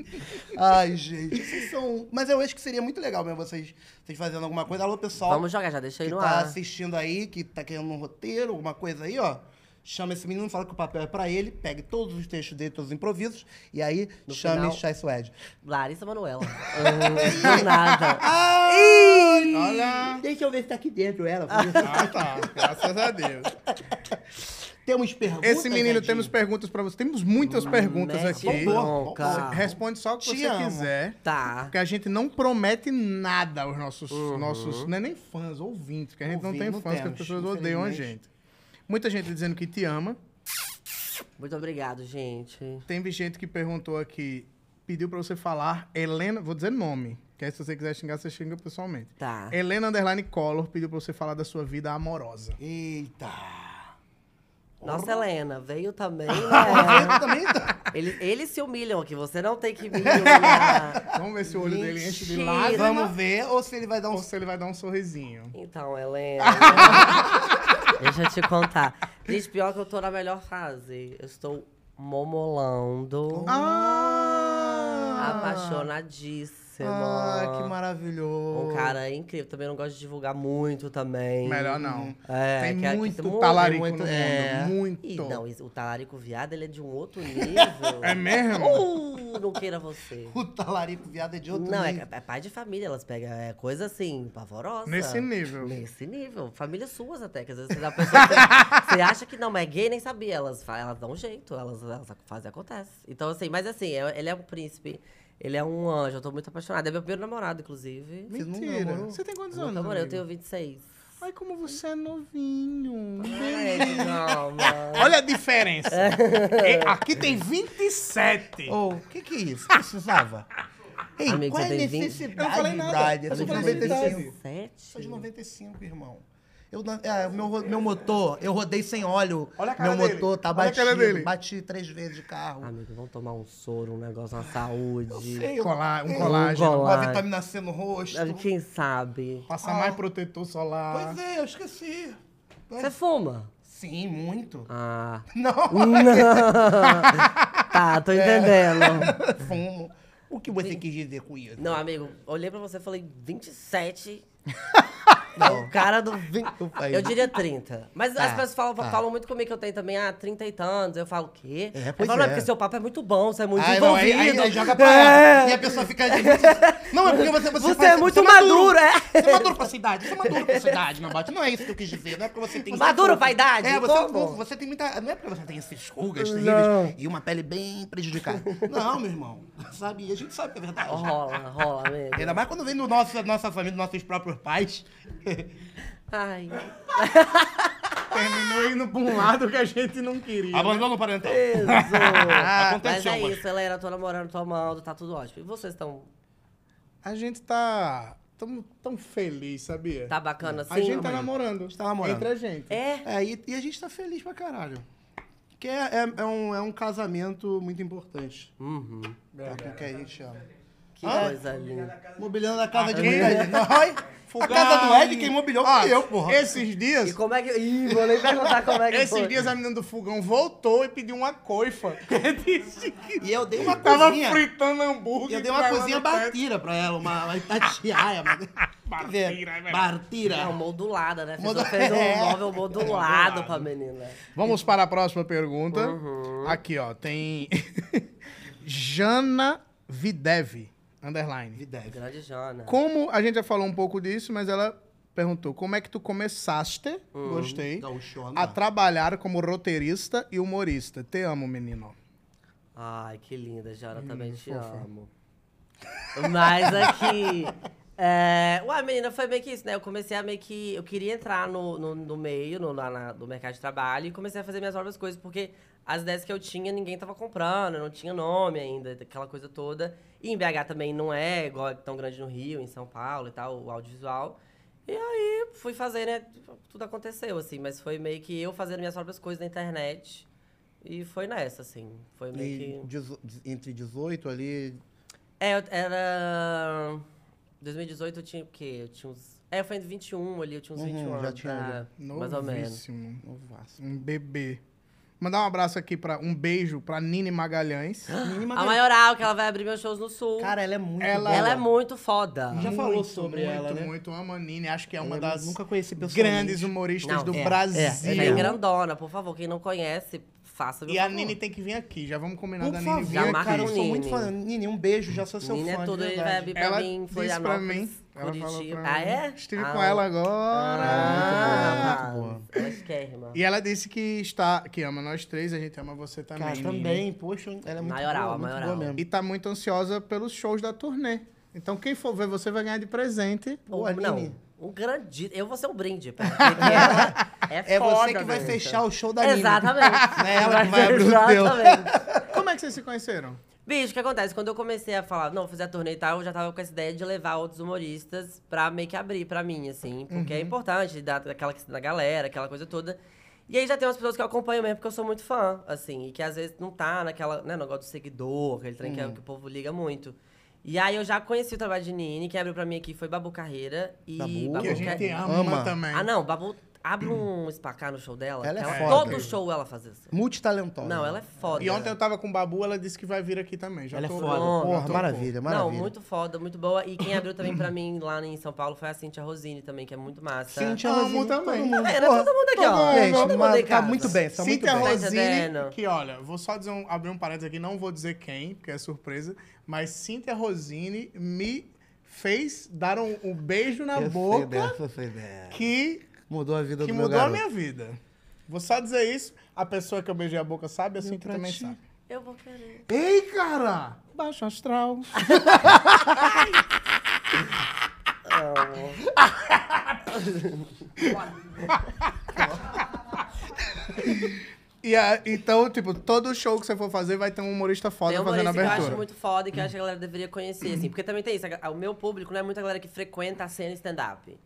[SPEAKER 1] Ai, gente, vocês são. um- Mas eu acho que seria muito legal mesmo vocês, vocês fazendo alguma coisa. Alô, pessoal.
[SPEAKER 3] Vamos jogar, já deixa aí
[SPEAKER 1] que
[SPEAKER 3] no
[SPEAKER 1] tá
[SPEAKER 3] ar.
[SPEAKER 1] assistindo aí, que tá querendo um roteiro, alguma coisa aí, ó. Chama esse menino, fala que o papel é pra ele, pegue todos os textos dele, todos os improvisos, e aí
[SPEAKER 3] No
[SPEAKER 1] chame
[SPEAKER 3] final-
[SPEAKER 1] Chai Suede. <laughs>
[SPEAKER 3] Larissa Manoela. Hum, do nada.
[SPEAKER 2] Olha.
[SPEAKER 1] Deixa eu ver se tá aqui dentro ela.
[SPEAKER 2] Ah, tá. Graças a Deus.
[SPEAKER 1] temos perguntas.
[SPEAKER 2] Esse menino,
[SPEAKER 1] Edinho?
[SPEAKER 2] temos perguntas para você. Temos muitas perguntas
[SPEAKER 3] Mete
[SPEAKER 2] aqui.
[SPEAKER 3] bronca.
[SPEAKER 2] Responde só o que
[SPEAKER 1] Te
[SPEAKER 2] você
[SPEAKER 1] amo.
[SPEAKER 2] quiser.
[SPEAKER 3] Tá.
[SPEAKER 2] Porque a gente não promete nada aos nossos, nossos não é nem fãs, ouvintes, porque a gente
[SPEAKER 1] Ouvintes
[SPEAKER 2] não
[SPEAKER 1] não
[SPEAKER 2] tem fãs, que as
[SPEAKER 1] temos,
[SPEAKER 2] pessoas odeiam a
[SPEAKER 1] infelizmente.
[SPEAKER 2] gente. Muita gente dizendo que te ama.
[SPEAKER 3] Muito obrigado, gente.
[SPEAKER 2] Teve gente que perguntou aqui, pediu pra você falar Helena, vou dizer nome, que aí se você quiser xingar, você xinga pessoalmente.
[SPEAKER 3] Tá.
[SPEAKER 2] Helena Underline Collor pediu pra você falar da sua vida amorosa.
[SPEAKER 1] Eita!
[SPEAKER 3] Nossa, Helena, veio
[SPEAKER 1] <laughs>
[SPEAKER 3] também,
[SPEAKER 1] Eu
[SPEAKER 3] né?
[SPEAKER 1] também tá.
[SPEAKER 3] Eles, eles se humilham aqui, você não tem que me humilhar.
[SPEAKER 2] Vamos ver se o olho dele enche de
[SPEAKER 3] Mentira.
[SPEAKER 2] lágrimas
[SPEAKER 1] Vamos ver, ou se ele vai dar um.
[SPEAKER 2] ou se ele vai dar um sorrisinho.
[SPEAKER 3] Então,
[SPEAKER 1] <laughs>
[SPEAKER 3] Helena. deixa eu te contar. Gente, pior que eu tô na melhor fase. Eu estou momolando.
[SPEAKER 2] Ah!
[SPEAKER 3] Apaixonadíssima.
[SPEAKER 1] Ah, que maravilhoso.
[SPEAKER 3] Um cara incrível. Também não gosto de divulgar muito também.
[SPEAKER 2] Melhor não.
[SPEAKER 3] É,
[SPEAKER 2] tem
[SPEAKER 3] que- que
[SPEAKER 2] muito
[SPEAKER 3] tem muito,
[SPEAKER 2] talarico
[SPEAKER 1] muito,
[SPEAKER 2] no mundo,
[SPEAKER 1] é.
[SPEAKER 2] muito.
[SPEAKER 3] E não, e o talarico viado, ele é de um
[SPEAKER 2] <laughs>
[SPEAKER 3] outro nível.
[SPEAKER 2] É mesmo?
[SPEAKER 3] Uh, não queira você.
[SPEAKER 1] O talarico viado é de outro
[SPEAKER 3] Não, é,
[SPEAKER 1] nível.
[SPEAKER 3] é pai de família, elas pegam. É coisa assim, pavorosa.
[SPEAKER 2] Nesse nível.
[SPEAKER 3] Nesse nível. Famílias suas até, que às vezes a pessoa.
[SPEAKER 2] <laughs>
[SPEAKER 3] Você, você acha que não, mas é gay, nem sabia. Elas, fa- elas dão um jeito, elas, elas fazem acontece. Então, assim, mas assim, é- ele é um príncipe, ele é um anjo, eu tô muito apaixonada. É meu primeiro namorado, inclusive.
[SPEAKER 1] Você nunca
[SPEAKER 2] Mentira.
[SPEAKER 1] namorou?
[SPEAKER 2] Você tem quantos
[SPEAKER 3] Meu
[SPEAKER 2] anos?
[SPEAKER 3] namorado, eu
[SPEAKER 2] amigo?
[SPEAKER 3] tenho 26.
[SPEAKER 2] Ai, como você é novinho.
[SPEAKER 3] É, calma.
[SPEAKER 2] Olha a diferença. É, Aqui tem 27.
[SPEAKER 1] Ô, o que que é isso? Precisava? Ei,
[SPEAKER 3] Amigo,
[SPEAKER 1] qual é
[SPEAKER 3] você
[SPEAKER 1] a
[SPEAKER 3] tem vinte?
[SPEAKER 1] necessidade,
[SPEAKER 2] Eu não falei nada.
[SPEAKER 1] brother? Eu sou
[SPEAKER 2] Eu
[SPEAKER 1] de
[SPEAKER 2] não falei
[SPEAKER 1] 95. Sou de
[SPEAKER 3] 97?
[SPEAKER 1] 95, irmão. Eu, na- é, meu, ro- meu motor, eu rodei sem óleo.
[SPEAKER 2] Olha a cara
[SPEAKER 1] meu
[SPEAKER 2] dele.
[SPEAKER 1] motor tá
[SPEAKER 2] Olha a cara
[SPEAKER 1] batido.
[SPEAKER 2] dele.
[SPEAKER 1] Bati três vezes de carro.
[SPEAKER 3] Amigo, vamos tomar um soro, um negócio na saúde.
[SPEAKER 2] Colar, um
[SPEAKER 1] eu-
[SPEAKER 2] colágeno.
[SPEAKER 3] colar.
[SPEAKER 1] Uma vitamina C no rosto.
[SPEAKER 3] Quem sabe?
[SPEAKER 2] Passar mais protetor solar.
[SPEAKER 1] Pois é, eu esqueci.
[SPEAKER 3] Você fuma?
[SPEAKER 1] Sim, muito.
[SPEAKER 3] Ah.
[SPEAKER 1] Não,
[SPEAKER 3] <laughs>
[SPEAKER 1] é
[SPEAKER 3] Tá, tô
[SPEAKER 1] <laughs>
[SPEAKER 3] entendendo.
[SPEAKER 1] fumo. O que você quis dizer com isso?
[SPEAKER 3] Não, amigo, olhei pra você e falei
[SPEAKER 1] <laughs>
[SPEAKER 3] 27. Não, o cara do 20.
[SPEAKER 1] Eu falei.
[SPEAKER 3] Eu diria 30. Mas
[SPEAKER 1] Tá,
[SPEAKER 3] as pessoas falam,
[SPEAKER 1] tá.
[SPEAKER 3] falam muito comigo que eu tenho também, ah, 30 e tantos. Eu falo, o quê?
[SPEAKER 1] É,
[SPEAKER 3] Eu
[SPEAKER 1] pois
[SPEAKER 3] falo, não,
[SPEAKER 1] é.
[SPEAKER 3] porque seu papo é muito bom, você é muito
[SPEAKER 1] Ah, não, aí,
[SPEAKER 3] envolvido. É.
[SPEAKER 1] aí, aí
[SPEAKER 3] <laughs>
[SPEAKER 1] joga pra ela. E a pessoa fica. Não, é porque você. Você,
[SPEAKER 3] Você
[SPEAKER 1] parece-
[SPEAKER 3] é muito maduro, é.
[SPEAKER 1] Você é maduro pra sua idade. Você é maduro pra sua idade, meu bote. Não é isso que eu quis dizer. Não é porque você tem.
[SPEAKER 3] Maduro pra idade?
[SPEAKER 1] É, você, é um
[SPEAKER 3] Como?
[SPEAKER 1] pouco- você tem muita. Não é porque você tem essas rugas terríveis e uma pele bem prejudicada. Não, meu irmão. Sabe? E A gente sabe que é verdade.
[SPEAKER 3] Rola, rola, amigo.
[SPEAKER 1] Ainda mais quando vem do nosso, da nossa família, dos nossos próprios
[SPEAKER 3] <laughs>
[SPEAKER 1] pais.
[SPEAKER 3] Ai.
[SPEAKER 2] <laughs> Terminou indo pra um lado que a gente não queria.
[SPEAKER 1] Abandono parental.
[SPEAKER 3] Mas
[SPEAKER 1] Aconteceu,
[SPEAKER 3] é
[SPEAKER 1] mano.
[SPEAKER 3] isso, Helena, tô namorando, tô amando, tá tudo ótimo. E vocês estão.
[SPEAKER 2] A gente tá tão, tão feliz, sabia?
[SPEAKER 3] Tá bacana assim?
[SPEAKER 2] a gente tá
[SPEAKER 1] mãe.
[SPEAKER 2] namorando. A
[SPEAKER 1] gente tá namorando.
[SPEAKER 2] Entre a gente.
[SPEAKER 3] É?
[SPEAKER 1] É, e, e a gente tá feliz pra caralho. Que é, é- é um, é um casamento muito importante.
[SPEAKER 3] Uhum.
[SPEAKER 1] Tá, com que a gente ama.
[SPEAKER 3] Que coisa linda.
[SPEAKER 1] Mobiliando a casa Tá de
[SPEAKER 2] quem? <laughs>
[SPEAKER 1] muita gente. Ai, A casa do Ed, quem mobiliou
[SPEAKER 2] Ó,
[SPEAKER 1] foi eu, porra.
[SPEAKER 2] Esses dias.
[SPEAKER 3] E como é que. Ih, vou nem perguntar como é que. foi.
[SPEAKER 2] Esses dias a menina do fogão voltou e pediu
[SPEAKER 1] <laughs>
[SPEAKER 2] uma coifa.
[SPEAKER 1] E eu dei uma
[SPEAKER 2] <laughs> Tava
[SPEAKER 1] cozinha.
[SPEAKER 2] fritando hambúrguer.
[SPEAKER 1] E eu dei
[SPEAKER 2] com
[SPEAKER 1] uma
[SPEAKER 2] ela
[SPEAKER 1] cozinha
[SPEAKER 2] no teto.
[SPEAKER 1] batira pra ela, uma, uma itatiaia, mano.
[SPEAKER 2] <laughs> Batira, é verdade.
[SPEAKER 1] Batira.
[SPEAKER 3] Não, modulada, né? Fez,
[SPEAKER 1] Modu-
[SPEAKER 2] <laughs>
[SPEAKER 3] fez um
[SPEAKER 1] É.
[SPEAKER 3] móvel modulado pra menina.
[SPEAKER 2] Vamos para a próxima pergunta. Aqui, ó, tem Jana Videv, underline.
[SPEAKER 1] Deve.
[SPEAKER 3] Grande Jana.
[SPEAKER 2] Como a gente já falou um pouco disso, mas ela perguntou como é que tu começaste, gostei,
[SPEAKER 1] Gauchona.
[SPEAKER 2] a trabalhar como roteirista e humorista. Te amo, menino.
[SPEAKER 3] Ai, que linda,
[SPEAKER 2] Hum,
[SPEAKER 3] Jana, também te amo. Mas aqui. É... Ué, menina, foi meio que isso, né? Eu comecei a meio que. Eu queria entrar no, no, no meio, no, lá na- do mercado de trabalho, e comecei a fazer minhas próprias coisas, porque as ideias que eu tinha, ninguém tava comprando, não tinha nome ainda, aquela coisa toda. E em BH também não é igual é tão grande no Rio, em São Paulo e tal, o audiovisual. E aí fui fazer, né? Tudo aconteceu, assim, mas foi meio que eu fazendo minhas próprias coisas na internet. E foi nessa, assim. Foi meio que.
[SPEAKER 1] E né, dezo- de- entre 18 ali.
[SPEAKER 3] É, eu era. 2018 eu tinha o quê? Eu tinha uns. É, foi em 21 ali, eu tinha uns
[SPEAKER 1] Uhum,
[SPEAKER 3] 21 anos.
[SPEAKER 1] já tinha,
[SPEAKER 3] tá? mais ou menos.
[SPEAKER 2] Novíssimo.
[SPEAKER 1] Novaço.
[SPEAKER 2] Um bebê. Mandar um abraço aqui para um beijo para Nini Magalhães.
[SPEAKER 1] Mínima
[SPEAKER 3] A maioral, que ela vai abrir meus shows no sul.
[SPEAKER 1] Cara, ela é muito
[SPEAKER 2] Ela-
[SPEAKER 1] ela...
[SPEAKER 3] ela é muito foda.
[SPEAKER 1] Já falou sobre
[SPEAKER 2] muito,
[SPEAKER 1] ela, né?
[SPEAKER 2] Muito, amo a Nini. Acho que é uma
[SPEAKER 1] Eu
[SPEAKER 2] das
[SPEAKER 1] nunca conheci pessoalmente.
[SPEAKER 2] grandes humoristas
[SPEAKER 3] Não,
[SPEAKER 2] do
[SPEAKER 1] é,
[SPEAKER 2] Brasil.
[SPEAKER 3] Ela é
[SPEAKER 1] Sim.
[SPEAKER 3] grandona, por favor. Quem não conhece, faça meu
[SPEAKER 2] E a
[SPEAKER 3] favor.
[SPEAKER 2] Nini tem que vir aqui, já vamos combinar
[SPEAKER 1] Por
[SPEAKER 2] da Nini
[SPEAKER 1] favor,
[SPEAKER 2] vir
[SPEAKER 3] Já marca
[SPEAKER 1] cara, eu
[SPEAKER 2] aqui.
[SPEAKER 3] um
[SPEAKER 1] sou muito
[SPEAKER 3] Nini.
[SPEAKER 1] fã. Nini, um beijo, já sou seu
[SPEAKER 3] Nini
[SPEAKER 1] fã.
[SPEAKER 3] é tudo,
[SPEAKER 1] de
[SPEAKER 3] ele vai
[SPEAKER 1] verdade.
[SPEAKER 3] abrir pra
[SPEAKER 2] Ela
[SPEAKER 3] mim,
[SPEAKER 2] disse pra mim,
[SPEAKER 3] Florianópolis,
[SPEAKER 2] ela falou
[SPEAKER 3] Curitiba.
[SPEAKER 2] pra
[SPEAKER 3] Ah,
[SPEAKER 2] mim.
[SPEAKER 3] é?
[SPEAKER 2] Estive
[SPEAKER 3] Ah,
[SPEAKER 2] com ela agora.
[SPEAKER 3] Ah, ela é esquerma.
[SPEAKER 2] E ela disse que está, que ama nós três, a gente ama você também.
[SPEAKER 1] Cara,
[SPEAKER 2] Nini.
[SPEAKER 1] também, poxa, ela é muito
[SPEAKER 3] Maioral,
[SPEAKER 1] boa,
[SPEAKER 3] a
[SPEAKER 1] muito
[SPEAKER 3] maioral.
[SPEAKER 1] boa mesmo.
[SPEAKER 2] E tá muito ansiosa pelos shows da turnê. Então quem for ver você vai ganhar de presente.
[SPEAKER 3] Ou
[SPEAKER 1] Boa,
[SPEAKER 3] não,
[SPEAKER 1] Nini.
[SPEAKER 3] um grande... Eu vou ser um
[SPEAKER 1] <laughs>
[SPEAKER 3] brinde, porque ela é
[SPEAKER 1] É
[SPEAKER 3] foda,
[SPEAKER 1] você que vai
[SPEAKER 3] velho.
[SPEAKER 1] fechar o show da Nini.
[SPEAKER 3] Exatamente.
[SPEAKER 1] Não é ela que
[SPEAKER 3] <laughs>
[SPEAKER 1] vai abrir o teu.
[SPEAKER 3] Exatamente.
[SPEAKER 2] Como é que vocês se conheceram?
[SPEAKER 3] Bicho, o que acontece? Quando eu comecei a falar, não, fazer a turnê e tal, eu já tava com essa ideia de levar outros humoristas pra meio que abrir pra mim, assim. Porque é
[SPEAKER 2] Uhum.
[SPEAKER 3] importante dar aquela questão da galera, aquela coisa toda. E aí já tem umas pessoas que eu acompanho mesmo, porque eu sou muito fã, assim. E que às vezes não tá naquela, né, negócio do seguidor, aquele trem que, é- que o povo liga muito. E aí eu já conheci o trabalho de Nini, que abriu pra mim aqui, foi Babu Carreira. E
[SPEAKER 1] Babu.
[SPEAKER 2] Que
[SPEAKER 1] Amor,
[SPEAKER 2] a gente
[SPEAKER 3] Carreira-
[SPEAKER 2] ama,
[SPEAKER 1] ama.
[SPEAKER 2] também.
[SPEAKER 3] Ah, não, Babu abre um espacá no show dela.
[SPEAKER 1] Ela é
[SPEAKER 3] que
[SPEAKER 1] foda.
[SPEAKER 3] Todo show ela faz isso.
[SPEAKER 1] Multitalentosa.
[SPEAKER 3] Não, ela é foda.
[SPEAKER 2] E ontem eu tava com o Babu, ela disse que vai vir aqui também. Já
[SPEAKER 1] Ela é
[SPEAKER 2] tô-
[SPEAKER 1] foda.
[SPEAKER 3] Não,
[SPEAKER 1] Porra,
[SPEAKER 2] já tô-
[SPEAKER 1] maravilha, maravilha.
[SPEAKER 3] Não, muito foda, muito boa. E quem abriu também pra mim lá em São Paulo foi a Cintia Rosini também, que é muito massa.
[SPEAKER 1] Cintia
[SPEAKER 2] Amo
[SPEAKER 1] Rosini, todo
[SPEAKER 2] também.
[SPEAKER 3] Tá
[SPEAKER 1] mundo.
[SPEAKER 3] vendo?
[SPEAKER 1] porra.
[SPEAKER 3] Todo mundo aqui, ó.
[SPEAKER 1] Gente,
[SPEAKER 3] Todo mundo
[SPEAKER 1] mano,
[SPEAKER 3] em
[SPEAKER 1] tá
[SPEAKER 3] casa.
[SPEAKER 1] muito bem, tá muito
[SPEAKER 2] Cíntia
[SPEAKER 1] bem.
[SPEAKER 3] Tá
[SPEAKER 2] Rosini,
[SPEAKER 3] entendendo?
[SPEAKER 2] que olha, vou só dizer um- abrir um parênteses aqui, não vou dizer quem, porque é surpresa, mas Cíntia Rosini me fez dar um, um beijo na
[SPEAKER 1] Eu sei
[SPEAKER 2] boca
[SPEAKER 1] dessa, eu sei dessa.
[SPEAKER 2] que,
[SPEAKER 1] Mudou a vida
[SPEAKER 2] que
[SPEAKER 1] do meu
[SPEAKER 2] mudou a
[SPEAKER 1] garoto.
[SPEAKER 2] minha vida. Vou só dizer isso, a pessoa que eu beijei a boca sabe, a Cíntia também sabe.
[SPEAKER 3] Eu vou querer.
[SPEAKER 2] Ei, cara! Baixo
[SPEAKER 3] <laughs>
[SPEAKER 2] astral. E a- então, tipo, todo show que você for fazer vai ter um humorista foda
[SPEAKER 3] Tem um
[SPEAKER 2] fazendo
[SPEAKER 3] humorista que eu
[SPEAKER 2] abertura.
[SPEAKER 3] acho muito foda e que eu acho que a galera deveria conhecer, assim. Porque também tem isso, a- o meu público não é muita galera que frequenta a cena stand-up.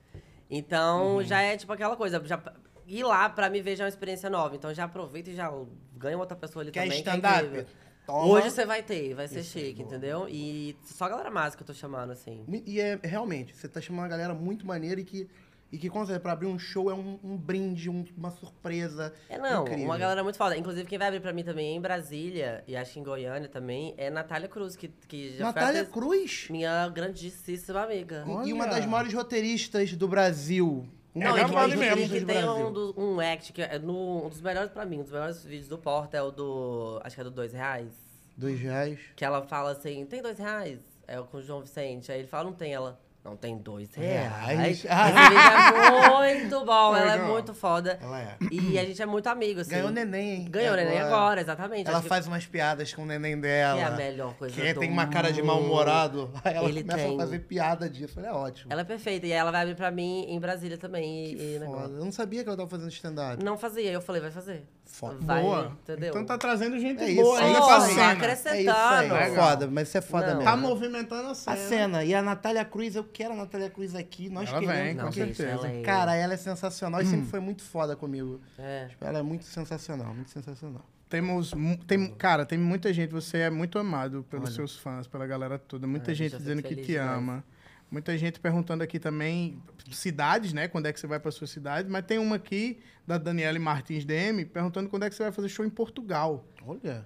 [SPEAKER 3] Então,
[SPEAKER 1] Uhum.
[SPEAKER 3] já é tipo aquela coisa, já ir lá pra me ver já é uma experiência nova. Então, já aproveita e já ganha outra pessoa ali
[SPEAKER 1] Quer
[SPEAKER 3] também. que é
[SPEAKER 1] stand-up?
[SPEAKER 3] incrível.
[SPEAKER 1] Toma. é
[SPEAKER 3] Hoje você vai ter, vai ser chique, entendeu? E só a galera massa que eu tô chamando, assim.
[SPEAKER 1] Mu- E é realmente, você tá chamando uma galera muito maneira e que, e que quando você pra abrir um show é um, um brinde, um- uma surpresa.
[SPEAKER 3] É, não,
[SPEAKER 1] incrível.
[SPEAKER 3] uma galera muito foda. Inclusive, quem vai abrir pra mim também em Brasília, e acho que em Goiânia também, é Natália Cruz, que, que já
[SPEAKER 1] Natália
[SPEAKER 3] foi
[SPEAKER 1] Cruz?
[SPEAKER 3] minha grandíssima amiga.
[SPEAKER 1] E é
[SPEAKER 2] Olha.
[SPEAKER 1] uma das maiores roteiristas do Brasil. Uma
[SPEAKER 2] Não,
[SPEAKER 1] das
[SPEAKER 2] e
[SPEAKER 3] que-
[SPEAKER 2] vale
[SPEAKER 1] maiores
[SPEAKER 3] que-
[SPEAKER 1] roteiristas
[SPEAKER 2] mesmo.
[SPEAKER 3] que
[SPEAKER 1] do
[SPEAKER 3] tem
[SPEAKER 1] Brasil.
[SPEAKER 3] um, do- um act, que é no- um dos melhores pra mim, um dos melhores vídeos do Porta é o do. Acho que é do dois reais.
[SPEAKER 1] Dois reais.
[SPEAKER 3] Que ela fala assim: tem dois reais? É o com o João Vicente. Aí ele fala: não tem. Ela. Não tem dois reais.
[SPEAKER 1] <laughs> Reais.
[SPEAKER 3] Esse vídeo é muito bom, ela é
[SPEAKER 2] Legal.
[SPEAKER 3] muito foda.
[SPEAKER 1] Ela é.
[SPEAKER 3] E a gente é muito amigo, assim.
[SPEAKER 1] Ganhou neném, hein?
[SPEAKER 3] Ganhou neném agora, exatamente.
[SPEAKER 1] Ela
[SPEAKER 3] Acho que-
[SPEAKER 1] faz umas piadas com o neném dela.
[SPEAKER 3] Que é a melhor coisa
[SPEAKER 1] Que
[SPEAKER 3] do
[SPEAKER 1] tem uma cara de
[SPEAKER 3] mundo.
[SPEAKER 1] mal-humorado. <laughs> Aí ela
[SPEAKER 3] Ele
[SPEAKER 1] começa
[SPEAKER 3] tem.
[SPEAKER 1] a fazer piada disso. Ela é ótima.
[SPEAKER 3] Ela né, é perfeita. E ela vai abrir pra mim em Brasília também. e- e
[SPEAKER 1] Que
[SPEAKER 3] negócio.
[SPEAKER 1] foda. Eu não sabia que ela tava fazendo stand-up.
[SPEAKER 3] Não fazia, eu falei, vai fazer.
[SPEAKER 1] Foda.
[SPEAKER 3] Vai,
[SPEAKER 2] Boa.
[SPEAKER 3] entendeu?
[SPEAKER 2] Então tá trazendo gente
[SPEAKER 1] É isso
[SPEAKER 2] boa
[SPEAKER 1] aí,
[SPEAKER 2] aí
[SPEAKER 1] é
[SPEAKER 2] pra
[SPEAKER 1] isso aí.
[SPEAKER 2] cena.
[SPEAKER 3] Acresce-
[SPEAKER 1] É isso aí.
[SPEAKER 3] Sentando.
[SPEAKER 1] É foda, mas isso é foda
[SPEAKER 3] tá Não.
[SPEAKER 1] mesmo.
[SPEAKER 3] Assim,
[SPEAKER 2] Tá movimentando a cena.
[SPEAKER 1] A cena. E a Natália Cruz, eu quero a Natália Cruz aqui, nós
[SPEAKER 2] Ela
[SPEAKER 1] queremos.
[SPEAKER 2] vem, com
[SPEAKER 3] Não,
[SPEAKER 1] porque-
[SPEAKER 3] gente,
[SPEAKER 2] certeza.
[SPEAKER 3] ela é-
[SPEAKER 1] Cara, ela é sensacional e sempre foi muito foda comigo.
[SPEAKER 3] É.
[SPEAKER 1] Tipo, ela é muito sensacional, muito sensacional.
[SPEAKER 2] Temos, mu- tem, cara, tem muita gente. Você é muito amado pelos seus fãs, pela galera toda. Muita
[SPEAKER 3] Ah,
[SPEAKER 2] gente
[SPEAKER 3] já fico
[SPEAKER 2] dizendo que
[SPEAKER 3] feliz
[SPEAKER 2] te
[SPEAKER 3] demais.
[SPEAKER 2] ama. Muita gente perguntando aqui também cidades, né? Quando é que você vai para sua cidade? Mas tem uma aqui da Daniele Martins DM perguntando quando é que você vai fazer show em Portugal.
[SPEAKER 1] Olha.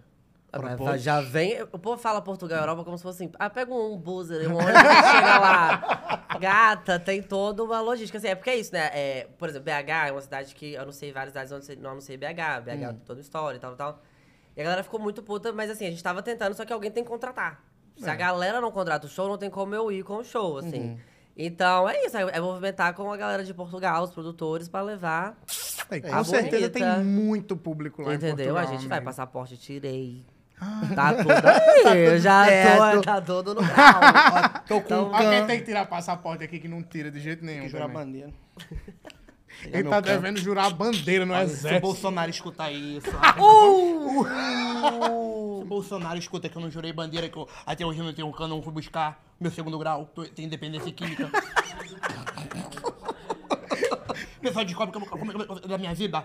[SPEAKER 3] Ah, mas
[SPEAKER 1] Propósito.
[SPEAKER 3] Já vem. O povo fala Portugal e Europa como se fosse assim. Ah, pega um buzzer, um ônibus e chega lá. Gata, tem toda uma logística. Assim, é porque é isso, né? É, por exemplo, BH é uma cidade que eu não sei várias cidades onde eu não anunciei BH. BH tem toda uma história e tal, tal. E a galera ficou muito puta, mas assim, a gente tava tentando, só que alguém tem que contratar. Se a galera não contrata o show, não tem como eu ir com o show, assim. Então é isso, é é movimentar com a galera de Portugal, os produtores, pra levar.
[SPEAKER 2] Aí, com
[SPEAKER 3] a
[SPEAKER 2] certeza
[SPEAKER 3] bonita.
[SPEAKER 2] tem muito público lá em
[SPEAKER 3] É Entendeu?
[SPEAKER 2] Portugal.
[SPEAKER 3] a gente vai,
[SPEAKER 2] amigo.
[SPEAKER 3] passaporte, tirei.
[SPEAKER 2] Ah.
[SPEAKER 3] Tá tudo
[SPEAKER 2] <laughs>
[SPEAKER 3] aí, eu já tô,
[SPEAKER 1] certo.
[SPEAKER 3] tá todo no grau.
[SPEAKER 1] Tô com
[SPEAKER 3] Então,
[SPEAKER 2] É, Ó, quem tem que tirar passaporte aqui que não tira de jeito nenhum.
[SPEAKER 1] que jurar a
[SPEAKER 2] também.
[SPEAKER 1] bandeira.
[SPEAKER 2] Ele tá devendo jurar a bandeira no
[SPEAKER 1] Se o
[SPEAKER 2] exército.
[SPEAKER 1] Bolsonaro escutar <laughs> isso.
[SPEAKER 2] Uh.
[SPEAKER 1] Se o <laughs> Bolsonaro escuta que eu não jurei bandeira, que eu até hoje eu não tenho um cano, não fui buscar meu segundo grau, tô- tenho independência química. O pessoal descobre como, como, como- da minha vida.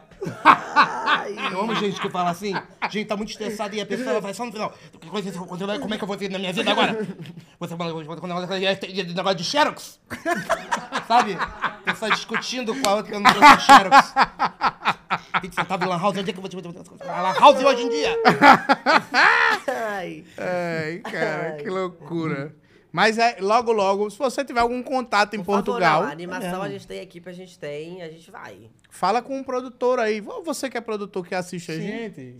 [SPEAKER 1] Eu amo gente que fala assim. Gente, tá muito estressada e a pessoa vai só no final. "Como é que eu- Como é que eu vou ter na minha vida agora? Você fala com negócio de Xerox. <laughs> Sabe? A pessoa discutindo com a outra que eu não trouxe Xerox. Tem que sentar no Lan House. Onde é que eu vou te botar? A Lan House hoje em dia.
[SPEAKER 3] Ai.
[SPEAKER 2] Ai, cara, que loucura. Mas é, logo, logo, se você tiver algum contato em
[SPEAKER 3] Por favor,
[SPEAKER 2] Portugal, É.
[SPEAKER 3] não, a animação a gente tem, a equipe a gente tem, a gente vai.
[SPEAKER 2] fala com um produtor aí. Vo- Você que é produtor que assiste a gente, e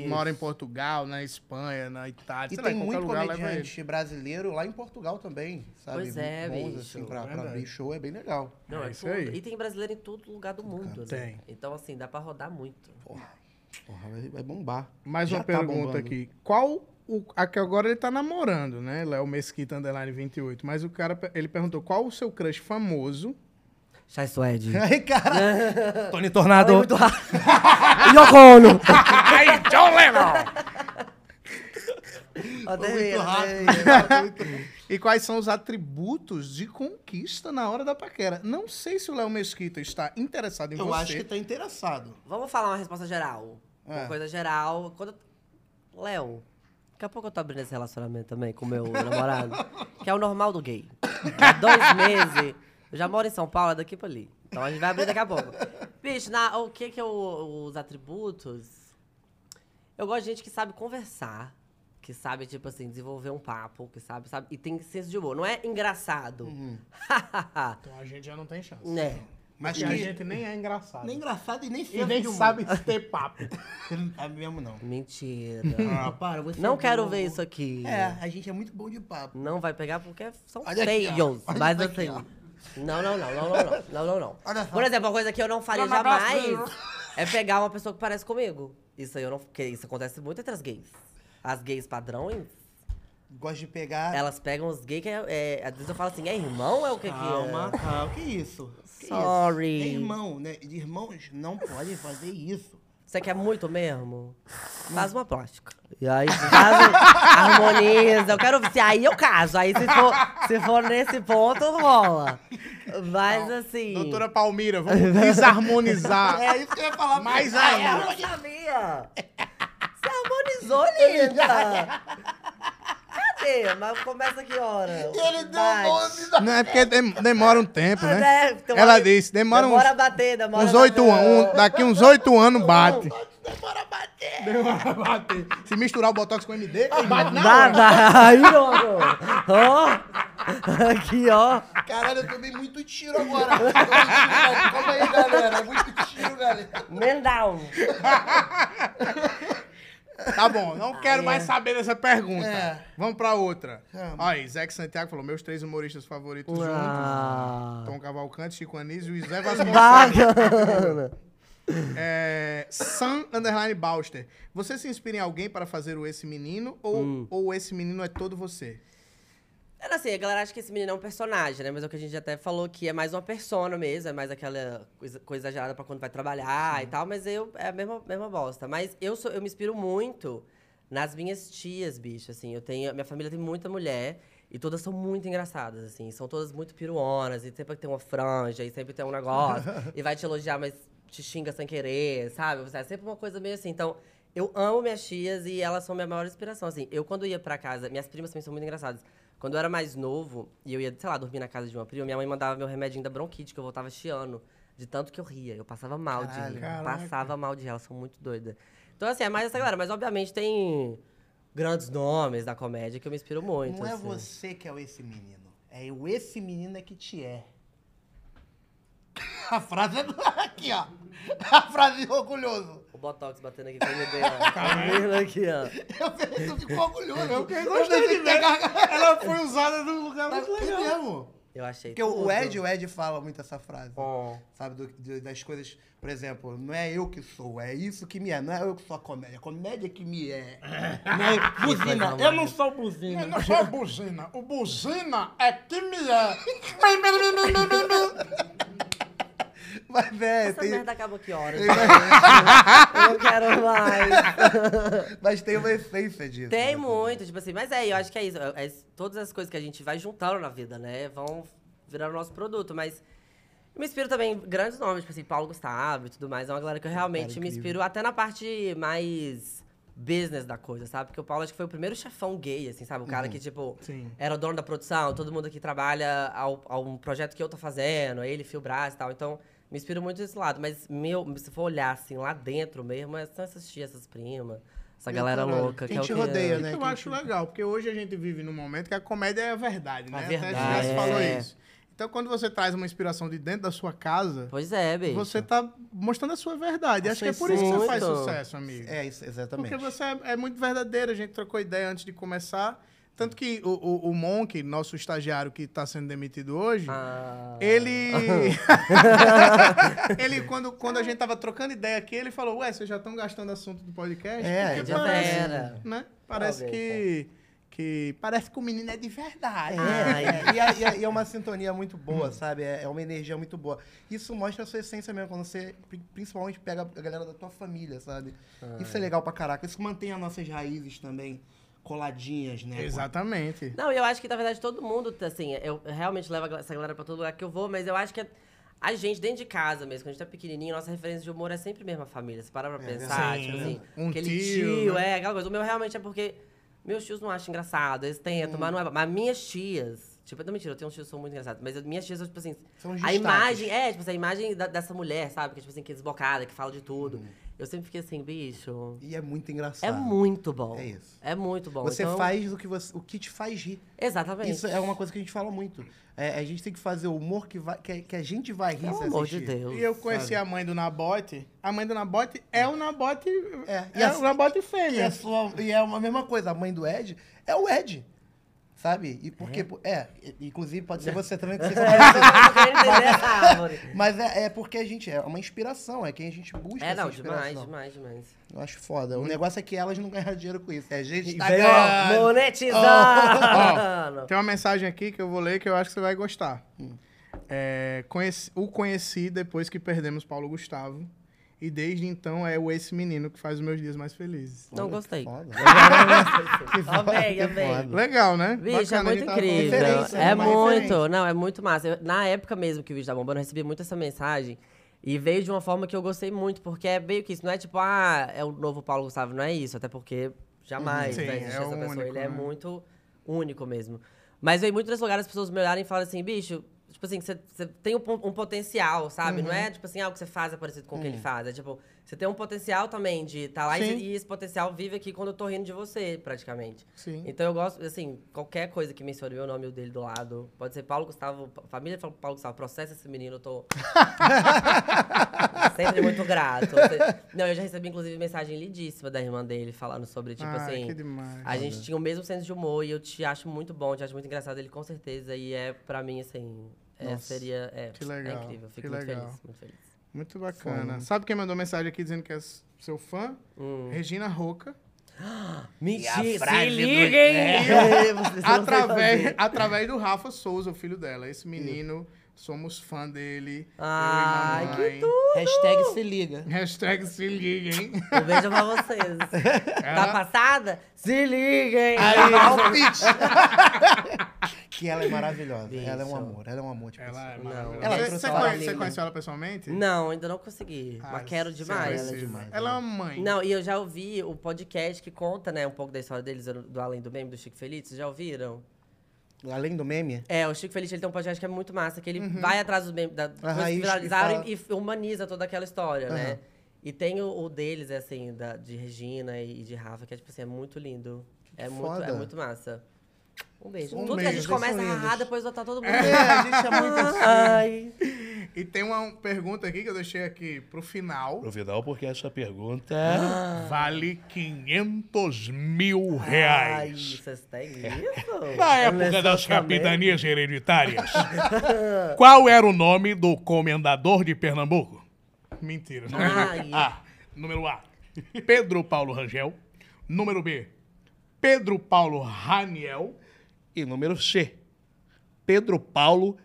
[SPEAKER 2] que mora em Portugal, na Espanha, na Itália,
[SPEAKER 1] E
[SPEAKER 2] sei lá,
[SPEAKER 1] tem
[SPEAKER 2] em qualquer
[SPEAKER 1] muito
[SPEAKER 2] lugar leva ele.
[SPEAKER 1] comediante brasileiro lá em Portugal também, sabe?
[SPEAKER 3] Pois é,
[SPEAKER 1] Bons,
[SPEAKER 3] bicho.
[SPEAKER 1] assim, pra, pra
[SPEAKER 2] Verdade.
[SPEAKER 1] abrir show é bem legal.
[SPEAKER 3] Não,
[SPEAKER 2] É
[SPEAKER 3] é,
[SPEAKER 2] isso
[SPEAKER 3] tudo.
[SPEAKER 2] aí.
[SPEAKER 3] E tem brasileiro em todo lugar do mundo,
[SPEAKER 2] Tem.
[SPEAKER 3] né? Então, assim, dá pra rodar muito.
[SPEAKER 1] Porra, vai, vai bombar.
[SPEAKER 2] Mais
[SPEAKER 1] Já
[SPEAKER 2] uma
[SPEAKER 1] tá
[SPEAKER 2] pergunta
[SPEAKER 1] bombando.
[SPEAKER 2] aqui. Qual o. Aqui agora ele tá namorando, né? Léo Mesquita Underline 28. Mas o cara, pe- ele perguntou qual o seu crush famoso.
[SPEAKER 3] Chai
[SPEAKER 2] <laughs>
[SPEAKER 1] <laughs>
[SPEAKER 3] Suede. Tá
[SPEAKER 1] Ai, cara.
[SPEAKER 2] Tony Tornado.
[SPEAKER 3] <laughs> muito Yocono!
[SPEAKER 2] <laughs> Ai, John Lennon!
[SPEAKER 1] Muito rápido.
[SPEAKER 2] E quais são os atributos de conquista na hora da paquera? Não sei se o Léo Mesquita está interessado em
[SPEAKER 1] Eu
[SPEAKER 2] você.
[SPEAKER 1] acho que tá interessado.
[SPEAKER 3] Vamos falar uma resposta geral.
[SPEAKER 1] É.
[SPEAKER 3] Uma coisa geral. Quando... Léo, daqui a pouco eu tô abrindo esse relacionamento também com o meu namorado, que é o normal do gay. Há dois meses, eu já moro em São Paulo, é daqui pra ali. Então a gente vai abrir daqui a pouco. Bicho, na- o que que é o- os atributos? Eu gosto de gente que sabe conversar, que sabe, tipo assim, desenvolver um papo, que sabe, sabe, e tem senso de humor. Não é engraçado. <laughs>
[SPEAKER 2] Então a gente já não tem chance.
[SPEAKER 3] né?
[SPEAKER 1] Mas
[SPEAKER 2] Porque
[SPEAKER 1] que
[SPEAKER 2] nem é engraçado.
[SPEAKER 1] nem engraçado e nem
[SPEAKER 2] e
[SPEAKER 1] senso
[SPEAKER 2] nem
[SPEAKER 1] de humor. <laughs>
[SPEAKER 2] sabe ter papo.
[SPEAKER 1] Não tá mesmo, não.
[SPEAKER 3] Mentira.
[SPEAKER 1] Ah, para, você
[SPEAKER 3] Não
[SPEAKER 1] é
[SPEAKER 3] quero
[SPEAKER 1] bom.
[SPEAKER 3] ver isso aqui.
[SPEAKER 1] É, a gente é muito bom de papo.
[SPEAKER 3] Não vai pegar porque são
[SPEAKER 1] Olha aqui, ó.
[SPEAKER 3] feios.
[SPEAKER 1] Olha
[SPEAKER 3] mas
[SPEAKER 1] aqui,
[SPEAKER 3] assim.
[SPEAKER 1] ó.
[SPEAKER 3] Não, não, não, não, não, não, não, não, não.
[SPEAKER 1] Olha só.
[SPEAKER 3] Por exemplo, uma coisa que eu não faria
[SPEAKER 1] Dá um abraço,
[SPEAKER 3] jamais
[SPEAKER 1] né?
[SPEAKER 3] é pegar uma pessoa que parece comigo. Isso aí eu não. Porque isso acontece muito entre as gays. As gays padrões,
[SPEAKER 1] Gosto de pegar.
[SPEAKER 3] elas pegam os gays que é, é- Às vezes eu falo assim, é irmão é o que
[SPEAKER 1] Calma,
[SPEAKER 3] que é?
[SPEAKER 1] calma. Que isso? Que
[SPEAKER 3] Sorry.
[SPEAKER 1] Isso? É irmão, né? Irmãos não podem fazer isso.
[SPEAKER 3] Você quer muito mesmo? Faz uma plástica. E aí <laughs> faz, um- harmoniza. Eu quero. Se aí eu caso. Aí se for, se for nesse ponto, rola. Mas assim.
[SPEAKER 2] Doutora Palmira, vamos desarmonizar.
[SPEAKER 1] É isso que eu ia falar. Ah, é.
[SPEAKER 2] Mais
[SPEAKER 3] Ai, eu não sabia! Você harmonizou, linda! Cadê? Mas começa que hora?
[SPEAKER 1] Ele
[SPEAKER 2] um
[SPEAKER 1] deu
[SPEAKER 3] Vai.
[SPEAKER 1] o nome da
[SPEAKER 2] Não, é porque dem- demora um tempo,
[SPEAKER 3] Ah,
[SPEAKER 2] né?
[SPEAKER 3] né? Então,
[SPEAKER 2] Ela
[SPEAKER 3] olha-
[SPEAKER 2] disse, demora uns-
[SPEAKER 3] Demora a bater, demora
[SPEAKER 2] Uns
[SPEAKER 3] a
[SPEAKER 2] oito
[SPEAKER 3] bater.
[SPEAKER 2] anos, um- daqui uns oito anos bate.
[SPEAKER 1] Demora a bater.
[SPEAKER 2] Se misturar o Botox com MD, ele bate na
[SPEAKER 3] Dá,
[SPEAKER 2] hora.
[SPEAKER 3] dá. <laughs> Aí, ó. Ó. Aqui, ó.
[SPEAKER 1] Caralho, eu tomei muito tiro agora. Eu tomei tiro, galera. Calma aí, galera. Muito tiro, galera.
[SPEAKER 3] Mendal.
[SPEAKER 2] Tá bom, não quero mais saber dessa pergunta.
[SPEAKER 1] É.
[SPEAKER 2] Vamos pra outra.
[SPEAKER 1] Vamos.
[SPEAKER 2] Ó, aí, Zeca Santiago falou, meus três humoristas favoritos
[SPEAKER 3] Ah.
[SPEAKER 2] juntos. Tom Cavalcante, Chico Anísio e Zé Vasconcelos.
[SPEAKER 3] Bacana.
[SPEAKER 2] É, Sam Underline Bauster. Você se inspira em alguém para fazer o Esse Menino ou,
[SPEAKER 3] Hum.
[SPEAKER 2] ou Esse Menino é todo você?
[SPEAKER 3] Era assim, a galera acha que esse menino é um personagem, né? Mas é o que a gente até falou que é mais uma persona mesmo, é mais aquela coisa, coisa exagerada pra quando vai trabalhar e tal, mas eu é a mesma, mesma bosta. Mas eu sou, eu me inspiro muito nas minhas tias, bicho, assim. Eu tenho, minha família tem muita mulher E todas são muito engraçadas, assim. São todas muito piruonas. E sempre tem uma franja, e sempre tem um negócio. e vai te elogiar, mas te xinga sem querer, sabe? É sempre uma coisa meio assim. Então, eu amo minhas tias e elas são minha maior inspiração. Assim, eu quando ia pra casa, minhas primas também são muito engraçadas. Quando eu era mais novo e eu ia, sei lá, dormir na casa de uma prima, minha mãe mandava meu remedinho da bronquite, que eu voltava chiando. De tanto que eu ria. Eu passava mal de rir.
[SPEAKER 2] Caraca.
[SPEAKER 3] Passava mal de rir. Elas são muito doidas. Então, assim, é mais essa galera. Mas, obviamente, tem grandes nomes da comédia que eu me inspiro muito.
[SPEAKER 1] Não é
[SPEAKER 3] assim.
[SPEAKER 1] você que é o esse menino. É o esse menino é que te é. A frase é do- aqui, ó. A frase de orgulhoso.
[SPEAKER 3] O Botox batendo aqui com o
[SPEAKER 1] <laughs> Tá
[SPEAKER 3] dedo. Tá aqui, ó.
[SPEAKER 1] Eu, eu fico orgulhoso. Eu, eu
[SPEAKER 2] gostei
[SPEAKER 1] deixei
[SPEAKER 2] de
[SPEAKER 1] pegar-
[SPEAKER 2] Ela foi usada num lugar
[SPEAKER 1] Tá
[SPEAKER 2] muito
[SPEAKER 1] é
[SPEAKER 2] legal.
[SPEAKER 1] mesmo.
[SPEAKER 3] Eu achei.
[SPEAKER 1] Porque o
[SPEAKER 3] tudo.
[SPEAKER 1] Ed, o Ed fala muito essa frase.
[SPEAKER 3] Ó.
[SPEAKER 1] Sabe, do- do- das coisas, por exemplo, não é eu que sou, é isso que me é, não é eu que sou a comédia, a comédia que me é. Não é buzina, eu não sou buzina.
[SPEAKER 2] Eu não sou buzina. O buzina é que me é. Bim, bim, bim, bim, bim, bim, bim.
[SPEAKER 1] Mas, velho,
[SPEAKER 3] Essa
[SPEAKER 1] tem,
[SPEAKER 3] merda acaba que horas? eu não quero mais.
[SPEAKER 1] mas tem uma essência disso. né?
[SPEAKER 3] Tem muito, tipo assim, mas é, eu acho que é isso. é- é todas as coisas que a gente vai juntando na vida, né? Vão virar o nosso produto, mas. Eu me inspiro também em grandes nomes, tipo assim, Paulo Gustavo e tudo mais. É uma galera que eu realmente me inspiro até na parte mais business da coisa, sabe? Porque o Paulo acho que foi o primeiro chefão gay, assim, sabe? O
[SPEAKER 1] Uhum.
[SPEAKER 3] cara que, tipo,
[SPEAKER 2] Sim.
[SPEAKER 3] era o dono da produção, todo mundo aqui trabalha ao, a um projeto que eu tô fazendo, ele, Fio Brás e tal. Então, me inspiro muito nesse lado. Mas meu, se for olhar, assim, lá dentro mesmo, é- são essas tias, essas primas, essa galera
[SPEAKER 2] caralho.
[SPEAKER 3] louca.
[SPEAKER 5] Quem
[SPEAKER 3] que é
[SPEAKER 5] te
[SPEAKER 3] o que-
[SPEAKER 5] rodeia,
[SPEAKER 2] Isso
[SPEAKER 5] né?
[SPEAKER 2] eu
[SPEAKER 5] Quem
[SPEAKER 2] acho legal, porque hoje a gente vive num momento que a comédia é a verdade, né?
[SPEAKER 3] A
[SPEAKER 2] Até já
[SPEAKER 3] verdade,
[SPEAKER 2] se
[SPEAKER 3] é.
[SPEAKER 2] falou isso. Então, quando você traz uma inspiração de dentro da sua casa,
[SPEAKER 3] Pois é, bicho.
[SPEAKER 2] você tá mostrando a sua verdade.
[SPEAKER 3] Com
[SPEAKER 2] Acho que é por isso que você
[SPEAKER 3] certeza.
[SPEAKER 2] faz sucesso, amigo.
[SPEAKER 1] É, isso, exatamente.
[SPEAKER 2] Porque você é, é muito verdadeiro, a gente trocou ideia antes de começar. Tanto que o, o, o Monk, nosso estagiário que está sendo demitido hoje,
[SPEAKER 3] Ah,
[SPEAKER 2] ele. ele, quando, quando a gente tava trocando ideia aqui, ele falou: Ué, vocês já estão gastando assunto do podcast?
[SPEAKER 1] É,
[SPEAKER 2] Porque
[SPEAKER 3] já
[SPEAKER 2] parece,
[SPEAKER 3] era.
[SPEAKER 2] Né? Parece que, que. Parece que o menino é de verdade.
[SPEAKER 3] Ai,
[SPEAKER 1] É, e, é- e é- e é uma sintonia muito boa, sabe? É, é uma energia muito boa. Isso mostra a sua essência mesmo, quando você pri- principalmente pega a galera da tua família, sabe? Isso é legal pra caraca. Isso mantém as nossas raízes também coladinhas, né?
[SPEAKER 2] Exatamente.
[SPEAKER 3] Não, eu acho que, na verdade, todo mundo, assim, eu realmente levo a gal- essa galera pra todo lugar que eu vou, mas eu acho que é a gente, dentro de casa mesmo, quando a gente tá pequenininho, nossa referência de humor é sempre mesmo a família. Você para pra pensar,
[SPEAKER 2] verdade.
[SPEAKER 3] tipo
[SPEAKER 2] Sim,
[SPEAKER 3] assim,
[SPEAKER 2] um
[SPEAKER 3] aquele
[SPEAKER 2] tio,
[SPEAKER 3] tio, é, aquela coisa. O meu realmente é porque meus tios não acham engraçado, eles tentam, mas não é. Mas minhas tias, tipo, não mentira, eu tenho uns tios que são muito engraçados, mas eu- minhas tias são, tipo assim,
[SPEAKER 1] São os
[SPEAKER 3] a
[SPEAKER 1] destaques.
[SPEAKER 3] imagem, é, tipo assim, a imagem da- dessa mulher, sabe? Que, é, tipo assim, que é desbocada, que fala de tudo. Eu sempre fiquei assim, bicho.
[SPEAKER 1] E é muito
[SPEAKER 3] É
[SPEAKER 1] engraçado.
[SPEAKER 3] muito bom.
[SPEAKER 1] É isso.
[SPEAKER 3] É muito bom.
[SPEAKER 1] Você
[SPEAKER 3] então,
[SPEAKER 1] faz o que, você, o que te faz rir.
[SPEAKER 3] Exatamente.
[SPEAKER 1] Isso
[SPEAKER 3] <laughs>
[SPEAKER 1] é uma coisa que a gente fala muito. É, a gente tem que fazer o humor que, vai, que, que a gente vai rir
[SPEAKER 3] Pelo
[SPEAKER 1] se
[SPEAKER 3] amor de
[SPEAKER 1] assistir.
[SPEAKER 3] Deus.
[SPEAKER 2] E eu conheci a mãe do Nabote. A mãe do Nabote é o Nabote.
[SPEAKER 1] É,
[SPEAKER 2] É,
[SPEAKER 1] e a-
[SPEAKER 2] o Nabote
[SPEAKER 1] E é,
[SPEAKER 2] fêmea.
[SPEAKER 1] só, e é uma mesma coisa, a mãe do Ed é o Ed. Sabe? E porque. pô, É, e- inclusive pode
[SPEAKER 3] Né?
[SPEAKER 1] ser você também que
[SPEAKER 3] <laughs>
[SPEAKER 1] você
[SPEAKER 3] É, Eu quero entender essa árvore.
[SPEAKER 1] <laughs> Mas é, é porque a gente é uma inspiração, é quem a gente busca.
[SPEAKER 3] É, não,
[SPEAKER 1] essa inspiração.
[SPEAKER 3] demais, demais, demais.
[SPEAKER 1] Eu acho foda. O negócio é que elas não ganharam dinheiro com isso. É a gente tá ganhando.
[SPEAKER 3] Ó, Monetizando!
[SPEAKER 2] Tem uma mensagem aqui que eu vou ler que eu acho que você vai gostar. É, conheci- o conheci depois que perdemos Paulo Gustavo. E desde então é o esse menino que faz os meus dias mais felizes.
[SPEAKER 3] Não gostei. <laughs>
[SPEAKER 1] Foda.
[SPEAKER 3] Amei, amei.
[SPEAKER 2] Legal, né?
[SPEAKER 3] Bicho,
[SPEAKER 2] Bacana,
[SPEAKER 3] é
[SPEAKER 2] a
[SPEAKER 3] muito
[SPEAKER 2] gente tava falando-
[SPEAKER 3] incrível.
[SPEAKER 1] referência, né?
[SPEAKER 3] É
[SPEAKER 1] Uma
[SPEAKER 3] muito,
[SPEAKER 1] referência.
[SPEAKER 3] não, é muito massa. Eu- na época mesmo que o vídeo da bombando, eu recebi muito essa mensagem. E veio de uma forma que eu gostei muito, porque é meio que isso. Não é tipo, ah, é o novo Paulo Gustavo, não é isso. Até porque jamais
[SPEAKER 2] Uhum.
[SPEAKER 3] vai
[SPEAKER 2] Sim,
[SPEAKER 3] existir
[SPEAKER 2] é
[SPEAKER 3] essa
[SPEAKER 2] único,
[SPEAKER 3] pessoa. Ele é
[SPEAKER 2] né?
[SPEAKER 3] muito único mesmo. Mas veio muito nesse lugar as pessoas me olharem e falarem assim, bicho, tipo assim, você você tem um, pon- um potencial, sabe? Não
[SPEAKER 2] Uhum.
[SPEAKER 3] é tipo assim, ah, o que você faz é parecido com o que ele faz. É tipo, você tem um potencial também de estar lá e,
[SPEAKER 2] Sim.
[SPEAKER 3] cê- e esse potencial vive aqui quando eu tô rindo de você, praticamente.
[SPEAKER 2] Sim.
[SPEAKER 3] Então eu gosto, assim, qualquer coisa que mencione o meu nome e o dele do lado. Pode ser Paulo Gustavo, família Paulo Gustavo, processa esse menino, eu
[SPEAKER 2] <laughs>
[SPEAKER 3] tô. Sempre muito grato. Não, eu já recebi, inclusive, mensagem lindíssima da irmã dele falando sobre, tipo
[SPEAKER 2] Ah,
[SPEAKER 3] assim.
[SPEAKER 2] que demais.
[SPEAKER 3] A gente tinha o mesmo senso de humor e eu te acho muito bom, te acho muito engraçado ele com certeza. E é, pra mim, assim, é, seria. É,
[SPEAKER 2] que legal,
[SPEAKER 3] é incrível.
[SPEAKER 2] que
[SPEAKER 3] Fico muito
[SPEAKER 2] legal.
[SPEAKER 3] feliz, muito feliz.
[SPEAKER 2] Muito bacana. Sabe quem mandou mensagem aqui dizendo que é s- seu fã?
[SPEAKER 3] Hum.
[SPEAKER 2] Regina Roca.
[SPEAKER 3] Mentira! Se
[SPEAKER 1] frase do-
[SPEAKER 3] liguem! Vocês não sabem.
[SPEAKER 2] Através, através do Rafa Souza, o filho dela. Esse menino Somos fã dele. eu
[SPEAKER 3] Ai,
[SPEAKER 2] e
[SPEAKER 3] que
[SPEAKER 2] mamãe.
[SPEAKER 3] tudo!
[SPEAKER 1] Hashtag se liga.
[SPEAKER 2] Hashtag se liga, hein?
[SPEAKER 3] Um beijo pra
[SPEAKER 2] <laughs>
[SPEAKER 3] vocês. Tá passada? Se liguem!
[SPEAKER 1] <laughs> Que ela é maravilhosa.
[SPEAKER 3] Beijo.
[SPEAKER 1] Ela é um amor. Ela é um amor de pessoa.
[SPEAKER 2] Ela é
[SPEAKER 3] Não.
[SPEAKER 2] maravilhosa.
[SPEAKER 1] Ela
[SPEAKER 2] Você-
[SPEAKER 1] trouxe
[SPEAKER 2] você,
[SPEAKER 1] ela
[SPEAKER 2] conhece,
[SPEAKER 1] linda.
[SPEAKER 2] você conheceu ela pessoalmente?
[SPEAKER 3] Não, ainda não consegui.
[SPEAKER 2] Ah,
[SPEAKER 3] mas quero
[SPEAKER 2] você
[SPEAKER 3] demais.
[SPEAKER 2] precisa.
[SPEAKER 1] Ela é demais,
[SPEAKER 2] Ela é uma mãe.
[SPEAKER 3] Não, e eu já ouvi o podcast que conta, né, um pouco da história deles, do Além do Meme, do Chico Feliz. Vocês já ouviram?
[SPEAKER 1] assim. Além do meme,
[SPEAKER 3] É, o Chico Feliz ele tem um podcast que é muito massa, que ele vai atrás dos memes, da, coisas
[SPEAKER 1] Uhum. raiz
[SPEAKER 3] que
[SPEAKER 1] que
[SPEAKER 3] viralizaram
[SPEAKER 1] fala.
[SPEAKER 3] e, e humaniza toda aquela história, né?
[SPEAKER 1] Aham.
[SPEAKER 3] E tem o, o deles, assim, da- de Regina e de Rafa, que é, tipo assim, é muito lindo. É, muito, é
[SPEAKER 1] foda.
[SPEAKER 3] muito massa. Um beijo.
[SPEAKER 1] Um
[SPEAKER 3] Tudo que a
[SPEAKER 1] beijo, vocês
[SPEAKER 3] gente começa a
[SPEAKER 1] são
[SPEAKER 3] rarrar,
[SPEAKER 1] lindos.
[SPEAKER 3] depois tá todo mundo.
[SPEAKER 1] <laughs>
[SPEAKER 3] <laughs>
[SPEAKER 1] É, a gente é muito assim.
[SPEAKER 3] Ai.
[SPEAKER 2] E tem uma pergunta aqui que eu deixei aqui pro final.
[SPEAKER 6] Pro Vidal, porque essa pergunta é
[SPEAKER 2] Vale 500 mil
[SPEAKER 3] Ai, tá
[SPEAKER 2] reais.
[SPEAKER 3] vocês
[SPEAKER 1] <laughs>
[SPEAKER 3] têm isso?
[SPEAKER 6] Na
[SPEAKER 1] é
[SPEAKER 6] época das capitanias hereditárias, qual era o nome do comendador de Pernambuco?
[SPEAKER 2] Mentira. Não é.
[SPEAKER 1] <laughs>
[SPEAKER 3] Ai,
[SPEAKER 6] A. Número A. Pedro Paulo Rangel. Número B. Pedro Paulo Raniel. E número C. Pedro Paulo.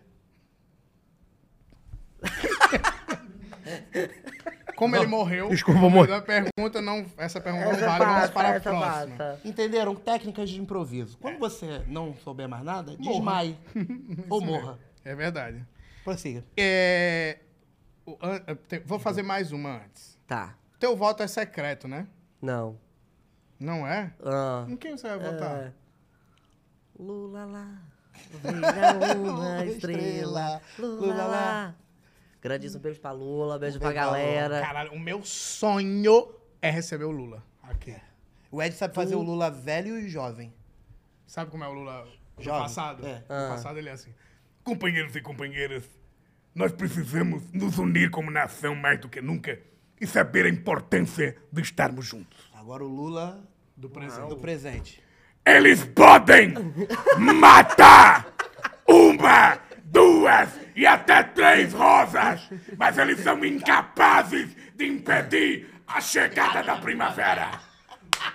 [SPEAKER 2] Como ele morreu.
[SPEAKER 6] Desculpa,
[SPEAKER 2] mas
[SPEAKER 6] amor.
[SPEAKER 2] A pergunta não, essa pergunta não
[SPEAKER 3] essa
[SPEAKER 2] vale. Vamos
[SPEAKER 3] passa,
[SPEAKER 2] para a
[SPEAKER 3] essa
[SPEAKER 2] próxima.
[SPEAKER 3] passa.
[SPEAKER 1] Entenderam? Técnicas de improviso. Quando você não souber mais nada, <laughs> desmaie. ou morra.
[SPEAKER 2] É verdade.
[SPEAKER 1] Prossiga.
[SPEAKER 2] É, o an- eu te- Vou fazer mais uma antes.
[SPEAKER 3] Tá.
[SPEAKER 2] Teu voto é secreto, né?
[SPEAKER 3] Não.
[SPEAKER 2] Não é?
[SPEAKER 3] Ah.
[SPEAKER 2] Em quem você vai votar?
[SPEAKER 3] É. Lula lá, veja uma estrela. Lula lá. Grandíssimo beijo pra Lula, beijo pra galera.
[SPEAKER 2] Caralho, o meu sonho é receber o Lula aqui.
[SPEAKER 1] O Ed sabe fazer o Lula velho e jovem.
[SPEAKER 2] Sabe como é o Lula no
[SPEAKER 1] Jovem,
[SPEAKER 2] passado?
[SPEAKER 1] é.
[SPEAKER 2] No
[SPEAKER 3] Ah.
[SPEAKER 2] passado ele é assim. Companheiros e companheiras, nós precisamos nos unir como nação mais do que nunca e saber a importância de estarmos juntos.
[SPEAKER 1] Agora o Lula
[SPEAKER 2] Do presente.
[SPEAKER 1] do presente.
[SPEAKER 2] Eles podem matar uma, duas e até três rosas, mas eles são incapazes de impedir a chegada da primavera.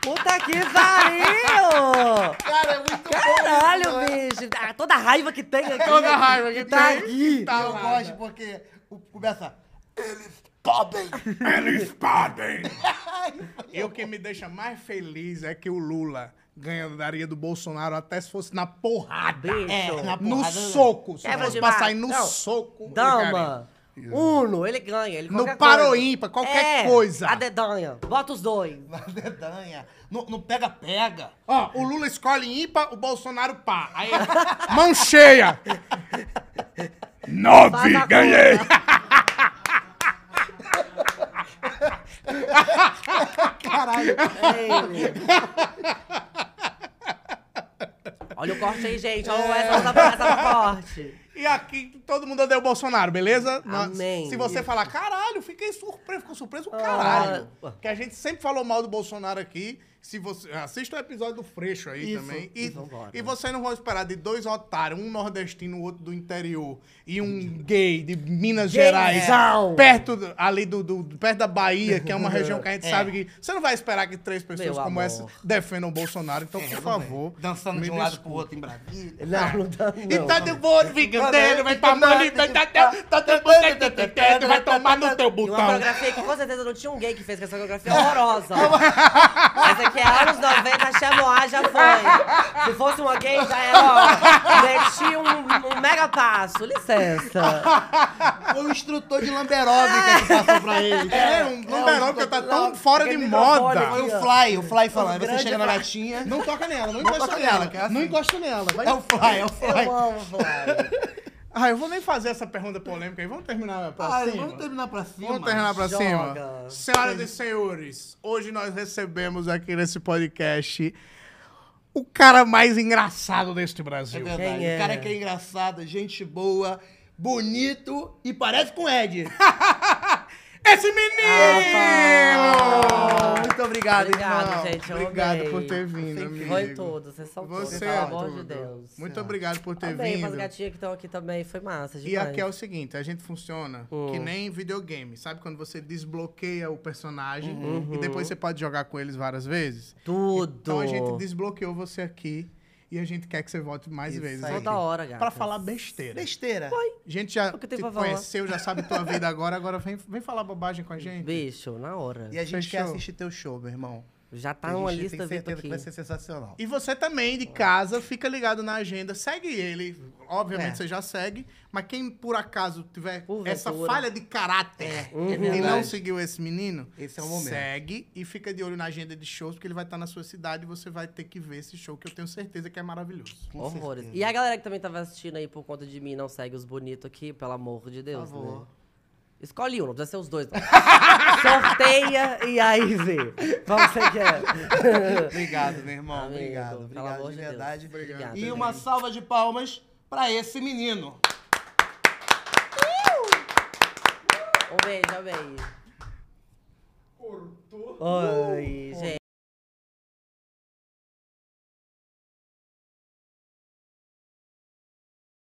[SPEAKER 3] Puta que pariu!
[SPEAKER 1] Cara, é muito
[SPEAKER 3] Caralho, bicho! Ah, Toda a raiva que tem aqui.
[SPEAKER 2] Toda a raiva que
[SPEAKER 3] tá
[SPEAKER 2] tem,
[SPEAKER 3] aqui.
[SPEAKER 2] tá
[SPEAKER 1] Eu
[SPEAKER 2] lá.
[SPEAKER 1] gosto porque o- começa. Eles podem! <laughs>
[SPEAKER 2] Eles podem! E o que me deixa mais feliz é que o Lula ganharia do Bolsonaro até se fosse na porrada. né?
[SPEAKER 3] Bicho.
[SPEAKER 1] É, na
[SPEAKER 2] No
[SPEAKER 1] porrada-
[SPEAKER 2] soco. Se
[SPEAKER 3] Quebra
[SPEAKER 2] fosse
[SPEAKER 3] de
[SPEAKER 2] pra
[SPEAKER 3] barra.
[SPEAKER 2] sair no
[SPEAKER 3] Não.
[SPEAKER 2] soco. ele ganharia.
[SPEAKER 3] Dama. Uno, ele ganha. Ele
[SPEAKER 2] No
[SPEAKER 3] qualquer
[SPEAKER 2] paro
[SPEAKER 3] coisa.
[SPEAKER 2] ímpar, qualquer coisa.
[SPEAKER 3] A dedanha. É, Bota os
[SPEAKER 2] <laughs>
[SPEAKER 3] dois.
[SPEAKER 1] Na dedanha. No no pega-pega.
[SPEAKER 2] Ó, o Lula escolhe ímpar, o Bolsonaro pá. Aí,
[SPEAKER 3] <laughs>
[SPEAKER 2] mão cheia.
[SPEAKER 3] Faz a
[SPEAKER 2] Nove, ganhei.
[SPEAKER 1] Caralho.
[SPEAKER 3] Ei. Olha o corte aí, gente. Olha
[SPEAKER 2] É.
[SPEAKER 3] essa, essa, essa corte.
[SPEAKER 2] E aqui todo mundo odeia o Bolsonaro, beleza? Nós-
[SPEAKER 3] Amém.
[SPEAKER 2] Se você falar, caralho, fiquei surpreso, ficou surpreso o caralho.
[SPEAKER 3] Ah.
[SPEAKER 2] Que a gente sempre falou mal do Bolsonaro aqui. Se você assista o episódio do Freixo aí
[SPEAKER 3] Isso.
[SPEAKER 2] também. E,
[SPEAKER 3] E vambora.
[SPEAKER 2] e você não vai esperar de dois otários, um nordestino, o outro do interior, e um gay de Minas
[SPEAKER 3] é.
[SPEAKER 2] Gerais,
[SPEAKER 3] Gaysão.
[SPEAKER 2] perto do- ali do, do- perto da Bahia, que é
[SPEAKER 3] <laughs>
[SPEAKER 2] uma região que a gente sabe que você não vai esperar que três pessoas
[SPEAKER 3] Meu
[SPEAKER 2] como
[SPEAKER 3] amor. É,
[SPEAKER 2] essa defendam o Bolsonaro. Então, por favor,
[SPEAKER 1] Dançando
[SPEAKER 2] me
[SPEAKER 1] de um lado
[SPEAKER 2] desculpa.
[SPEAKER 1] pro outro em Brasília.
[SPEAKER 3] Não, não dá, não.
[SPEAKER 2] E tá de boa, brigadeiro, vai pra mano, vai tá teu, tá teu boteco, vai tomar no teu
[SPEAKER 3] E uma
[SPEAKER 2] botão.
[SPEAKER 3] coreografia que com certeza não tinha um gay que fez, que essa coreografia é horrorosa. essa aqui é anos 90, chamoá já foi. Se fosse uma gay, já era, ó. Meti um, um mega passo, licença.
[SPEAKER 1] Foi o um, instrutor de lamberóbica que tá, passou pra ele.
[SPEAKER 2] É, um lamberóbica tá tão fora de
[SPEAKER 3] aquele microfone
[SPEAKER 2] moda.
[SPEAKER 1] Foi
[SPEAKER 3] aqui,
[SPEAKER 1] o
[SPEAKER 3] ó.
[SPEAKER 1] Fly, o Fly falando. Você
[SPEAKER 3] grande
[SPEAKER 1] chega na
[SPEAKER 3] Fly.
[SPEAKER 1] gatinha.
[SPEAKER 2] Não toca nela, não
[SPEAKER 1] encosta nela, que é assim.
[SPEAKER 2] encosta nela. vai.
[SPEAKER 1] É o Fly, é o
[SPEAKER 3] Eu
[SPEAKER 1] Fly.
[SPEAKER 3] amo, Flávio.
[SPEAKER 2] Ah, eu vou nem fazer essa pergunta polêmica aí, vamos terminar pra
[SPEAKER 1] Ai,
[SPEAKER 2] cima.
[SPEAKER 1] vamos terminar pra cima.
[SPEAKER 2] Vamos terminar pra
[SPEAKER 3] Joga.
[SPEAKER 2] cima? Senhoras e senhores, hoje nós recebemos aqui nesse podcast o cara mais engraçado deste
[SPEAKER 1] É
[SPEAKER 2] Brasil.
[SPEAKER 1] verdade.
[SPEAKER 3] Quem é?
[SPEAKER 1] O cara que é engraçado, gente boa, bonito e parece com o Ed.
[SPEAKER 2] Esse menino!
[SPEAKER 1] Muito obrigado,
[SPEAKER 3] Obrigado,
[SPEAKER 1] irmão.
[SPEAKER 3] gente. Eu
[SPEAKER 2] então, Obrigado
[SPEAKER 3] amei.
[SPEAKER 2] por ter vindo,
[SPEAKER 1] Sempre
[SPEAKER 2] amigo.
[SPEAKER 3] Foi tudo, vocês são todos,
[SPEAKER 2] Você
[SPEAKER 3] pelo
[SPEAKER 2] é
[SPEAKER 3] amor de
[SPEAKER 2] tudo.
[SPEAKER 3] Deus. É.
[SPEAKER 2] Muito obrigado por ter
[SPEAKER 3] Amei, Tá pras
[SPEAKER 2] vindo.
[SPEAKER 3] gatinhas que estão aqui também, foi massa
[SPEAKER 2] E
[SPEAKER 3] demais.
[SPEAKER 2] aqui é o seguinte, a gente funciona que nem videogame. Sabe quando você desbloqueia o personagem
[SPEAKER 3] Uhum.
[SPEAKER 2] e depois você pode jogar com eles várias vezes?
[SPEAKER 3] Tudo.
[SPEAKER 1] Então
[SPEAKER 2] Então a gente desbloqueou você aqui E a gente quer que você volte mais
[SPEAKER 1] Isso
[SPEAKER 2] vezes.
[SPEAKER 1] aí.
[SPEAKER 2] aqui.
[SPEAKER 3] Toda hora, gata.
[SPEAKER 2] Pra falar besteira.
[SPEAKER 1] Besteira.
[SPEAKER 2] A gente já
[SPEAKER 3] O que
[SPEAKER 2] te
[SPEAKER 3] tem pra falar?
[SPEAKER 2] conheceu, já sabe tua vida agora, agora vem, vem falar bobagem
[SPEAKER 3] <laughs>
[SPEAKER 2] com a gente.
[SPEAKER 3] Bicho, na hora.
[SPEAKER 1] E a gente quer
[SPEAKER 2] Fechou.
[SPEAKER 1] assistir teu show, meu irmão.
[SPEAKER 3] Já tá
[SPEAKER 1] a gente
[SPEAKER 3] uma
[SPEAKER 1] tem
[SPEAKER 3] lista vindo
[SPEAKER 1] certeza que
[SPEAKER 3] aqui.
[SPEAKER 1] vai ser sensacional.
[SPEAKER 2] E você também, de casa, fica ligado na agenda, segue ele. Obviamente
[SPEAKER 1] É.
[SPEAKER 2] você já segue, mas quem por acaso tiver
[SPEAKER 3] Porventura.
[SPEAKER 2] essa falha de caráter e
[SPEAKER 3] verdade.
[SPEAKER 2] não seguiu esse menino,
[SPEAKER 1] É. Uhum. Esse é o momento.
[SPEAKER 2] segue e fica de olho na agenda de shows, porque ele vai estar na sua cidade e você vai ter que ver esse show, que eu tenho certeza que é maravilhoso.
[SPEAKER 1] Com
[SPEAKER 3] Horrores.
[SPEAKER 1] certeza.
[SPEAKER 3] E a galera que também tava assistindo aí por conta de mim, não segue os bonitos aqui, pelo amor de Deus.
[SPEAKER 1] Por favor.
[SPEAKER 3] Né? Escolhe um, não precisa ser os dois. não. <laughs> Sorteia e aí vê. Vamos você quer.
[SPEAKER 1] Obrigado, meu irmão.
[SPEAKER 3] Amigo,
[SPEAKER 1] obrigado.
[SPEAKER 3] pelo
[SPEAKER 1] Obrigado
[SPEAKER 3] amor
[SPEAKER 1] de
[SPEAKER 3] de Deus.
[SPEAKER 1] verdade.
[SPEAKER 3] Obrigado.
[SPEAKER 1] E uma salva de palmas pra esse menino.
[SPEAKER 3] Um beijo, amei. Cortou. Oi, gente.